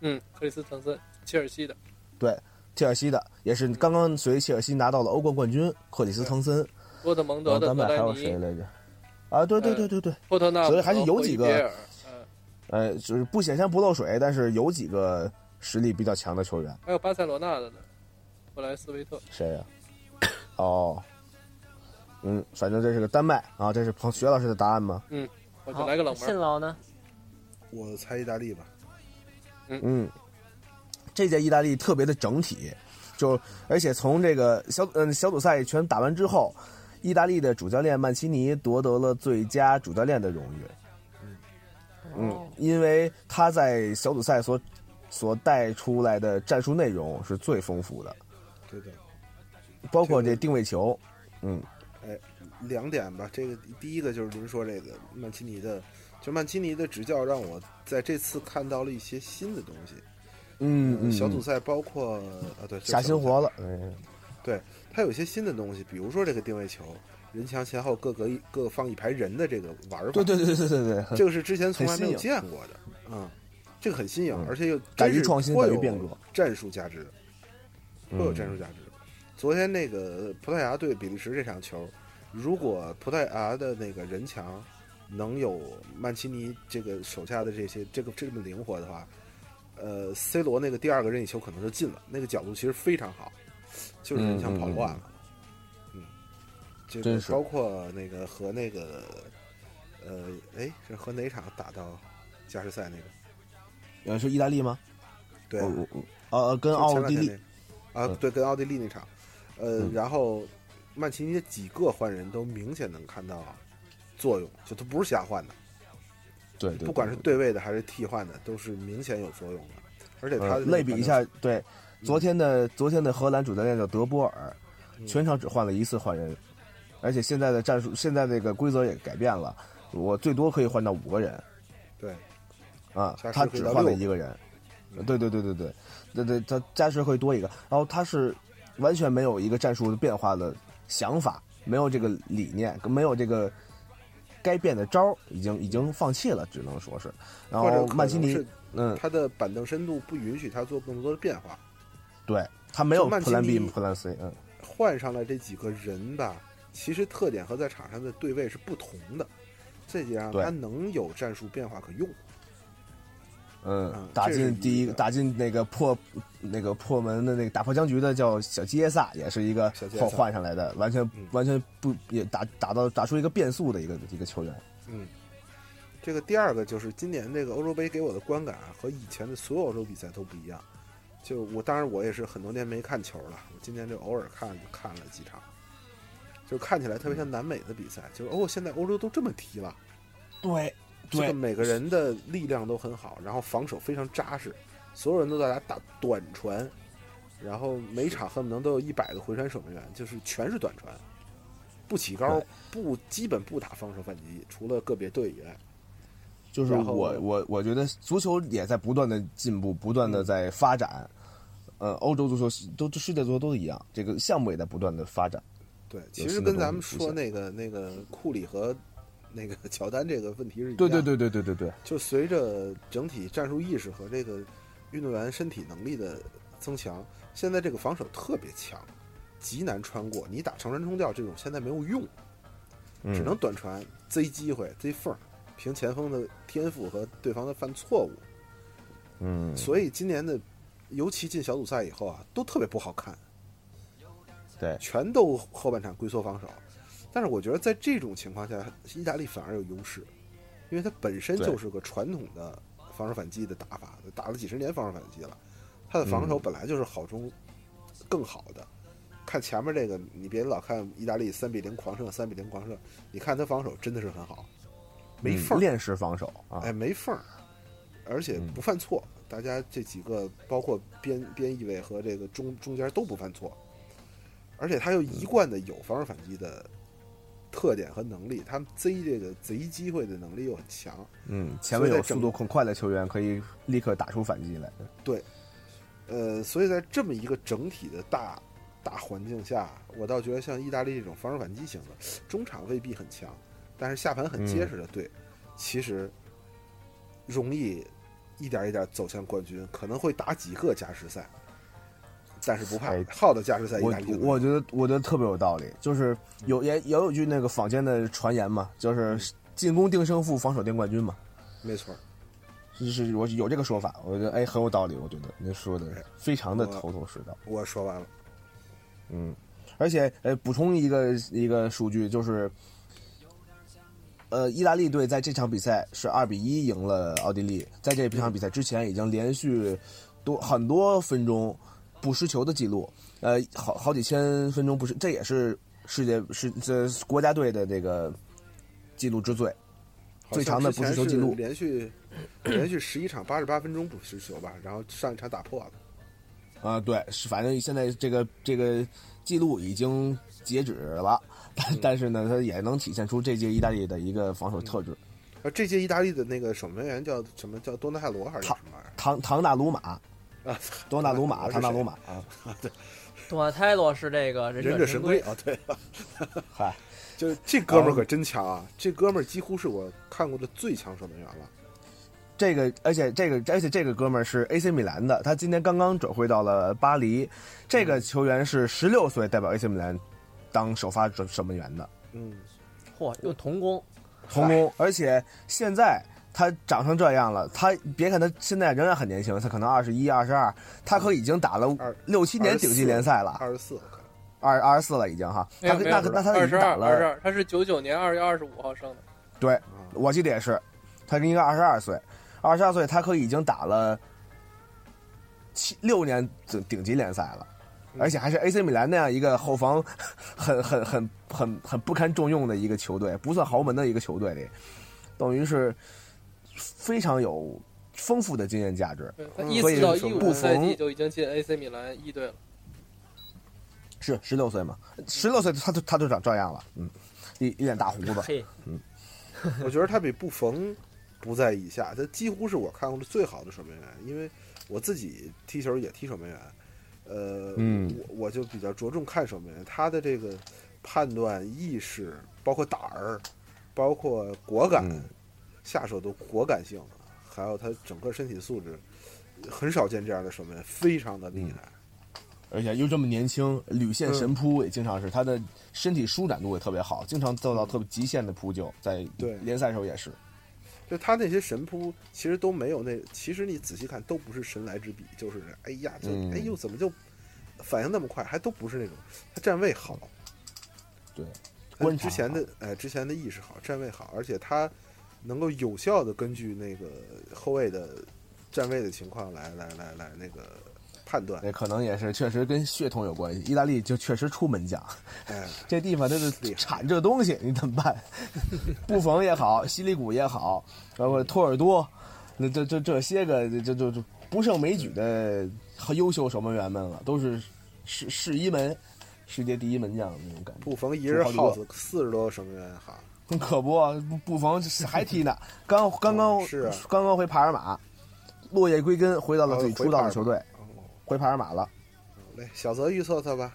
Speaker 3: 嗯，克里斯滕森，切尔西的，
Speaker 2: 对，切尔西的，也是刚刚随切尔西拿到了欧冠冠军，克里斯滕森，
Speaker 3: 多特蒙
Speaker 2: 然
Speaker 3: 德
Speaker 2: 后
Speaker 3: 的
Speaker 2: 丹
Speaker 3: 格
Speaker 2: 麦还
Speaker 3: 莱
Speaker 2: 有谁
Speaker 3: 尼、
Speaker 2: 来着？啊，对对对对对，
Speaker 3: 波特纳姆，
Speaker 2: 所以还是有几个
Speaker 3: 霍伊比尔嗯，
Speaker 2: 呃，就是不显山不漏水，但是有几个实力比较强的球员，
Speaker 3: 还有巴塞罗那的呢，布莱斯维特。
Speaker 2: 谁呀、 *coughs* 哦，嗯，反正这是个丹麦啊，这是彭学老师的答案吗？
Speaker 3: 我就
Speaker 1: 好
Speaker 3: 来个冷
Speaker 1: 信
Speaker 3: 门，
Speaker 1: 老呢？
Speaker 4: 我猜意大利吧，
Speaker 2: 嗯，这届意大利特别的整体，就而且从这个小嗯小组赛全打完之后，意大利的主教练曼奇尼夺得了最佳主教练的荣誉。
Speaker 4: 哦
Speaker 2: 嗯，因为他在小组赛所所带出来的战术内容是最丰富的，
Speaker 4: 对的。
Speaker 2: 包括这定位球，嗯，
Speaker 4: 两点吧，这个第一个就是您说这个曼奇尼的，就曼奇尼的执教让我在这次看到了一些新的东西。
Speaker 2: 嗯嗯，
Speaker 4: 小组赛包括啊，对，就是
Speaker 2: 下
Speaker 4: 小
Speaker 2: 心
Speaker 4: 组赛
Speaker 2: 活了，嗯，
Speaker 4: 它有一些新的东西，比如说这个定位球，人墙前后各隔一各放一排人的这个玩法，
Speaker 2: 对对对对对对对，
Speaker 4: 这个是之前从来
Speaker 2: 很新
Speaker 4: 没
Speaker 2: 颖
Speaker 4: 有见过的，嗯，这个很新颖，
Speaker 2: 嗯
Speaker 4: 而且又
Speaker 2: 敢
Speaker 4: 真
Speaker 2: 于
Speaker 4: 是
Speaker 2: 创新
Speaker 4: 颇
Speaker 2: 敢于
Speaker 4: 有
Speaker 2: 变革
Speaker 4: 战术价值的，
Speaker 2: 嗯
Speaker 4: 颇有战术价值的。昨天那个葡萄牙对比利时这场球，如果葡萄牙的那个人墙能有曼奇尼这个手下的这些这个这么灵活的话，呃，C 罗那个第二个任意球可能就进了，那个角度其实非常好，就是人墙跑
Speaker 2: 嗯嗯嗯
Speaker 4: 乱了。这
Speaker 5: 真
Speaker 4: 个
Speaker 5: 是
Speaker 4: 包括那个和那个，呃，哎，是和哪场打到加时赛那个？
Speaker 2: 呃，是意大利吗？
Speaker 4: 对啊，
Speaker 5: 我我
Speaker 2: 呃，跟
Speaker 4: 就
Speaker 2: 奥
Speaker 4: 前两
Speaker 2: 地
Speaker 4: 天
Speaker 2: 利，嗯
Speaker 4: 那个啊，对，跟奥地利那场，呃，
Speaker 5: 嗯
Speaker 4: 然后曼奇尼的几个换人都明显能看到作用，就他不是瞎换的，
Speaker 5: 对对，
Speaker 4: 不管是
Speaker 5: 对
Speaker 4: 对位的还是替换的，都是明显有作用的。而且他
Speaker 5: 呃
Speaker 4: 的那
Speaker 2: 嗯
Speaker 4: 个
Speaker 2: 类比一
Speaker 4: 反嗯
Speaker 2: 下，对，昨天的昨天的荷兰主教练叫德波尔，
Speaker 4: 嗯
Speaker 2: 全场只换了一次换人，而且现在的战术，现在这个规则也改变了，我最多可以换到五个人
Speaker 4: 正，对，
Speaker 2: 啊
Speaker 4: 加，时
Speaker 2: 他
Speaker 4: 可以
Speaker 2: 只
Speaker 4: 到
Speaker 2: 换了
Speaker 4: 六个
Speaker 2: 一个人，
Speaker 4: 嗯
Speaker 2: 对对对对对，对对，他加时会多一个，然后他是完全没有一个战术变化的想法，没有这个理念，没有这个该变的招儿，已经已经放弃了，只能说是，然
Speaker 4: 或者
Speaker 2: 后
Speaker 4: 可
Speaker 2: 曼奇
Speaker 4: 能
Speaker 2: 尼
Speaker 4: 是，
Speaker 2: 嗯，
Speaker 4: 他的板凳深度不允许他做更多的变化。
Speaker 2: 对他没有
Speaker 4: 就曼奇
Speaker 2: plan B、
Speaker 4: 尼
Speaker 2: plan C，嗯。
Speaker 4: 换上来这几个人吧，其实特点和在场上的对位是不同的，这也让
Speaker 2: 对
Speaker 4: 他能有战术变化可用。
Speaker 2: 嗯
Speaker 4: 嗯，
Speaker 2: 打
Speaker 4: 这是
Speaker 2: 进第
Speaker 4: 一
Speaker 2: 一个，
Speaker 4: 个
Speaker 2: 打进那个破那个破门的那个打破僵局的叫小杰萨，也是一个
Speaker 4: 小杰萨
Speaker 2: 换换上来的，完全
Speaker 4: 嗯
Speaker 2: 完全不也打打到打出一个变速的一个一个球员。
Speaker 4: 嗯，这个第二个就是今年这个欧洲杯给我的观感啊，和以前的所有欧洲比赛都不一样。就我当然我也是很多年没看球了，我今年就偶尔看看了几场，就看起来特别像南美的比赛，就是哦，现在欧洲都这么踢了，
Speaker 2: 对
Speaker 4: 这个每个人的力量都很好，然后防守非常扎实，所有人都在打打短传，然后每场恨不能都有一百个回传守门员，就是全是短传，不起高
Speaker 2: 对，
Speaker 4: 不基本不打防守反击，除了个别队以外。
Speaker 2: 就是
Speaker 4: 然后
Speaker 2: 我我我觉得足球也在不断的进步，不
Speaker 4: 嗯
Speaker 2: 断的在发展。呃，欧洲足球都世界足球都一样，这个项目也在不断的发展。
Speaker 4: 对，
Speaker 2: 有
Speaker 4: 其实
Speaker 2: 新的
Speaker 4: 跟
Speaker 2: 东
Speaker 4: 咱
Speaker 2: 西
Speaker 4: 们
Speaker 2: 出
Speaker 4: 说
Speaker 2: 现
Speaker 4: 那个那个库里和那个 *laughs* 乔丹这个问题是一样，
Speaker 2: 对对，对对对对对，
Speaker 4: 就随着整体战术意识和这个运动员身体能力的增强，现在这个防守特别强，极难穿过，你打长传冲吊这种现在没有用，
Speaker 2: 嗯
Speaker 4: 只能短传贼机会贼缝儿，凭前锋的天赋和对方的犯错误，
Speaker 2: 嗯，
Speaker 4: 所以今年的，尤其进小组赛以后啊，都特别不好看。
Speaker 2: 对
Speaker 4: 全都后半场龟缩防守。但是我觉得在这种情况下，意大利反而有优势，因为它本身
Speaker 2: 对
Speaker 4: 就是个传统的防守反击的打法，打了几十年防守反击了，它的防
Speaker 2: 嗯
Speaker 4: 守本来就是好中更好的。看前面这个，你别老看意大利三比零狂胜，三比零狂胜，你看他防守真的是很好，没缝儿。
Speaker 2: 链式嗯防守啊，
Speaker 4: 哎，没缝儿，而且不犯错。大家这几个，包括边边翼位和这个中中间都不犯错，而且他又一贯的有防守反击的特点和能力，他们贼这个贼机会的能力又很强。
Speaker 2: 嗯，前面
Speaker 4: 所以
Speaker 2: 有
Speaker 4: 在整
Speaker 2: 速度很快的球员可以立刻打出反击来。
Speaker 4: 呃，所以在这么一个整体的大大环境下，我倒觉得像意大利这种防守反击型的，中场未必很强，但是下盘很
Speaker 2: 嗯
Speaker 4: 结实的队，其实容易一点一点走向冠军，可能会打几个加时赛，但是不怕
Speaker 2: 哎，
Speaker 4: 耗到加时赛意
Speaker 2: 我
Speaker 4: 大利就能
Speaker 2: 我觉得我觉得特别有道理，就是有也也有句那个坊间的传言嘛，
Speaker 4: 嗯
Speaker 2: 就是进攻定胜负，防守定冠军嘛，
Speaker 4: 没错。
Speaker 2: 就是我有这个说法，我觉得哎很有道理，我觉得您说的非常的
Speaker 4: 我
Speaker 2: 头头是道。
Speaker 4: 我说完了，
Speaker 2: 而且呃，补充一个一个数据，就是，呃，意大利队在这场比赛是二比一赢了奥地利，在这场比赛之前已经连续多很多分钟不失球的记录，呃，好好几千分钟不失，这也是世界是这国家队的这个记录之最，
Speaker 4: 好
Speaker 2: 最
Speaker 4: 像
Speaker 2: 长的
Speaker 4: 之
Speaker 2: 不失球
Speaker 4: 前
Speaker 2: 记
Speaker 4: 是
Speaker 2: 录
Speaker 4: 连续连续十一场八十八分钟不失球吧，然后上一场打破了。
Speaker 2: 啊、对，是反正现在这个这个记录已经截止了，但
Speaker 4: 嗯
Speaker 2: 但是呢，它也能体现出这届意大利的一个防守特质。
Speaker 4: 啊，这届意大利的那个守门员叫什么叫多纳泰罗还是
Speaker 2: 他
Speaker 4: 叫什么玩意
Speaker 2: 唐唐纳鲁马，
Speaker 4: 儿啊？
Speaker 2: 多纳鲁
Speaker 4: *laughs*
Speaker 2: 马，
Speaker 4: 是
Speaker 2: 唐纳
Speaker 4: 谁
Speaker 2: 鲁马啊，
Speaker 1: 多泰罗是这个忍
Speaker 4: 忍
Speaker 1: 者
Speaker 4: 者
Speaker 1: 神
Speaker 4: 神
Speaker 1: 龟
Speaker 4: 龟，啊，对，
Speaker 2: 嗨，
Speaker 4: 就是这哥们儿可真强啊！这哥们儿几乎是我看过的最强守门员了。
Speaker 2: 这个，而且这个，而且这个哥们儿是 AC 米兰的，他今年刚刚转会到了巴黎。这
Speaker 4: 嗯
Speaker 2: 个球员是十六岁代表 AC 米兰当首发守守门员的
Speaker 4: 嗯，
Speaker 1: 嚯，用童工，
Speaker 2: 童工，而且现在他长成这样了，他别看他现在仍然很年
Speaker 3: 嗯
Speaker 2: 轻，他可能二十一、二十二，他可已经打了
Speaker 4: 二
Speaker 2: 六七年顶级联赛了。
Speaker 4: 二十四，我看
Speaker 2: 二二十四了已经哈，
Speaker 3: 没
Speaker 2: 他
Speaker 3: 有
Speaker 2: 跟
Speaker 3: 没
Speaker 2: 那
Speaker 3: 有
Speaker 2: 他那他
Speaker 3: 二
Speaker 2: 已
Speaker 3: 十
Speaker 2: 经
Speaker 3: 二
Speaker 2: 打
Speaker 3: 二十
Speaker 2: 了，
Speaker 3: 二，他是九九年二月二十五号生的，
Speaker 2: 对
Speaker 4: 啊
Speaker 2: 我记得也是，他应该二十二岁，二十二岁他可以已经打了七六年顶顶级联赛了。而且还是 AC 米兰那样一个后防很很很很很不堪重用的一个球队，不算豪门的一个球队里，等于是非常有丰富的经验价值。
Speaker 3: 对，他
Speaker 4: 嗯
Speaker 3: 一
Speaker 2: 所以
Speaker 3: 四到
Speaker 2: 是
Speaker 3: 一
Speaker 2: 不
Speaker 3: 五赛季
Speaker 2: 逢
Speaker 3: 就已经进 AC 米兰一队了。
Speaker 2: 是十六岁嘛？十六岁他就他就长照样了，嗯，一一脸大胡子。
Speaker 1: 嘿，
Speaker 4: 我觉得他比布冯不在以下，他几乎是我看过的最好的守门员，因为我自己踢球也踢守门员，呃，
Speaker 2: 嗯
Speaker 4: 我我就比较着重看守门员，他的这个判断意识，包括胆儿，包括果敢，
Speaker 2: 嗯
Speaker 4: 下手的果敢性，还有他整个身体素质，很少见这样的守门员，非常的
Speaker 2: 嗯
Speaker 4: 厉害。
Speaker 2: 而且又这么年轻，屡现神扑，也经常是他的身体舒展度也特别好，经常做到特别极限的扑救，在
Speaker 4: 对
Speaker 2: 联赛时候也是。
Speaker 4: 就他那些神扑，其实都没有那，其实你仔细看都不是神来之笔，就是哎呀，这
Speaker 2: 嗯
Speaker 4: 哎呦怎么就反应那么快，还都不是那种，他站位好，
Speaker 2: 对，
Speaker 4: 他
Speaker 2: 观察
Speaker 4: 之前的哎之前的意识好，站位好，而且他能够有效的根据那个后卫的站位的情况来来来来那个判断，
Speaker 2: 那可能也是确实跟血统有关系。意大利就确实出门将，
Speaker 4: 哎，
Speaker 2: 这地方它
Speaker 4: 厉
Speaker 2: 是
Speaker 4: 害
Speaker 2: 产这东西，你怎么办？布冯也好，西里古也好，包括托尔多，那这这这些个这这这不胜枚举的优秀守门员们了，都是世世一门世界第一门将那种感觉。
Speaker 4: 布冯一人
Speaker 2: 出好
Speaker 4: 耗
Speaker 2: 几
Speaker 4: 死四十多个守门员哈，
Speaker 2: 可不，布布冯是还踢呢，刚刚刚、
Speaker 4: 嗯是啊
Speaker 2: 刚刚回帕尔马，落叶归根，回到了
Speaker 4: 哦
Speaker 2: 自己
Speaker 4: 回
Speaker 2: 出道的
Speaker 4: 帕尔
Speaker 2: 球队，
Speaker 4: 哦，
Speaker 2: 回帕尔马了。
Speaker 4: 好嘞，小泽预测他吧，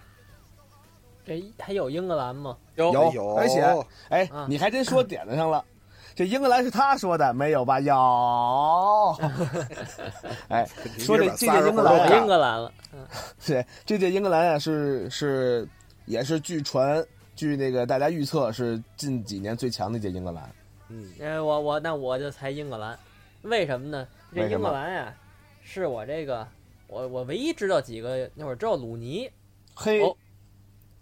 Speaker 1: 这还有英格兰吗？
Speaker 3: 有
Speaker 2: 有
Speaker 4: 有，
Speaker 2: 而且哎
Speaker 1: 啊，
Speaker 2: 你还真说点子上了。这英格兰是他说的，没有
Speaker 1: *laughs*
Speaker 2: 吧？有，哎，说这这届英格
Speaker 4: 老
Speaker 2: 兰
Speaker 1: 有哦
Speaker 4: 大
Speaker 1: 英
Speaker 2: 啊，
Speaker 1: 格兰了，嗯，
Speaker 2: 对，这届英格兰啊是是也是据传，据那个大家预测是近几年最强的一届英格兰。
Speaker 4: 嗯，
Speaker 1: 哎，我我那我就猜英格兰，为什么呢？这
Speaker 2: 为什
Speaker 1: 英
Speaker 2: 么
Speaker 1: 格兰呀、是我这个我我唯一知道几个，那会儿知道鲁尼，
Speaker 2: 嘿，
Speaker 3: 哦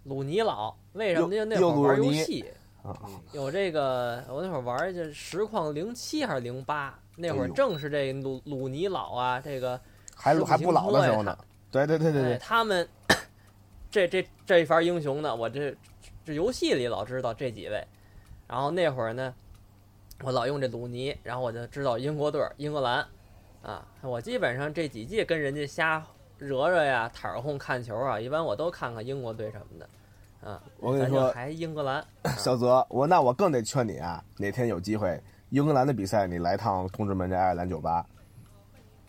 Speaker 1: 鲁尼老为什么呢？就
Speaker 2: 又
Speaker 1: 那会儿
Speaker 2: 又
Speaker 1: 玩
Speaker 2: 鲁
Speaker 1: 游
Speaker 2: 尼
Speaker 1: 戏
Speaker 2: 啊，
Speaker 1: 有这个我那会儿玩就是实况零七还是零八，那会
Speaker 2: 哎
Speaker 1: 儿
Speaker 2: 呦
Speaker 1: 正是这鲁鲁尼老啊，这个
Speaker 2: 还
Speaker 1: 十字
Speaker 2: 还不
Speaker 1: 星
Speaker 2: 老的
Speaker 1: 托
Speaker 2: 时
Speaker 1: 呀
Speaker 2: 候呢。对对对对
Speaker 1: 哎，
Speaker 2: 对，
Speaker 1: 他们这这这一番英雄呢，我这这游戏里老知道这几位，然后那会儿呢，我老用这鲁尼，然后我就知道英国队儿英格兰啊，我基本上这几季跟人家瞎惹惹呀、摊儿哄看球啊，一般我都看看英国队什么的。
Speaker 2: 我跟你
Speaker 1: 咱就
Speaker 2: 说，
Speaker 1: 还英格兰，
Speaker 2: 小泽，我那我更得劝你啊，哪天有机会英格兰的比赛，你来趟同志们这爱尔兰酒吧，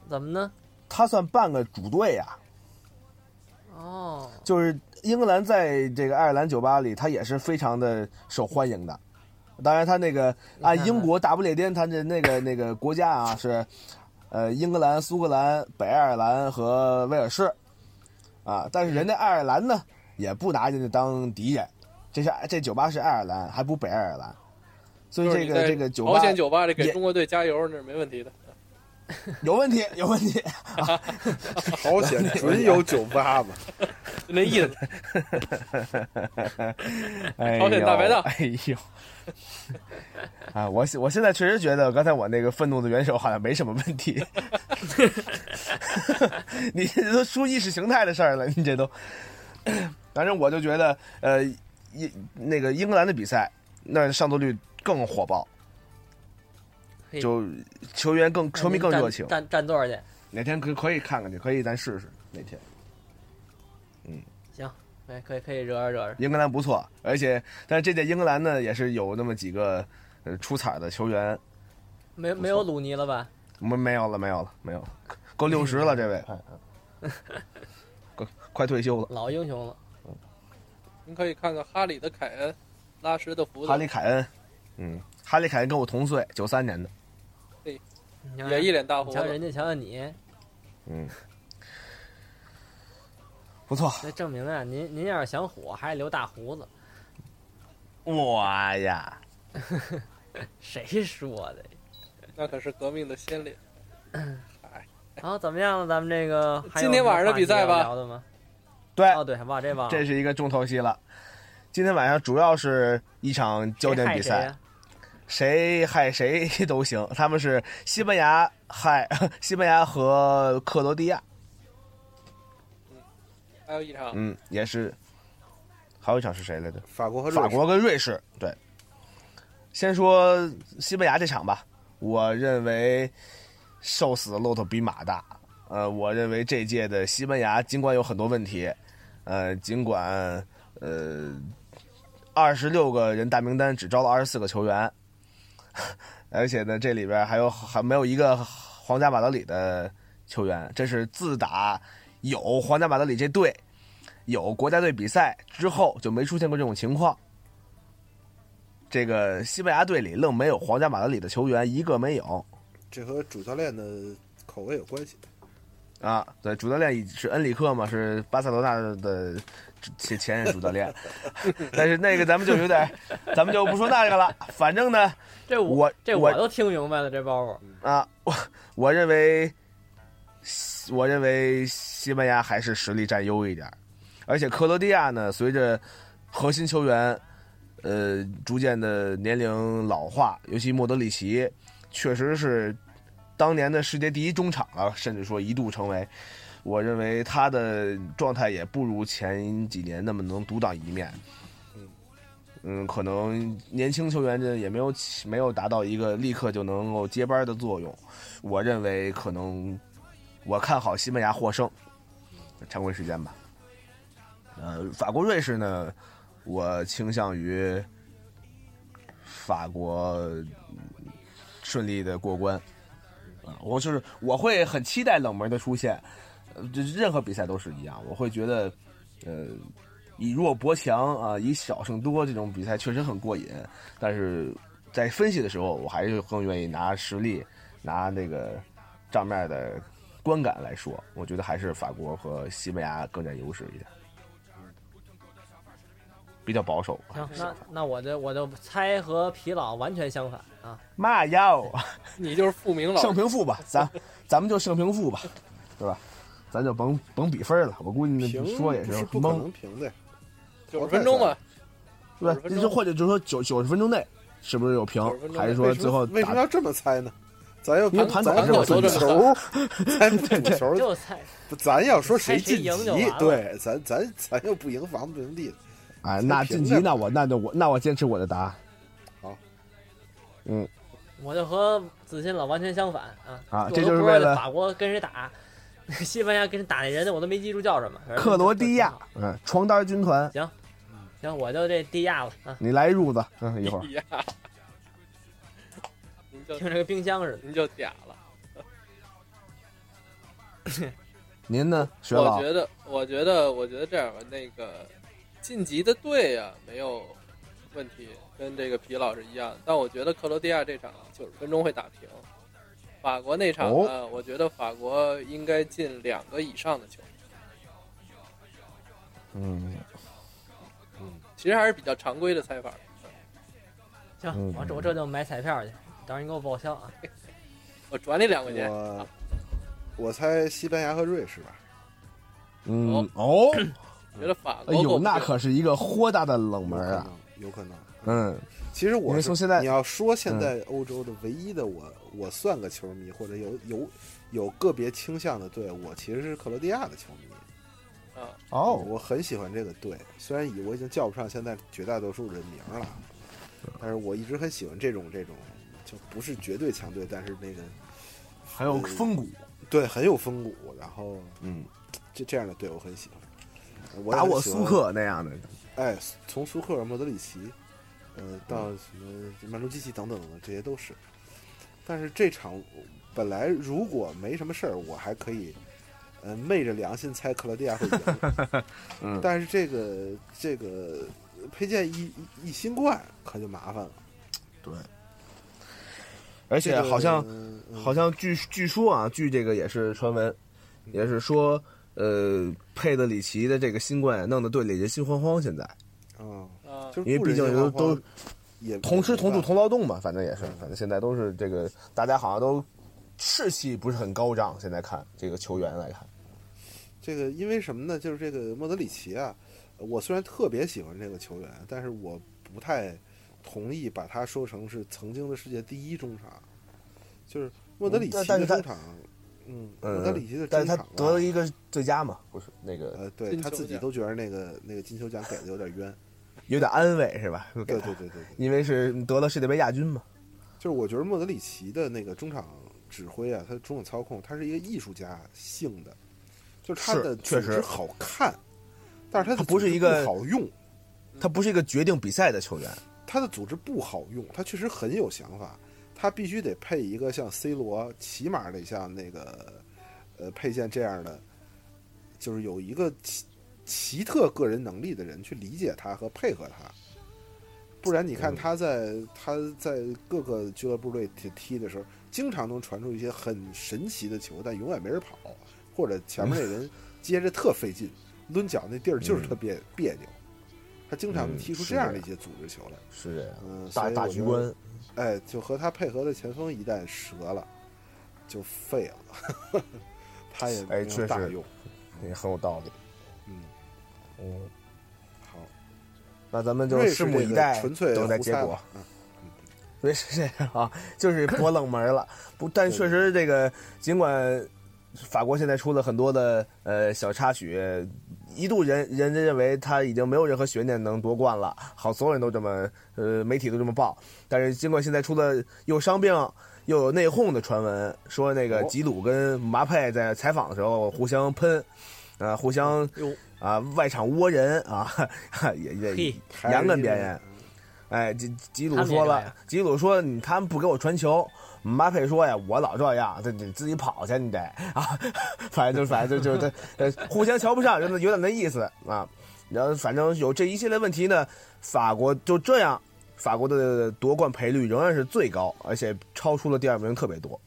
Speaker 1: 怎么呢？
Speaker 2: 他算半个主队啊呀、
Speaker 1: 哦，
Speaker 2: 就是英格兰在这个爱尔兰酒吧里，他也是非常的受欢迎的。当然，他那个
Speaker 1: 你看
Speaker 2: 按
Speaker 1: 看
Speaker 2: 英国大不列颠，他的那个那个国家啊是，呃，英格兰、苏格兰、北爱尔兰和威尔士，啊，但是人家爱尔兰呢也不拿人家当敌人，这是这酒吧是爱尔兰，还不北爱尔兰，所以
Speaker 3: 就是
Speaker 2: 这
Speaker 3: 你
Speaker 2: 个
Speaker 3: 在
Speaker 2: 这个酒
Speaker 3: 朝
Speaker 2: 吧
Speaker 3: 鲜酒吧里给
Speaker 2: 也
Speaker 3: 中国队加油，那是没问题的。
Speaker 2: 有问题，有问题。
Speaker 4: 朝
Speaker 2: *laughs*
Speaker 4: 鲜准有酒吧嘛，
Speaker 3: 就那意思，
Speaker 2: 哎
Speaker 3: 朝鲜
Speaker 2: 呦
Speaker 3: 大
Speaker 2: *laughs*
Speaker 3: 排档
Speaker 2: 哎呦，啊，我现我现在确实觉得刚才我那个愤怒的元首好像没什么
Speaker 3: *laughs*
Speaker 2: 问题。 *laughs* 你这都出意识形态的事儿了，你这都。 *clears throat* 反正我就觉得，呃，英那个英格兰的比赛，那上座率更火爆，
Speaker 1: 嘿
Speaker 2: 就球员更球迷更热情。
Speaker 1: 啊站站座去，
Speaker 2: 哪天可可以看看去，可以咱试试哪天。
Speaker 1: 行，哎，可以可以惹惹惹惹。
Speaker 2: 英格兰不错，而且但是这届英格兰呢，也是有那么几个呃出彩的球员，
Speaker 1: 没没有鲁尼了吧？
Speaker 2: 没没有了，没有了，没有了，够六十了，这位，嗯够快退休了。
Speaker 1: 老英雄了，
Speaker 3: 您可以看看哈里的凯恩、拉什的福
Speaker 2: 哈
Speaker 3: 特
Speaker 2: 利，凯恩，嗯，哈利凯恩跟我同岁，九三年的，
Speaker 1: 你瞧
Speaker 3: 也一脸大胡
Speaker 1: 你
Speaker 3: 子
Speaker 1: 瞧。人家，瞧瞧你，
Speaker 2: 嗯不错。
Speaker 1: 那证明啊，您您要是想火，还是留大胡子。
Speaker 2: 我呀，
Speaker 1: 谁说的？
Speaker 3: 那可是革命的先烈。
Speaker 1: 然后怎么样了？咱们这个还
Speaker 3: *laughs*
Speaker 1: 有
Speaker 3: 今天晚上的比赛吧
Speaker 1: 什么话题要聊的吗？
Speaker 2: 对，
Speaker 1: 哦，对，还忘这忘了，
Speaker 2: 哎这是一个重头戏了。今天晚上主要是一场焦点比赛，谁害谁啊都行。他们是西班牙害 *laughs* 西班牙和克罗地亚，
Speaker 3: 还有一场，
Speaker 2: 嗯，也是。还有一场是谁来着？
Speaker 4: 法国和瑞
Speaker 2: 法
Speaker 4: 士
Speaker 2: 国跟瑞士。对，先说西班牙这场吧，我认为瘦死的骆驼比马大。呃，我认为这届的西班牙尽管有很多问题，呃，尽管呃二十六个人大名单只招了二十四个球员， *laughs* 而且呢，这里边还有还没有一个皇家马德里的球员，这是自打有皇家马德里这队有国家队比赛之后就没出现过这种情况。这个西班牙队里愣没有皇家马德里的球员，一个没有
Speaker 4: 这和主教练的口味有关系。
Speaker 2: 啊。对，主教练是恩里克嘛，是巴塞罗那的前前任主教练， *laughs* 但是那个咱们就有点，咱们就不说那个了。反正呢，
Speaker 1: 这
Speaker 2: 我
Speaker 1: 这
Speaker 2: 我
Speaker 1: 我都听明白了，这包袱
Speaker 2: 啊，我我认为，西我认为西班牙还是实力占优一点儿，而且克罗地亚呢，随着核心球员呃逐渐的年龄老化，尤其莫德里奇，确实是当年的世界第一中场了，甚至说一度成为，我认为他的状态也不如前几年那么能独当一面。嗯，可能年轻球员这也没有起没有达到一个立刻就能够接班的作用。我认为可能我看好西班牙获胜，常规时间吧。呃，法国瑞士呢，我倾向于法国嗯顺利的过关。啊，我就是我会很期待冷门的出现，呃，这任何比赛都是一样，我会觉得，呃，以弱博强啊，以小胜多这种比赛确实很过瘾，但是在分析的时候，我还是更愿意拿实力、拿那个账面的观感来说，我觉得还是法国和西班牙更占优势一点，比较保守。
Speaker 1: 行，那那我这我就猜和皮老完全相反啊，
Speaker 2: 妈呀，
Speaker 3: 你就是傅明老
Speaker 2: 胜
Speaker 3: 师，
Speaker 2: 平负吧，咱咱们就胜平负吧，对吧？咱就甭甭比分了，我估计
Speaker 4: 平
Speaker 2: 那说也
Speaker 4: 不
Speaker 2: 是
Speaker 4: 是不可
Speaker 2: 蒙
Speaker 4: 能平的，
Speaker 3: 九十分钟吧，
Speaker 2: 对
Speaker 3: 90
Speaker 2: 吧，
Speaker 3: 分钟
Speaker 2: 就或者就说九九十分钟内是不是有平
Speaker 3: 90分，钟
Speaker 2: 还是
Speaker 4: 为
Speaker 2: 说
Speaker 4: 什
Speaker 2: 最后
Speaker 4: 么为什么
Speaker 2: 打
Speaker 4: 要这么猜呢？咱要
Speaker 2: 因为
Speaker 4: 不
Speaker 2: 盘
Speaker 4: 咱
Speaker 2: 口是我
Speaker 4: 要
Speaker 2: 算
Speaker 4: 不
Speaker 2: 的
Speaker 4: 赌球，咱不赌
Speaker 2: *laughs*
Speaker 4: 球，
Speaker 1: 就猜
Speaker 4: 不咱要说
Speaker 1: 猜谁
Speaker 4: 晋级
Speaker 1: 赢就完了，
Speaker 4: 对，咱咱咱又不赢房不赢地的，
Speaker 2: 哎
Speaker 4: 平
Speaker 2: 那晋级
Speaker 4: 的
Speaker 2: 那我那就我那我坚持我的答案
Speaker 1: 我就和子欣老完全相反啊
Speaker 2: 啊
Speaker 1: 我
Speaker 2: 这
Speaker 1: 都
Speaker 2: 就是
Speaker 1: 不知道
Speaker 2: 为了
Speaker 1: 法国跟谁打，西班牙跟谁打那人我都没记住叫什么，反正
Speaker 2: 克罗地亚
Speaker 1: 就。，
Speaker 2: 嗯，床单军团，
Speaker 1: 行，我就这地亚了啊，
Speaker 2: 你来一褥子，嗯，一会儿
Speaker 3: 哎呀，您就
Speaker 1: 听着跟冰箱似的。
Speaker 3: 您就嗲了。
Speaker 2: 您呢，雪
Speaker 3: 我
Speaker 2: 老
Speaker 3: 觉得，我觉得，我觉得这样吧，那个晋级的队呀、没有问题，跟这个皮老师一样。但我觉得克罗地亚这场九十分钟会打平，法国那场
Speaker 2: 哦
Speaker 3: 呢，我觉得法国应该进两个以上的球，
Speaker 2: 嗯，
Speaker 3: 其实还是比较常规的猜法。
Speaker 2: 嗯
Speaker 1: 行，我这我这就买彩票去，到时候你给我报销啊。
Speaker 3: 我转你两块钱，
Speaker 4: 我我猜西班牙和瑞士吧，
Speaker 2: 嗯哦，
Speaker 3: 觉得法
Speaker 2: 哎
Speaker 3: 国够
Speaker 2: 呦，
Speaker 3: 不
Speaker 2: 那
Speaker 3: 够
Speaker 2: 可是一个豁达的冷
Speaker 4: 有
Speaker 2: 门
Speaker 4: 可
Speaker 2: 啊，
Speaker 4: 能，有可能。
Speaker 2: 嗯，
Speaker 4: 其实
Speaker 2: 因
Speaker 4: 我
Speaker 2: 为
Speaker 4: 是
Speaker 2: 从现在嗯
Speaker 4: 你要说现在欧洲的唯一的我，我算个球迷或者有有有个别倾向的队，我其实是克罗地亚的球迷。
Speaker 3: 啊，
Speaker 2: 哦，
Speaker 4: 我很喜欢这个队，虽然已我已经叫不上现在绝大多数人名了，
Speaker 2: 嗯
Speaker 4: 但是我一直很喜欢这种这种，就不是绝对强队，但是那个
Speaker 2: 还有风骨，
Speaker 4: 对很有风骨，然后
Speaker 2: 嗯，
Speaker 4: 这这样的队我很喜欢。我也
Speaker 2: 打
Speaker 4: 很
Speaker 2: 我
Speaker 4: 喜
Speaker 2: 苏
Speaker 4: 欢，
Speaker 2: 克那样的，
Speaker 4: 哎，从苏克、莫德里奇，呃，到
Speaker 2: 嗯
Speaker 4: 什么曼朱基奇等等的，这些都是。但是这场本来如果没什么事儿，我还可以，呃，昧着良心猜克罗地亚会赢。
Speaker 2: *laughs* 嗯
Speaker 4: 但是这个这个佩剑一一一新冠可就麻烦了，
Speaker 2: 而
Speaker 4: 而
Speaker 2: 且啊好像好
Speaker 4: 像
Speaker 2: 像据据说啊，据这个也是传闻，也是说，呃，佩德里奇的这个新冠弄得队里人心惶惶，现在
Speaker 4: 啊，
Speaker 3: 啊
Speaker 4: 就是
Speaker 2: 因为
Speaker 4: 不
Speaker 2: 毕
Speaker 4: 人
Speaker 2: 竟
Speaker 4: 心
Speaker 2: 都
Speaker 4: 惶惶
Speaker 2: 都
Speaker 4: 也
Speaker 2: 同吃
Speaker 4: 也
Speaker 2: 同
Speaker 4: 没
Speaker 2: 住
Speaker 4: 办
Speaker 2: 同劳动嘛，反正也是，反正现在都是这个，大家好像都士气不是很高涨，现在看这个球员来看，
Speaker 4: 这个因为什么呢？就是这个莫德里奇啊，我虽然特别喜欢这个球员，但是我不太同意把他说成是曾经的世界第一中场。就是莫德里奇
Speaker 2: 嗯但
Speaker 4: 的
Speaker 2: 是他
Speaker 4: 中场，嗯，莫德里奇
Speaker 2: 嗯
Speaker 4: 的，
Speaker 2: 但
Speaker 4: 中
Speaker 2: 是
Speaker 4: 场
Speaker 2: 他
Speaker 4: 啊，
Speaker 2: 得了一个最佳嘛，不是那个
Speaker 4: 呃，对
Speaker 3: 金
Speaker 4: 他
Speaker 3: 球
Speaker 4: 自己
Speaker 3: 奖
Speaker 4: 都觉得那个那个金球奖给的有点
Speaker 2: *laughs*
Speaker 4: 冤。
Speaker 2: 有点安慰是吧？
Speaker 4: 对对对对对，
Speaker 2: *laughs* 因为是得了世界杯亚军嘛。
Speaker 4: 就是我觉得莫德里奇的那个中场指挥啊，他的中场操控，他是一个艺术家性的，就是他
Speaker 2: 是
Speaker 4: 的
Speaker 2: 确
Speaker 4: 组织
Speaker 2: 实
Speaker 4: 好看，但是他
Speaker 2: 他
Speaker 4: 的
Speaker 2: 不
Speaker 4: 组
Speaker 2: 是
Speaker 4: 织
Speaker 2: 一个
Speaker 4: 不好用，
Speaker 2: 他不是一个决定比赛的球员，
Speaker 4: 他的组织不好用，他确实很有想法，他必须得配一个像 C 罗，起码得像那个呃佩剑这样的，就是有一个奇奇特个人能力的人去理解他和配合他。不然你看他在、他在各个俱乐部队踢踢的时候，经常能传出一些很神奇的球，但永远没人跑，或者前面那人接着特费劲，抡脚那地儿就是特别别扭。他经常
Speaker 2: 嗯
Speaker 4: 踢出
Speaker 2: 是
Speaker 4: 这样
Speaker 2: 的
Speaker 4: 的一些组织球来。
Speaker 2: 是这样。
Speaker 4: 嗯，所
Speaker 2: 大
Speaker 4: 以
Speaker 2: 大
Speaker 4: 我
Speaker 2: 局
Speaker 4: 觉得
Speaker 2: 观，
Speaker 4: 哎，就和他配合的前锋一旦折了，就废了， *laughs* 他也没
Speaker 2: 哎确
Speaker 4: 有大
Speaker 2: 实
Speaker 4: 用。
Speaker 2: 也很有道理。
Speaker 4: 嗯，
Speaker 2: 嗯，
Speaker 4: 好，
Speaker 2: 那咱们就
Speaker 4: 瑞
Speaker 2: 拭
Speaker 4: 士
Speaker 2: 目
Speaker 4: 这
Speaker 2: 以
Speaker 4: 个
Speaker 2: 待，
Speaker 4: 纯粹
Speaker 2: 等待
Speaker 4: 胡
Speaker 2: 结
Speaker 4: 猜
Speaker 2: 果
Speaker 4: 了。。
Speaker 2: *laughs*
Speaker 4: 嗯
Speaker 2: 对，是这样啊，
Speaker 4: *laughs*
Speaker 2: 就是博冷门了。不，但
Speaker 4: 对
Speaker 2: 确实这个，尽管法国现在出了很多的呃小插曲，一度人人家认为他已经没有任何悬念能夺冠了，好，所有人都这么呃媒体都这么报。但是尽管现在出了又伤病又有内讧的传闻，说那个
Speaker 4: 哦
Speaker 2: 吉鲁跟姆巴佩在采访的时候互相喷，呃，互相
Speaker 1: 哟，
Speaker 2: 啊、外场窝人啊， *laughs* 也也
Speaker 1: 嘿，
Speaker 4: 还
Speaker 2: 扬
Speaker 4: 是
Speaker 2: 跟
Speaker 4: 因
Speaker 2: 别
Speaker 4: 为
Speaker 2: 人。哎，吉吉鲁
Speaker 1: 他们也
Speaker 2: 说
Speaker 1: 这
Speaker 2: 了
Speaker 1: 样，
Speaker 2: 吉鲁说你他们不给我传球，姆巴佩说呀，我老这样，这你自己跑去，你得啊， *laughs* 反正就反正就就这呃互相瞧不上，有点有点那意思啊。然后反正有这一系列问题呢，法国就这样，法国的夺冠赔率仍然是最高，而且超出了第二名特别多。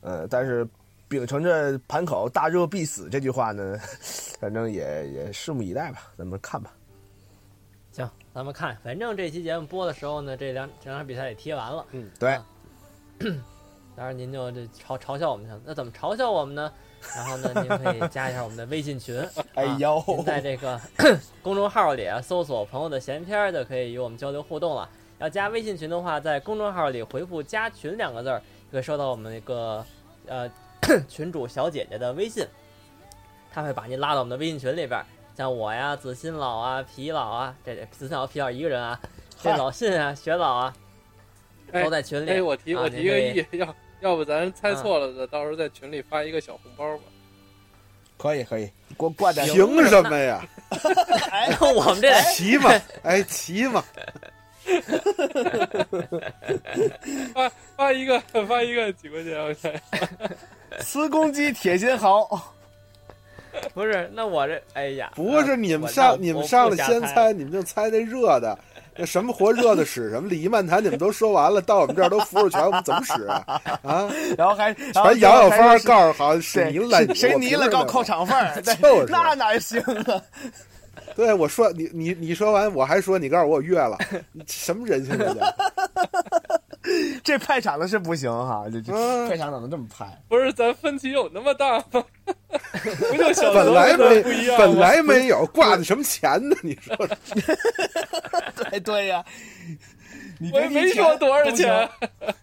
Speaker 2: 呃，但是秉承着盘口大热必死这句话呢， *laughs* 反正也也拭目以待吧，咱们看吧。
Speaker 1: 行，咱们看，反正这期节目播的时候呢，这两这两场比赛也踢完了，
Speaker 2: 对，
Speaker 1: 当然您就这嘲嘲笑我们去了。那怎么嘲笑我们呢？然后呢，您可以加一下我们的微信群。
Speaker 2: 哎
Speaker 1: 啊
Speaker 2: 呦，
Speaker 1: 您在这个 *coughs* 公众号里啊搜索“朋友的闲篇儿”，就可以与我们交流互动了。要加微信群的话，在公众号里回复“加群”两个字儿，就可以收到我们一个呃 *coughs* 群主小姐姐的微信，她会把您拉到我们的微信群里边儿。像我呀、子欣老啊、皮老啊，这这子欣老、皮老一个人啊，这
Speaker 2: 嗨
Speaker 1: 老信啊、雪老啊，
Speaker 3: 哎
Speaker 1: 都在群里。
Speaker 3: 哎，
Speaker 1: *laughs*
Speaker 3: 我提
Speaker 1: 啊
Speaker 3: 我
Speaker 1: 您
Speaker 3: 提个
Speaker 1: 可以
Speaker 3: 意， *laughs* 要要不咱猜错了的，到时候在群里发一个小红包吧。
Speaker 2: 可以可以，给我挂点
Speaker 1: 行
Speaker 4: 凭什么呀？ *laughs*
Speaker 1: 那我们这
Speaker 4: 骑嘛，哎，骑嘛，
Speaker 3: 发发一个 *laughs* 发一个几块钱，啊我猜。
Speaker 2: 磁公鸡铁心蚝，
Speaker 1: 不是，那我这哎呀，
Speaker 4: 不是你
Speaker 1: 我
Speaker 4: 们
Speaker 1: 那
Speaker 4: 上
Speaker 1: 我
Speaker 4: 你们
Speaker 1: 不
Speaker 4: 上来
Speaker 1: 瞎
Speaker 4: 先
Speaker 1: 猜
Speaker 4: 猜，你们就猜那热的，那什么活热的使什么礼仪漫谈，你们都说完了，到我们这儿都服务全，我们怎么使啊？
Speaker 2: *laughs*
Speaker 4: 啊，
Speaker 2: 然后还然后
Speaker 4: 全杨小
Speaker 2: 还
Speaker 4: 芳
Speaker 2: 是
Speaker 4: 告诉好使
Speaker 2: 对
Speaker 4: 泥了，
Speaker 2: 是谁
Speaker 4: 我
Speaker 2: 泥
Speaker 4: 不
Speaker 2: 了
Speaker 4: 是
Speaker 2: 告
Speaker 4: 那
Speaker 2: 扣
Speaker 4: 个
Speaker 2: 场份儿，对
Speaker 4: 就是
Speaker 2: 那哪行啊？ *laughs*
Speaker 4: *laughs* 对，我说你你你说完，我还说你告诉我我越
Speaker 3: *laughs*
Speaker 4: 了，你什么人性这叫？
Speaker 2: 这派场的是不行哈，这这
Speaker 4: 嗯
Speaker 2: 派场怎么这么派？
Speaker 3: 不是，咱分歧有那么大吗？ *laughs* 不就小
Speaker 4: 本来没
Speaker 3: 的不一样吗
Speaker 4: 本来没有挂的什么钱呢？你说说
Speaker 2: 对对呀，你
Speaker 3: 我
Speaker 2: 别
Speaker 3: 也
Speaker 2: 提
Speaker 3: 没说多少钱啊
Speaker 2: 都。行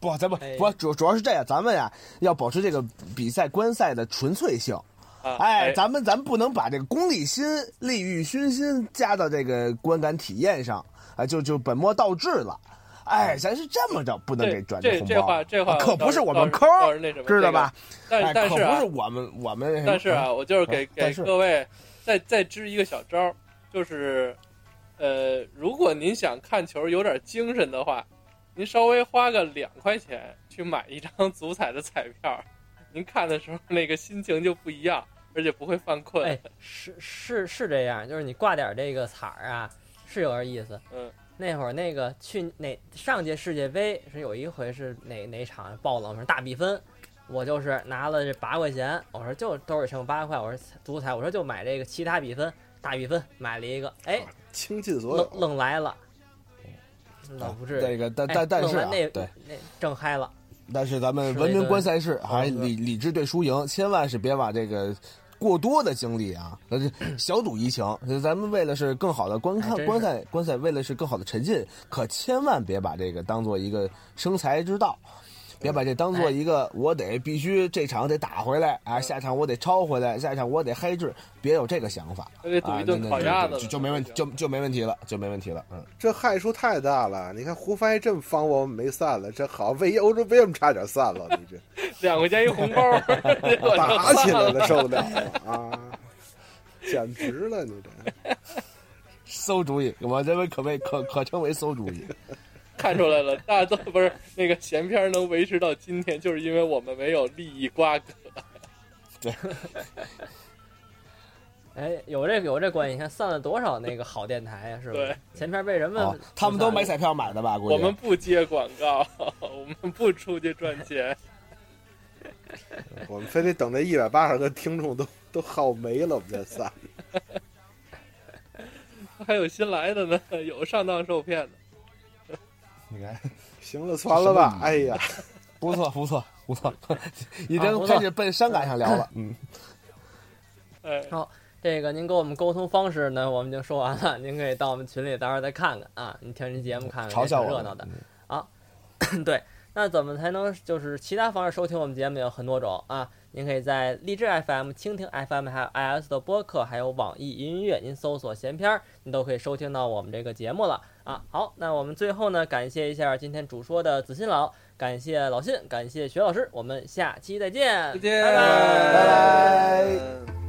Speaker 2: 不，咱们
Speaker 1: 哎
Speaker 2: 不主主要是这样，咱们呀要保持这个比赛观赛的纯粹性。
Speaker 3: 啊 *laughs*
Speaker 2: 哎，咱们咱不能把这个功利心、利欲熏心加到这个观感体验上，啊，就就本末倒置了。哎，咱是这么着，不能给
Speaker 3: 这
Speaker 2: 转
Speaker 3: 这
Speaker 2: 红包。啊
Speaker 3: 这话这话
Speaker 2: 可不是我们
Speaker 3: 倒
Speaker 2: 抠
Speaker 3: 是倒是那什么，
Speaker 2: 知道吧？
Speaker 3: 这个？
Speaker 2: 哎，
Speaker 3: 但但是
Speaker 2: 可不
Speaker 3: 啊
Speaker 2: 是，我们我们那什么。
Speaker 3: 但是啊，我就是给
Speaker 2: 但
Speaker 3: 给
Speaker 2: 是
Speaker 3: 各位再再支一个小招儿，就是，呃，如果您想看球有点精神的话，您稍微花个两块钱去买一张足彩的彩票儿，您看的时候那个心情就不一样，而且不会犯 *laughs* 困。
Speaker 1: 哎，是是是这样，就是你挂点这个彩儿啊，是有点意思。
Speaker 3: 嗯，
Speaker 1: 那会儿那个去哪上届世界杯是有一回是哪哪场爆冷门大比分，我就是拿了这八块钱，我说就兜里剩八块，我说足彩，我说就买这个其他比分大比分买了一个，哎，
Speaker 4: 倾尽所
Speaker 1: 愣
Speaker 4: 有，
Speaker 1: 愣来了，那不至于。
Speaker 2: 嗯这个，但
Speaker 1: 哎
Speaker 2: 但但
Speaker 1: 弄
Speaker 2: 是啊
Speaker 1: 完那
Speaker 2: 对
Speaker 1: 那正嗨了，
Speaker 2: 但是咱们
Speaker 1: 吃了
Speaker 2: 文
Speaker 1: 一
Speaker 2: 明
Speaker 1: 顿
Speaker 2: 观赛事，
Speaker 3: 嗯
Speaker 2: 还是
Speaker 1: 猴子
Speaker 2: 理理智对输赢，千万是别把这个过多的精力啊， *clears throat* 那就小赌怡情。咱们为了是更好的观
Speaker 1: 还
Speaker 2: 看
Speaker 3: 哎
Speaker 1: 真是
Speaker 2: 观赛观赛，为了是更好的沉浸，可千万别把这个当做一个生财之道。别把这当做一
Speaker 3: 哎
Speaker 2: 个，我得必须这场得打回来
Speaker 3: 嗯
Speaker 2: 啊，下场我得超回来，下场我得黑制，别有这个想法。
Speaker 3: 那得赌一顿
Speaker 2: 啊那那
Speaker 3: 烤鸭子
Speaker 2: 就
Speaker 3: 了
Speaker 2: 就就没问就就没问题了，就没问题了。嗯，
Speaker 4: 这害处太大了。你看胡翻译这么方我们没散了，这好，万一欧洲杯我们差点散了，你
Speaker 3: *laughs*
Speaker 4: 这
Speaker 3: 两块钱一红包，结果就
Speaker 4: 打起
Speaker 3: 散
Speaker 4: 来
Speaker 3: 了。
Speaker 4: 了受不了啊！简直了，你这
Speaker 2: 馊主意，我认为可谓可可称为馊主意。
Speaker 3: 看出来了，大家都不是那个闲篇儿能维持到今天，就是因为我们没有利益瓜葛。
Speaker 1: 哎，有这有这关系，你看散了多少那个好电台啊，是吧
Speaker 3: 对？
Speaker 1: 前篇被人们
Speaker 2: 哦，他们都买彩票买的吧？估计
Speaker 3: 我们不接广告，我们不出去赚钱。
Speaker 4: 我们非得等这一百八十个听众都都耗没了，我们再散。
Speaker 3: 还有新来的呢，有上当受骗的。
Speaker 2: 你看
Speaker 4: 行了，算了吧。哎呀，
Speaker 2: 不错不错不错，已
Speaker 1: 啊不
Speaker 2: 经
Speaker 1: 错
Speaker 2: 开始奔伤感上聊了。嗯，
Speaker 3: 哎，
Speaker 1: 这个您跟我们沟通方式呢，我们已经说完了，您可以到我们群里，到时候再看看啊，你听人节目看看，
Speaker 2: 嘲笑
Speaker 1: 也
Speaker 2: 我嗯
Speaker 1: 挺热闹的。啊 *coughs* 对，那怎么才能就是其他方式收听我们节目有很多种啊？您可以在荔枝 FM、蜻蜓 FM 还有 iOS 的播客，还有网易云音乐，您搜索“闲篇”，儿”，您都可以收听到我们这个节目了啊。好，那我们最后呢，感谢一下今天主说的子欣老，感谢老信，感谢薛老师，我们下期再见，
Speaker 3: 再见，
Speaker 1: 拜拜
Speaker 2: 拜拜
Speaker 3: 拜。